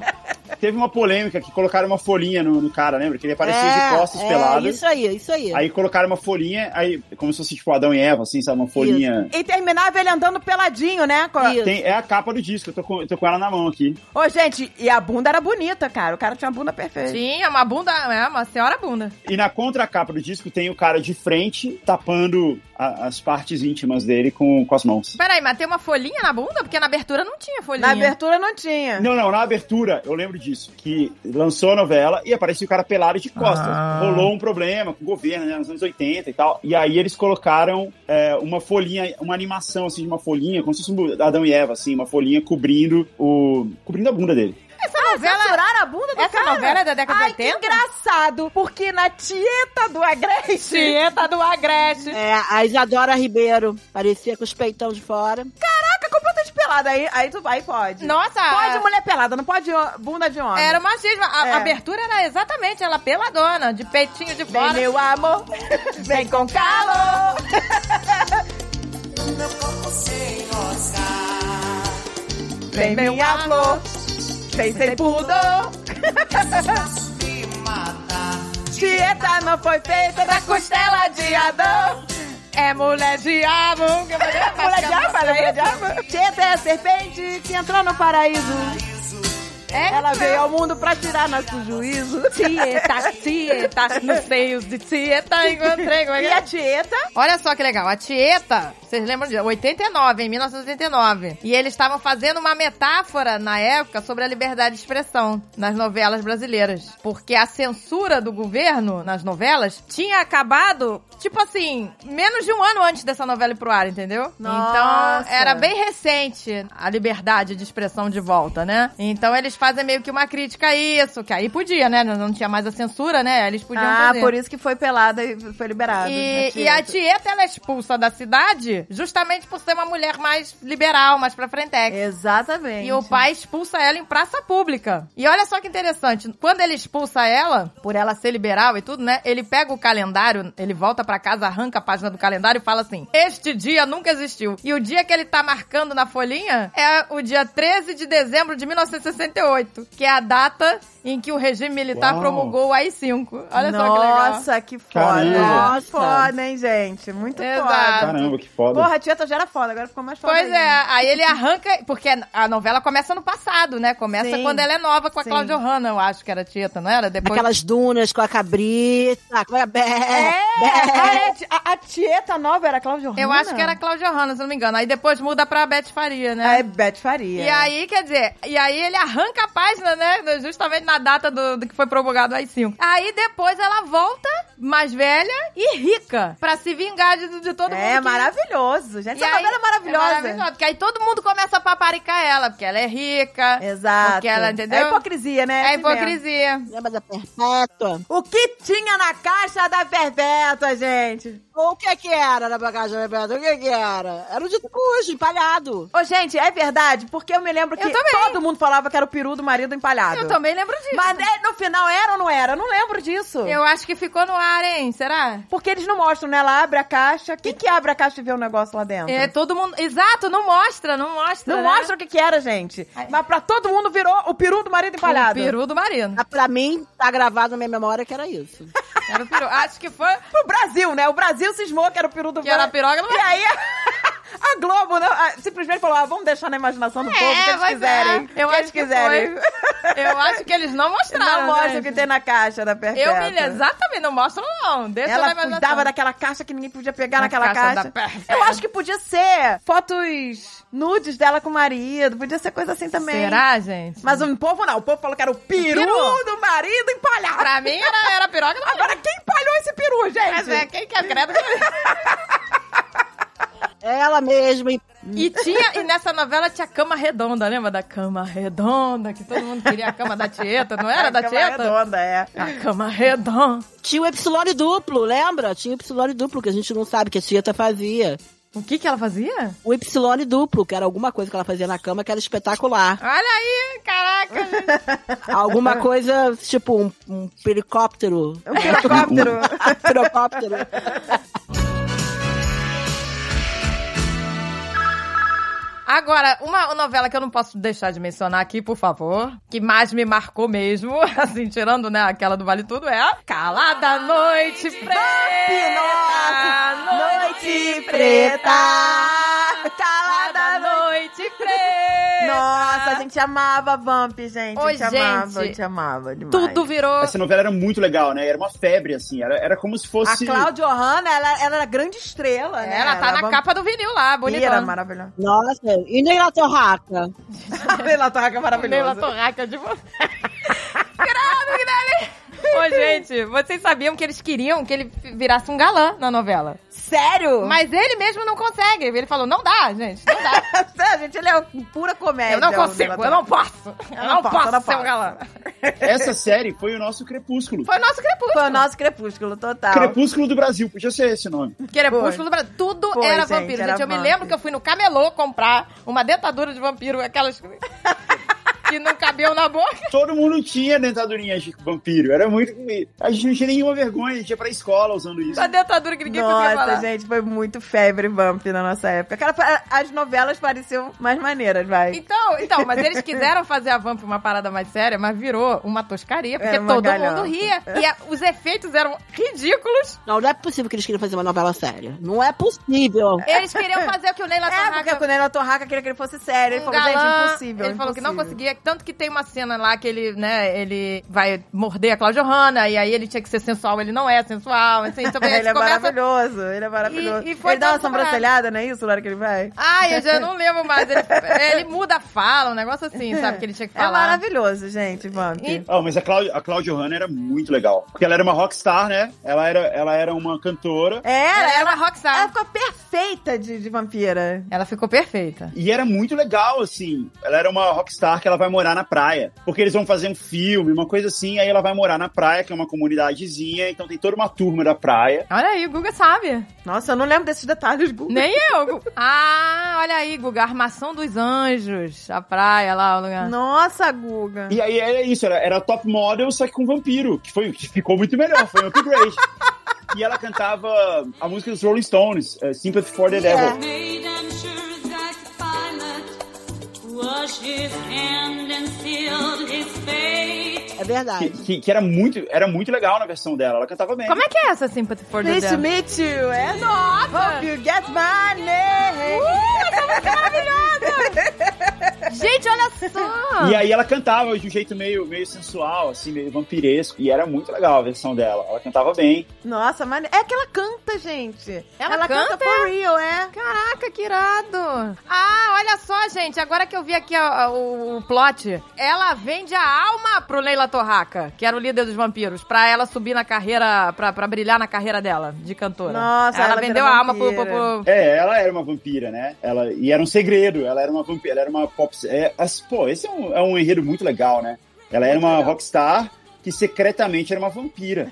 Teve uma polêmica que colocaram uma folhinha no, no cara, lembra? Que ele aparecia de costas
é,
pelado.
Isso aí, isso aí.
Aí colocaram uma folhinha, aí como se fosse tipo Adão e Eva, assim, sabe? Uma folhinha.
e terminava ele andando peladinho, né? Com a-
Isso.
Tem- é a capa do disco, eu tô com, eu tô com ela na mão aqui.
Ô, gente, e a bunda era bonita, cara. O cara tinha uma bunda perfeita.
Tinha uma bunda, é, uma senhora bunda.
E na contracapa do disco tem o cara de frente tapando a- as partes íntimas dele com, com as mãos.
Peraí, mas tem uma folhinha na bunda? Porque na abertura não tinha folhinha.
Na abertura não tinha.
Não, não, na abertura, eu lembro disso, que lançou a novela e aparecia o cara pelado de costas. Rolou um problema com o governo, né, nos anos 80 e tal. E aí eles colocaram é, uma folhinha, uma animação, assim, de uma folhinha, como se fosse um Adão e Eva, assim, uma folhinha cobrindo o... cobrindo a bunda dele.
Essa novela,
Censuraram a bunda do
essa
cara.
novela é da década
Ai,
de 80?
que engraçado, porque na Tieta do Agreste...
Tieta do Agreste.
É, a Isadora Ribeiro parecia com os peitão de fora.
Caraca, completamente pelada. Aí, aí tu vai, pode.
Nossa,
Pode mulher pelada, não pode ó, bunda de homem.
é. era machismo. A
É.
a abertura era exatamente ela peladona, de peitinho de
Vem,
fora.
meu amor, vem com calor.
Meu corpo sem rosa,
Vem, minha flor, vem sem pudor.
me mata.
Dieta não foi feita da costela de Adão.
É mulher diabo.
Mulher de alma, mulher de alma. Tieta é a serpente que entrou no paraíso.
É,
Ela
isso mesmo.
veio ao mundo pra tirar nosso juízo.
Tieta, Tieta, nos seios de Tieta encontrei. Como é que
E
é?
a Tieta
Olha só que legal, a Tieta, vocês lembram de 89, em 1989. E eles estavam fazendo uma metáfora na época sobre a liberdade de expressão nas novelas brasileiras, porque a censura do governo nas novelas tinha acabado, tipo assim, menos de um ano antes dessa novela ir pro ar, entendeu?
Nossa.
Então, era bem recente a liberdade de expressão de volta, né? Então eles fazem meio que uma crítica a isso, que aí podia, né? Não não tinha mais a censura, né? Eles podiam
ah,
fazer.
por isso que foi pelada e foi né, liberada.
E, e a Tieta, ela é expulsa da cidade justamente por ser uma mulher mais liberal, mais pra
É,
frentex.
Exatamente.
E o pai expulsa ela em praça pública. E olha só que interessante, quando ele expulsa ela, por ela ser liberal e tudo, né? Ele pega o calendário, ele volta pra casa, arranca a página do calendário e fala assim: "Este dia nunca existiu". E o dia que ele tá marcando na folhinha é o dia 13 de dezembro de 1968. 68, que é a data em que o regime militar
Uau.
promulgou o AI-5. Olha só que legal.
Nossa, que foda.
Caramba.
Nossa. Foda, hein, gente? Muito
Exato.
foda.
Caramba, que foda.
Ah, Porra, a Tieta já era foda, agora ficou mais foda.
Pois
ainda.
é, aí ele arranca, porque a novela começa no passado, né? Começa
Sim.
quando ela é nova com a
Sim.
Cláudia Hanna, eu acho que era Tieta, não era? Depois
Naquelas dunas com a cabrita, com a bé, bé.
É, a, a Tieta nova era a Cláudia
Eu
Hanna?
acho que era a Cláudia Hanna, se eu não me engano. Aí depois muda pra Beth Faria, né?
É, Beth Faria.
E aí, quer dizer, e aí ele arranca a página, né? Justamente na data do, do que foi promulgado o AI-5. Aí depois ela volta, mais velha e rica, pra se vingar de, de todo mundo.
É
que-
maravilhoso, gente.
E
Essa
aí-
novela é maravilhosa.
É maravilhosa, porque aí todo mundo começa a paparicar ela, porque ela é rica.
Exato.
Porque ela, entendeu?
É a hipocrisia, né?
É
assim mesmo.
hipocrisia.
Lembra da perpétua?
O que tinha na caixa da Perpétua, gente?
Ou o que é que era na bagagem da perpétua? O que é que era? Era o de cujo, empalhado.
Ô, gente, é verdade, porque eu me lembro que
Eu também.
todo mundo falava que era o peru do marido empalhado.
Eu também lembro disso.
Mas é, no final era ou não era? Eu não lembro disso.
Eu acho que ficou no ar, hein? Será?
Porque eles não mostram, né? Ela abre a caixa. Quem que abre a caixa e vê o negócio lá dentro?
É, todo mundo. Exato, não mostra, não mostra.
tá. Não
né?
mostra o que que era, gente. Mas pra todo mundo virou o peru do marido
o
empalhado.
peru do marido.
Ah, Pra mim, tá gravado na minha memória que era isso.
Era o peru. Acho que foi.
Pro Brasil, né? O Brasil cismou que era o peru do
Que era a
marido.
piroga do
E aí a Globo né, a- simplesmente falou: ah, vamos deixar na imaginação do povo o que eles
mas
quiserem.
é. Eu
o que
acho
eles
que
quiserem.
foi. Eu acho que eles não mostraram.
Não mostra o
gente.
que tem na caixa da Perpétua.
Eu me exatamente, não mostram, não. Deixa na
Ela
imaginação.
cuidava daquela caixa que ninguém podia pegar
Na
naquela
caixa
caixa.
da Perpétua.
Eu acho que podia ser fotos nudes dela com o marido, podia ser coisa assim também.
Será, gente?
Mas o povo não, o povo falou que era o peru,
Peru.
do marido empalhado.
Pra mim era, era a piroga do marido.
Agora, quem empalhou esse peru,
Mas é,
gente?
quem quer credo que...
Ela mesma. em-
E tinha, e nessa novela tinha cama redonda, lembra da cama redonda? Que todo mundo queria a cama da Tieta, não era
A
da
cama
Tieta?
redonda, é.
A cama redonda.
Tinha o Epsilone duplo, lembra? Tinha o Epsilone duplo, que a gente não sabe que a Tieta fazia.
O que que ela fazia?
O Epsilone duplo, que era alguma coisa que ela fazia na cama que era espetacular.
Olha aí, caraca, gente.
Alguma coisa, tipo um, um pericóptero.
Um helicóptero.
pirocóptero.
Agora, uma novela que eu não posso deixar de mencionar aqui, por favor, que mais me marcou mesmo, assim, tirando, né, aquela do Vale Tudo, é a Calada Noite Preta!
Noite preta,
Calada
calada noite.
Noite Preta!
Nossa, a gente amava Vamp, gente.
Ô,
a gente, amava, a
gente.
gente amava demais.
Tudo virou...
Essa novela era muito legal, né? Era uma febre, assim. Era, era como se
A
fosse.
Cláudia Hanna, ela, ela era grande estrela, né?
Ela tá na
vampira,
capa do vinil lá,
Era
bonitona.
maravilhosa.
Nossa, e Neila Torraca?
Leila Torraca é
Leila
maravilhosa.
Torraca de você. Grado, Guilherme! Ô, gente, vocês sabiam que eles queriam que ele virasse um galã na novela.
Sério?
Mas ele mesmo não consegue. Ele falou, não dá, gente, não dá.
Sério, gente, ele é pura comédia.
Eu não
o Leila
consigo, eu
Torraca.
não posso. Eu não posso,
eu não
ser um
posso.
galã.
Essa série foi o nosso crepúsculo.
Foi o nosso crepúsculo.
Foi o nosso crepúsculo total.
Crepúsculo do Brasil, podia ser esse nome.
crepúsculo do Brasil. Tudo
Foi,
era
gente,
vampiro. Gente,
era
eu me
vampiro.
lembro que eu fui no camelô comprar uma dentadura de vampiro, aquelas que não cabiam na boca.
Todo mundo tinha dentadurinha de vampiro. Era muito. A gente não tinha nenhuma vergonha, a gente ia pra escola usando isso.
Uma dentadura que ninguém conseguia falar.
Nossa, gente, foi muito febre Vamp na nossa época. Cara, as novelas pareciam mais maneiras, vai.
Então, então, mas eles quiseram fazer a Vamp uma parada mais séria, mas virou uma toscaria, porque
Era uma
todo
galhofa.
mundo ria. E a- os efeitos eram ridículos.
Não, não é possível que eles queriam fazer uma novela séria. Não é possível.
Eles queriam fazer o que o Neila
É,
Torraca...
porque quando ele era Torraca queria que ele fosse sério. Ele
Tá um
falou, gente,
galã,
impossível.
Ele falou que não
impossível.
conseguia. Tanto que tem uma cena lá que ele, né, ele vai morder a Cláudia Hanna, e aí ele tinha que ser sensual, ele não é sensual. Assim, então eles
ele é
começam-
maravilhoso, ele é maravilhoso.
E- e foi
ele dá uma
dando pra-
sobrancelhada, não é isso, na hora que ele vai?
Ai, eu já não lembro mais. Ele, ele muda a fala, um negócio assim, sabe? Que ele tinha que
É
falar.
maravilhoso, gente, Vamp.
E-
Ah, mas a Cláudia, a Cláudia Hanna era muito legal. Porque ela era uma rockstar, né? Ela era, ela era uma cantora.
Era,
Ela era
ela, é
uma rockstar.
ela ficou perfeita de, de vampira.
Ela ficou perfeita.
E era muito legal, assim. Ela era uma rockstar que ela vai morar na praia. Porque eles vão fazer um filme, uma coisa assim, aí ela vai morar na praia, que é uma comunidadezinha, então tem toda uma turma da praia.
Olha aí, o Guga sabe.
Nossa, eu não lembro desses detalhes, Gu.
Nem eu. Gu- Ah, olha aí, Guga, Armação dos Anjos. A praia lá, o lugar.
Nossa, Guga.
E aí era isso, era, era top model, só que com vampiro, que foi que ficou muito melhor, foi um upgrade. e ela cantava a música dos Rolling Stones, eh, Sympathy for the Devil.
Made, I'm sure that pilot was Crushed his hand and sealed his fate.
É verdade.
Que, que- que era, muito, era muito legal na versão dela, ela cantava bem.
Como é que é essa Sympathy for the
Nice to
Devil?
meet you. É nova. Hope you get my name.
Uh! Gente, olha só!
E aí ela cantava de um jeito meio, meio sensual, assim, meio vampiresco. E era muito legal a versão dela. Ela cantava bem.
Nossa, mane... é que ela canta, gente.
Ela canta?
for real, é.
Caraca, que irado! Ah, olha só, gente, agora que eu vi aqui a- a- o, o plot, ela vende a alma pro Leila Torraca, que era o líder dos vampiros, pra ela subir na carreira, pra, pra brilhar na carreira dela, de cantora.
Nossa,
ela,
ela
vendeu
vira
a alma pro, pro,
vampira.
pro-
É, ela era uma vampira, né? Ela, e era um segredo, ela era uma vampira, ela era uma pop... É, as- pô, esse é um, é um enredo muito legal, né? Ela era uma rockstar que secretamente era uma vampira.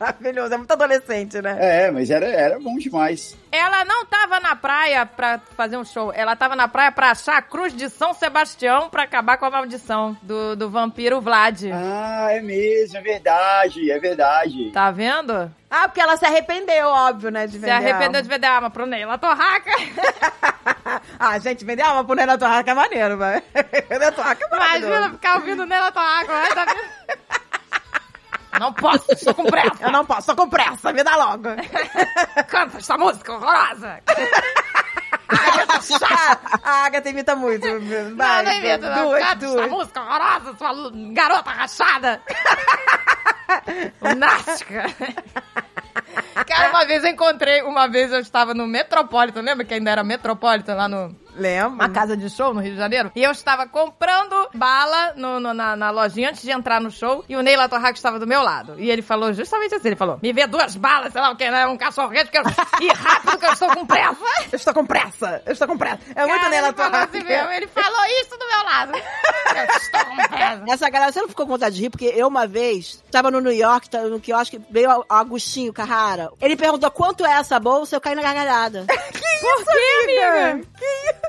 Maravilhoso, é muito adolescente, né?
É, mas era, era bom demais.
Ela não tava na praia pra fazer um show, ela tava na praia pra achar a cruz de São Sebastião pra acabar com a maldição do, do vampiro Vlad.
Ah, é mesmo, é verdade, é verdade.
Tá vendo?
Ah, porque ela se arrependeu, óbvio, né, de
Se
vender
arrependeu de
alma.
vender a alma pro Neila Torraca.
Ah, gente, vender alma pro Neila Torraca é maneiro, vai. Neila Torraca é maravilhoso.
Imagina ficar ouvindo Neila Torraca. mas tá vendo? Não posso, estou com pressa.
Eu não posso, tô com pressa, me dá logo.
Canta essa música horrorosa.
a Agatha imita muito.
Não,
Vai,
não invento, não. tá
duas,
Canta
duas.
essa música horrorosa, sua lu- garota rachada. Nástica. Cara, uma vez eu encontrei, uma vez eu estava no Metropolitan, lembra que ainda era Metropolitan lá no,
Lembra?
uma casa de show no Rio de Janeiro. E eu estava comprando bala no- no- na, na lojinha antes de entrar no show. E o Ney Latorraca estava do meu lado. E ele falou justamente assim: ele falou, me vê duas balas, sei lá o que, né? Um cachorrete, que eu. E rápido que eu estou com pressa.
Eu estou com pressa, eu estou com pressa. É muito
Cara,
Neila
ele falou assim mesmo,
Torraca.
ele falou isso do meu lado. Eu estou com pressa.
Essa galera, você não ficou com vontade de rir? Porque eu, uma vez, tava no New York, tava no quiosque, veio o Agostinho Carrara. Ele perguntou quanto é essa bolsa, eu caí na gargalhada.
Por que, amiga?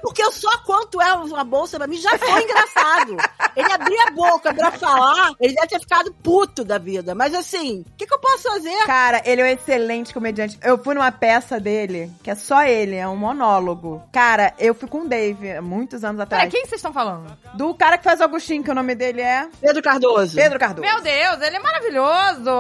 Porque eu só quanto é uma bolsa pra mim já foi engraçado. Ele abriu a boca pra falar, ele deve ter ficado puto da vida. Mas assim, o que, que eu posso fazer?
Cara, ele é um excelente comediante. Eu fui numa peça dele, que é só ele, é um monólogo. Cara, eu fui com o Dave há muitos anos
Peraí,
atrás.
quem vocês estão falando?
Do cara que faz o Agostinho, que o nome dele é
Pedro Cardoso.
Pedro Cardoso.
Meu Deus, ele é maravilhoso.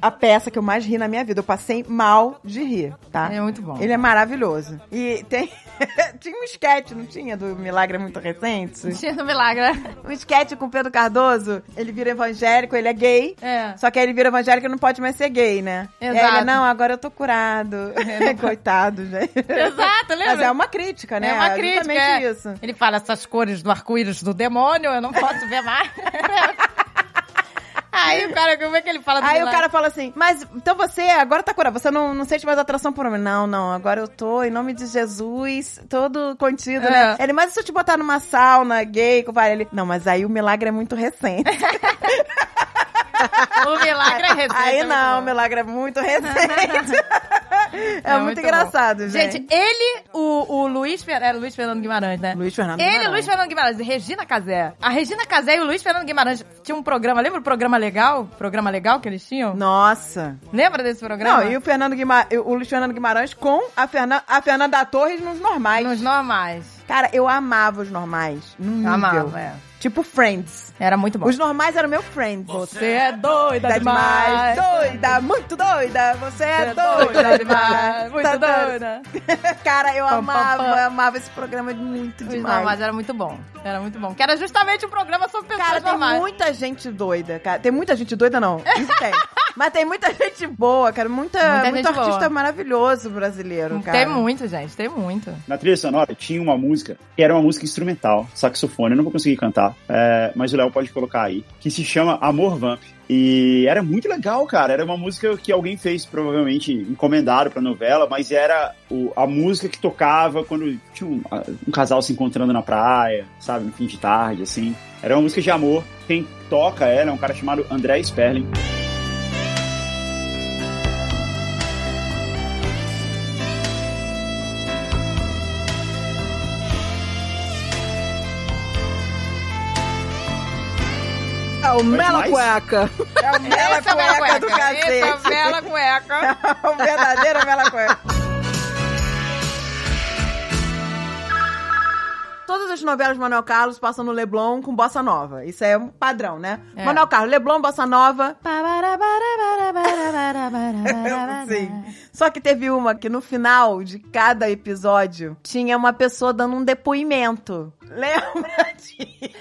A peça que eu mais ri na minha vida. Eu passei mal de rir, tá?
É muito bom.
Ele é maravilhoso. E tem. tinha um sketch, não tinha? Do Milagre é Muito Recente?
Cheio do milagre. né?
Um sketch com o Pedro Cardoso. Ele vira evangélico, ele é gay.
É.
Só que aí ele vira evangélico e não pode mais ser gay, né? E aí
Exato.
ele, não, agora eu tô curado. Coitado, gente.
Exato, lembra?
Mas é uma crítica, né?
É uma crítica.
Justamente
é.
isso.
Ele fala essas cores do arco-íris do demônio, eu não posso ver mais. Aí o cara, como é que ele fala do
Aí o
milagre?
cara fala assim, mas então você agora tá curado, você não, não sente mais atração por homem. Não, não, agora eu tô, em nome de Jesus, todo contido, né?
É.
Ele, mas e se eu te botar numa sauna gay com várias? Ele, não, mas aí o milagre é muito recente.
O milagre é receita.
aí
muito
não, o
bom.
milagre é muito recente. é, muito,
muito bom.
engraçado, gente.
Gente, ele, o, o Luiz, Fer- era Luiz Fernando Guimarães, né?
Luiz Fernando
Ele,
Guimarães.
Luiz Fernando Guimarães e Regina Casé. A Regina Casé e o Luiz Fernando Guimarães tinham um programa, lembra o programa legal? Programa legal que eles tinham?
Nossa.
Lembra desse
Não,
programa?
e o Fernando Guima- o Luiz Fernando Guimarães com a, Fernan a Fernanda Torres nos normais.
Nos normais.
Cara, eu amava os normais. Num nível.
Amava, é.
Tipo Friends.
Era muito bom.
Hum. Os normais eram meu Friends.
Você é doida
Doida demais,
demais.
doida, muito doida, você
Você
é doida demais, Tá
Muito doida.
Cara, eu
Pam, pam,
amava,
pam.
eu amava esse programa muito
Os
demais.
normais era muito bom. Era muito bom. Que era justamente um programa sobre pessoas
Cara, tem
normais.
muita gente doida, cara. Tem muita gente doida, não. Isso tem. Mas tem muita gente boa, cara. Muita,
Muita
muito
gente
artista
boa.
maravilhoso brasileiro, cara.
Tem muito, gente. Tem muito.
Na trilha sonora tinha uma música que era uma música instrumental, saxofone, eu não vou conseguir cantar, é, mas o Léo pode colocar aí, que se chama Amor Vamp. E era muito legal, cara. Era uma música que alguém fez, provavelmente encomendado pra novela, mas era o- a música que tocava quando tinha um, a- um casal se encontrando na praia, sabe, no fim de tarde, assim. Era uma música de amor. Quem toca ela é um cara chamado André Sperling.
É
Ah,
o Mela
mais?
Cueca.
É o Mela
Essa é a Bela
Cueca do
Cueca. Essa é a
cacete.
Bela Cueca.
É o verdadeiro Mela Cueca. todas as novelas de Manuel Carlos passam no Leblon com bossa nova. Isso é um padrão, né?
É.
Manuel Carlos, Leblon, bossa nova. Sim. Só que teve uma que no final de cada episódio tinha uma pessoa dando um depoimento. Lembra disso?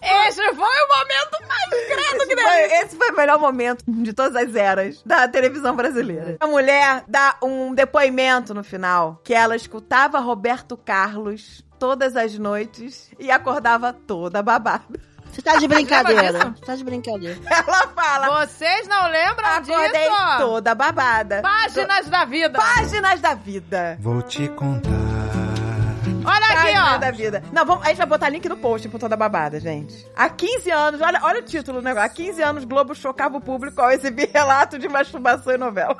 Esse foi o momento mais credo que
Esse
deve
foi, esse foi o melhor momento de todas as eras da televisão brasileira. A mulher dá um depoimento no final que ela escutava Roberto Carlos todas as noites e acordava toda babada.
Você tá de brincadeira.
Lembra
Você tá de brincadeira.
Ela fala:
Vocês não lembram
acordei
disso?
toda babada.
Páginas da vida.
Páginas da vida.
Vou te contar.
Olha
Páginas da
aqui, ó.
vida. Não, vamos, a gente vai botar link no post pro toda babada, gente. Há 15 anos, olha, olha o título do negócio. Há 15 anos, Globo chocava o público ao exibir relato de masturbação em novela.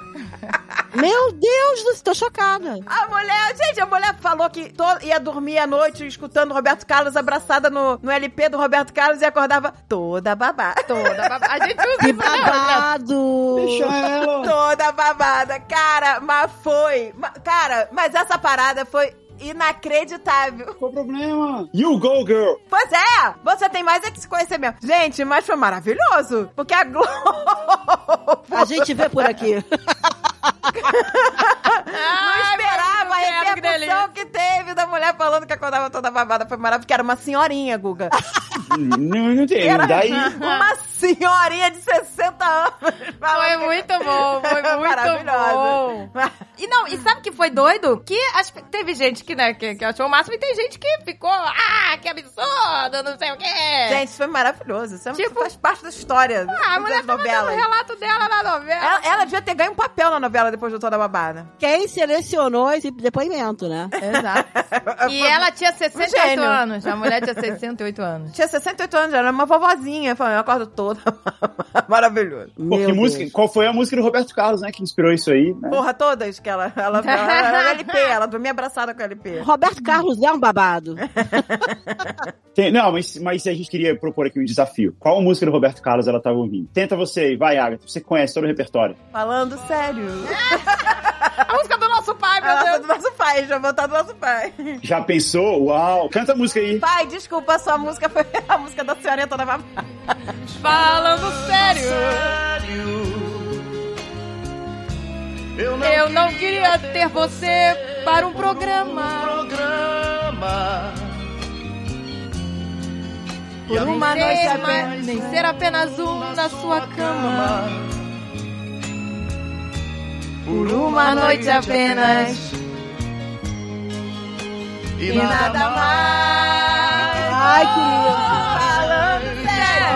Meu Deus do céu, tô chocada.
A mulher, gente, a mulher falou que to- ia dormir à noite escutando Roberto Carlos abraçada no, no LP do Roberto Carlos e acordava toda babada.
Toda. baba- A gente usa
Que
isso até hoje, né?
babado.
ela!
Toda babada. Cara, mas foi. ma- cara, mas essa parada foi inacreditável.
Qual o problema? You go, girl!
Pois é, você tem mais é que se conhecer mesmo. Gente, mas foi maravilhoso. Porque a Globo.
A gente vê por aqui.
não
Ai,
esperava a
mas que merda, que
repercussão que, teve da mulher falando que acordava toda babada. Foi maravilhoso, porque era uma senhorinha, Guga.
não, não tem,
Era
daí.
uma senhorinha de 60 anos.
Foi muito bom, foi muito bom. E não, e sabe o que foi doido? Que as- teve gente que, né, que, que achou o máximo e tem gente que ficou, ah, que absurdo, não sei o quê.
Gente, isso foi maravilhoso. Isso é-
É. Tipo-
faz parte da história
ah, a mulher
das
tava dando o
novelas.
relato dela na novela.
Ela, ela devia ter ganho um papel na novela depois do Toda Babada.
Quem selecionou esse depoimento, né?
Exato. E ela tinha 68
gênio.
anos, a mulher tinha 68 anos.
Tinha 68 anos, ela era uma vovozinha. Falando, eu acordo toda. Maravilhoso.
Pô, que
Meu
música,
Deus.
qual foi a música do Roberto Carlos, né? Que inspirou isso aí, né?
Porra, todas que ela. Ela, ela, era LP, ela dormia abraçada com a LP.
Roberto Carlos é um babado.
Tem- não, mas, mas a gente queria propor aqui um desafio. Qual música do Roberto Carlos ela tava ouvindo? Tenta você aí, vai, Agatha. Você conhece todo o repertório.
Falando sério.
A música do nosso pai, É, meu
Ela tá
Deus.
do nosso pai, já voltar do nosso pai.
Já pensou? Uau! Canta a música aí.
Pai, desculpa, sua música foi a música da senhorinha Toda Babada.
Falando sério,
Eu não
eu não queria ter você para um programa.
programa.
Por uma
nem
noite
ser,
apenas.
mas- nem ser apenas um na sua cama.
Por
Uma noite apenas.
E
Nada mais.
Ai, que lindo.
Falando sério.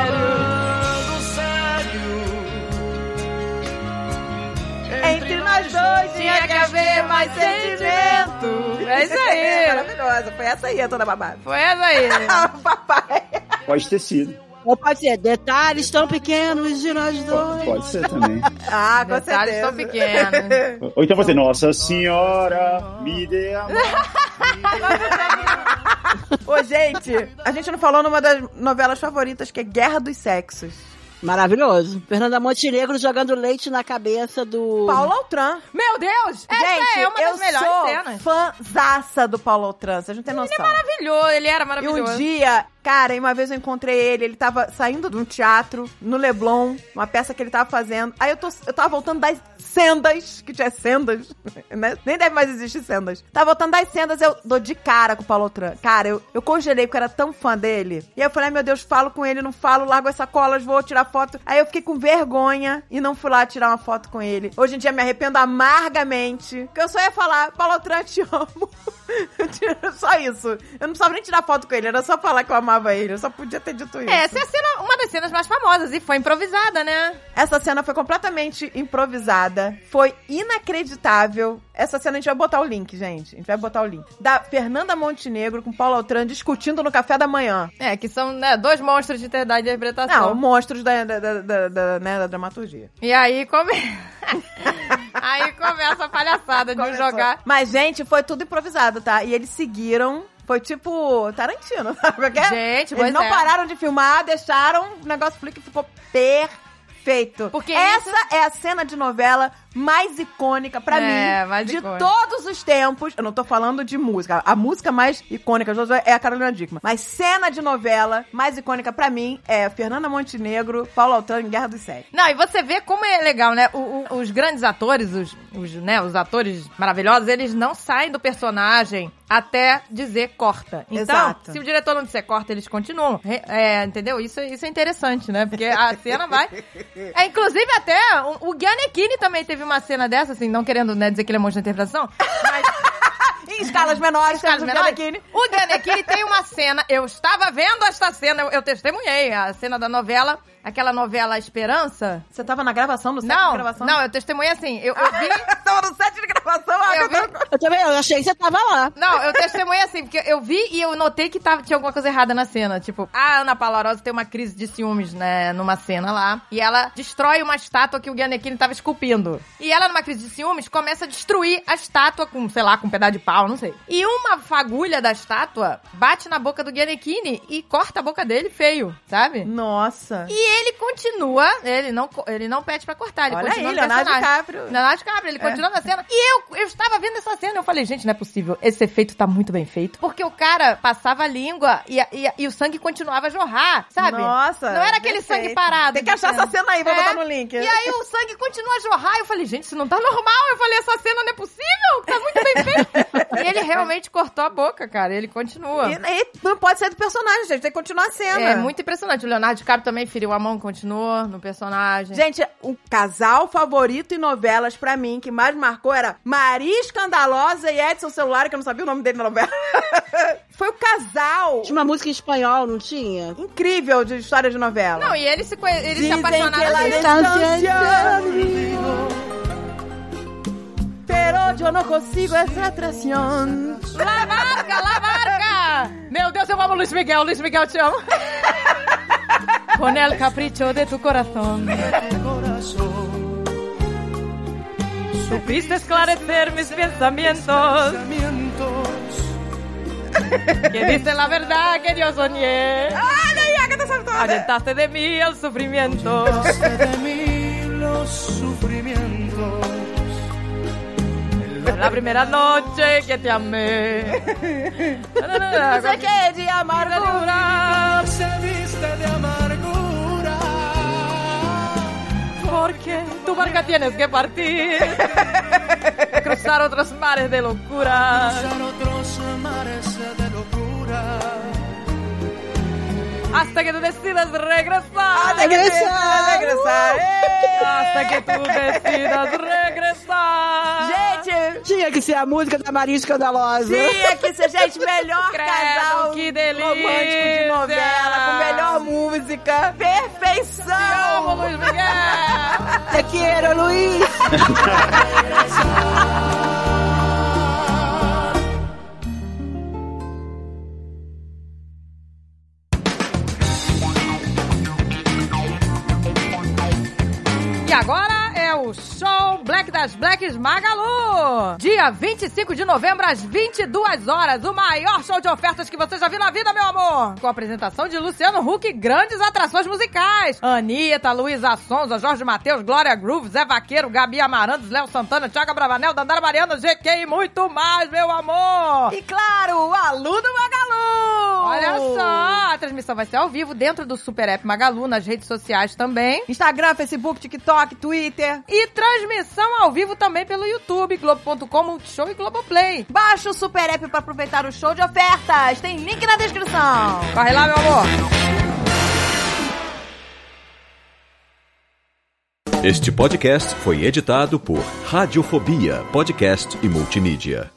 Falando sério.
Entre nós dois tinha que haver mais sentimento.
É isso aí.
É maravilhosa. Foi essa aí a toda babada.
Foi essa aí.
Ah, papai.
Pode ter sido.
Ou pode ser, detalhes tão pequenos de nós
Pode,
dois.
pode ser também.
Ah, com
Detalhes tão
certeza.
pequenos.
Ou então você, Nossa Senhora, me dê a mão.
Ô, gente, a gente não falou numa das novelas favoritas que é Guerra dos Sexos.
Maravilhoso. Fernanda Montenegro jogando leite na cabeça do.
Paulo Altran.
Meu Deus! Essa
gente,
é uma
eu
das melhores
sou
cenas. é
fãzaça do Paulo Altran. Vocês não têm noção.
Maravilhoso, ele era
E um
maravilhoso.
dia, cara, e uma vez eu encontrei ele, ele tava saindo de um teatro no Leblon, uma peça que ele tava fazendo. Aí eu, tô, eu tava voltando das sendas, que tinha sendas, né? Nem deve mais existir sendas. Tava voltando das sendas, eu dou de cara com o Paulo Altran. Cara, eu, eu congelei porque eu era tão fã dele. E aí eu falei, ai meu Deus, falo com ele, não falo, largo as sacolas, vou tirar foto. Aí eu fiquei com vergonha e não fui lá tirar uma foto com ele. Hoje em dia me arrependo amargamente, porque eu só ia falar, Paulo Altran, te amo. só isso. Eu não precisava nem tirar foto com ele, era só falar que eu amava ele. Eu só podia ter dito isso.
Essa é a cena- uma das cenas mais famosas e foi improvisada, né?
Essa cena foi completamente improvisada. Foi inacreditável. Essa cena a gente vai botar o link, gente. A gente vai botar o link. Da Fernanda Montenegro com Paulo Altran discutindo no café da manhã.
É, que são né, dois monstros de ter- da interpretação.
Não, monstros da, da, da, da- da- né, da dramaturgia.
E aí come... aí começa a palhaçada de um
Começou.
jogar.
Mas, gente, foi tudo improvisado, tá? E eles seguiram. Foi tipo Tarantino, sabe? Porque
Gente,
eles
pois
não
é.
pararam de filmar, deixaram o negócio fluir que ficou perfeito.
Porque
Essa é a cena de novela mais icônica pra
É,
mim
mais
de
icônica.
todos os tempos. Eu não tô falando de música. A música mais icônica de todas é a Carolina Dickman. Mas cena de novela mais icônica pra mim é Fernanda Montenegro, Paulo Altano em Guerra dos Sete.
Não, e você vê como é legal, né? O- o- os grandes atores, os, os, né, os atores maravilhosos, eles não saem do personagem até dizer corta. Então,
Exato.
se o diretor não disser corta, eles continuam. Re- é, entendeu? Isso, isso é interessante, né? Porque a cena vai... É, inclusive, até o, o Gianecchini também teve uma cena dessa, assim, não querendo né, dizer que ele é monstro da interpretação, mas...
Em escalas menores,
Carlos
temos o
Menor.
Gianecchini.
O Gianecchini tem uma cena, eu estava vendo esta cena, eu, eu testemunhei a cena da novela, aquela novela Esperança.
Você tava na gravação do set de
Não,
gravação?
não, eu testemunhei assim, eu, eu vi...
tava no set de gravação, ah,
Eu
eu
vi-
Eu também, eu achei que você tava lá.
Não, eu testemunhei assim, porque eu vi e eu notei que tava, tinha alguma coisa errada na cena. Tipo, a Ana Palarosa tem uma crise de ciúmes, né, numa cena lá. E ela destrói uma estátua que o Gianecchini tava esculpindo. E ela, numa crise de ciúmes, começa a destruir a estátua com, sei lá, com um pedaço de pau, não sei. E uma fagulha da estátua bate na boca do Gianecchini e corta a boca dele feio,
Hum.
sabe?
Nossa.
E ele continua, ele não, co- ele não pede pra cortar, ele
Olha
continua
aí,
no
Leonardo
personagem.
DiCaprio.
Leonardo DiCaprio,
É.
ele continua na cena. E eu, eu estava vendo essa cena, eu falei, gente, não é possível, esse efeito tá muito bem feito. Porque o cara passava a língua e, a- e a- e o sangue continuava a jorrar, sabe?
Nossa.
Não era aquele
perfeito.
sangue parado.
Tem que achar
entendeu?
essa cena aí, vou
É.
botar no link.
E aí o sangue continua a jorrar. Eu falei, gente, isso não tá normal. Eu falei, essa cena não é possível, tá muito bem feito. e ele realmente cortou a boca, cara. Ele continua.
E, e não pode sair do personagem, gente. Tem que continuar a cena.
É muito impressionante. O Leonardo DiCaprio também feriu a mão, continuou no personagem.
Gente, o casal favorito em novelas pra mim, que mais marcou, era Maria Escandalosa e Edson Celular, que eu não sabia o nome dele na novela. Foi o casal
Tinha uma música em espanhol, não tinha?
incrível de história de novela.
Não, e eles se, conhe- eles se
Dizem que
apaixonaram.
ela tá
assim.
distanciando. Pero yo no consigo essa atração.
La Marca, La Marca! Meu Deus, eu amo Luiz Miguel. Luiz Miguel, te amo. Con el capricho de tu corazón.
É
Supiste esclarecer mis pensamientos. Que dice la verdad que yo soñé.
Olha aí, Agatha sabe toda.
Orientaste de mí al sufrimiento.
de mí los sufrimientos.
La primera noche que te amé.
Não sei o que de amargura.
Se viste de amargura.
Porque tu barca tienes que partir. Cruzar otros mares de locura.
Cruzar otros mares de locura.
Hasta que tú decidas regresar.
Até que regressar. regressar.
Hasta que tú decidas regresar.
Gente,
Tinha que ser a música da Maria Escandalosa.
tinha que ser, gente, melhor
Credo,
casal
que delícia.
romântico de novela, com melhor música.
Amo
Perfeição!
Luiz Miguel.
Te quero, Luiz!
E agora é o show Black das Blacks Magalu. Dia 25 de novembro, às 22 horas. O maior show de ofertas que você já viu na vida, meu amor. Com a apresentação de Luciano Huck e grandes atrações musicais. Anitta, Luísa Sonza, Jorge Matheus, Glória Groove, Zé Vaqueiro, Gabi Amarantos, Léo Santana, Thiago Bravanel, Dandara Mariana, GQ e muito mais, meu amor.
E claro, o aluno Magalu!
Olha só, a transmissão vai ser ao vivo dentro do Super App Magalu, nas redes sociais também.
Instagram, Facebook, TikTok, Twitter.
E transmissão ao vivo também pelo YouTube, Globo.com, Multishow e Globoplay.
Baixa o Super App pra aproveitar o show de ofertas. Tem link na descrição.
Corre lá, meu amor.
Este podcast foi editado por Radiofobia, podcast e multimídia.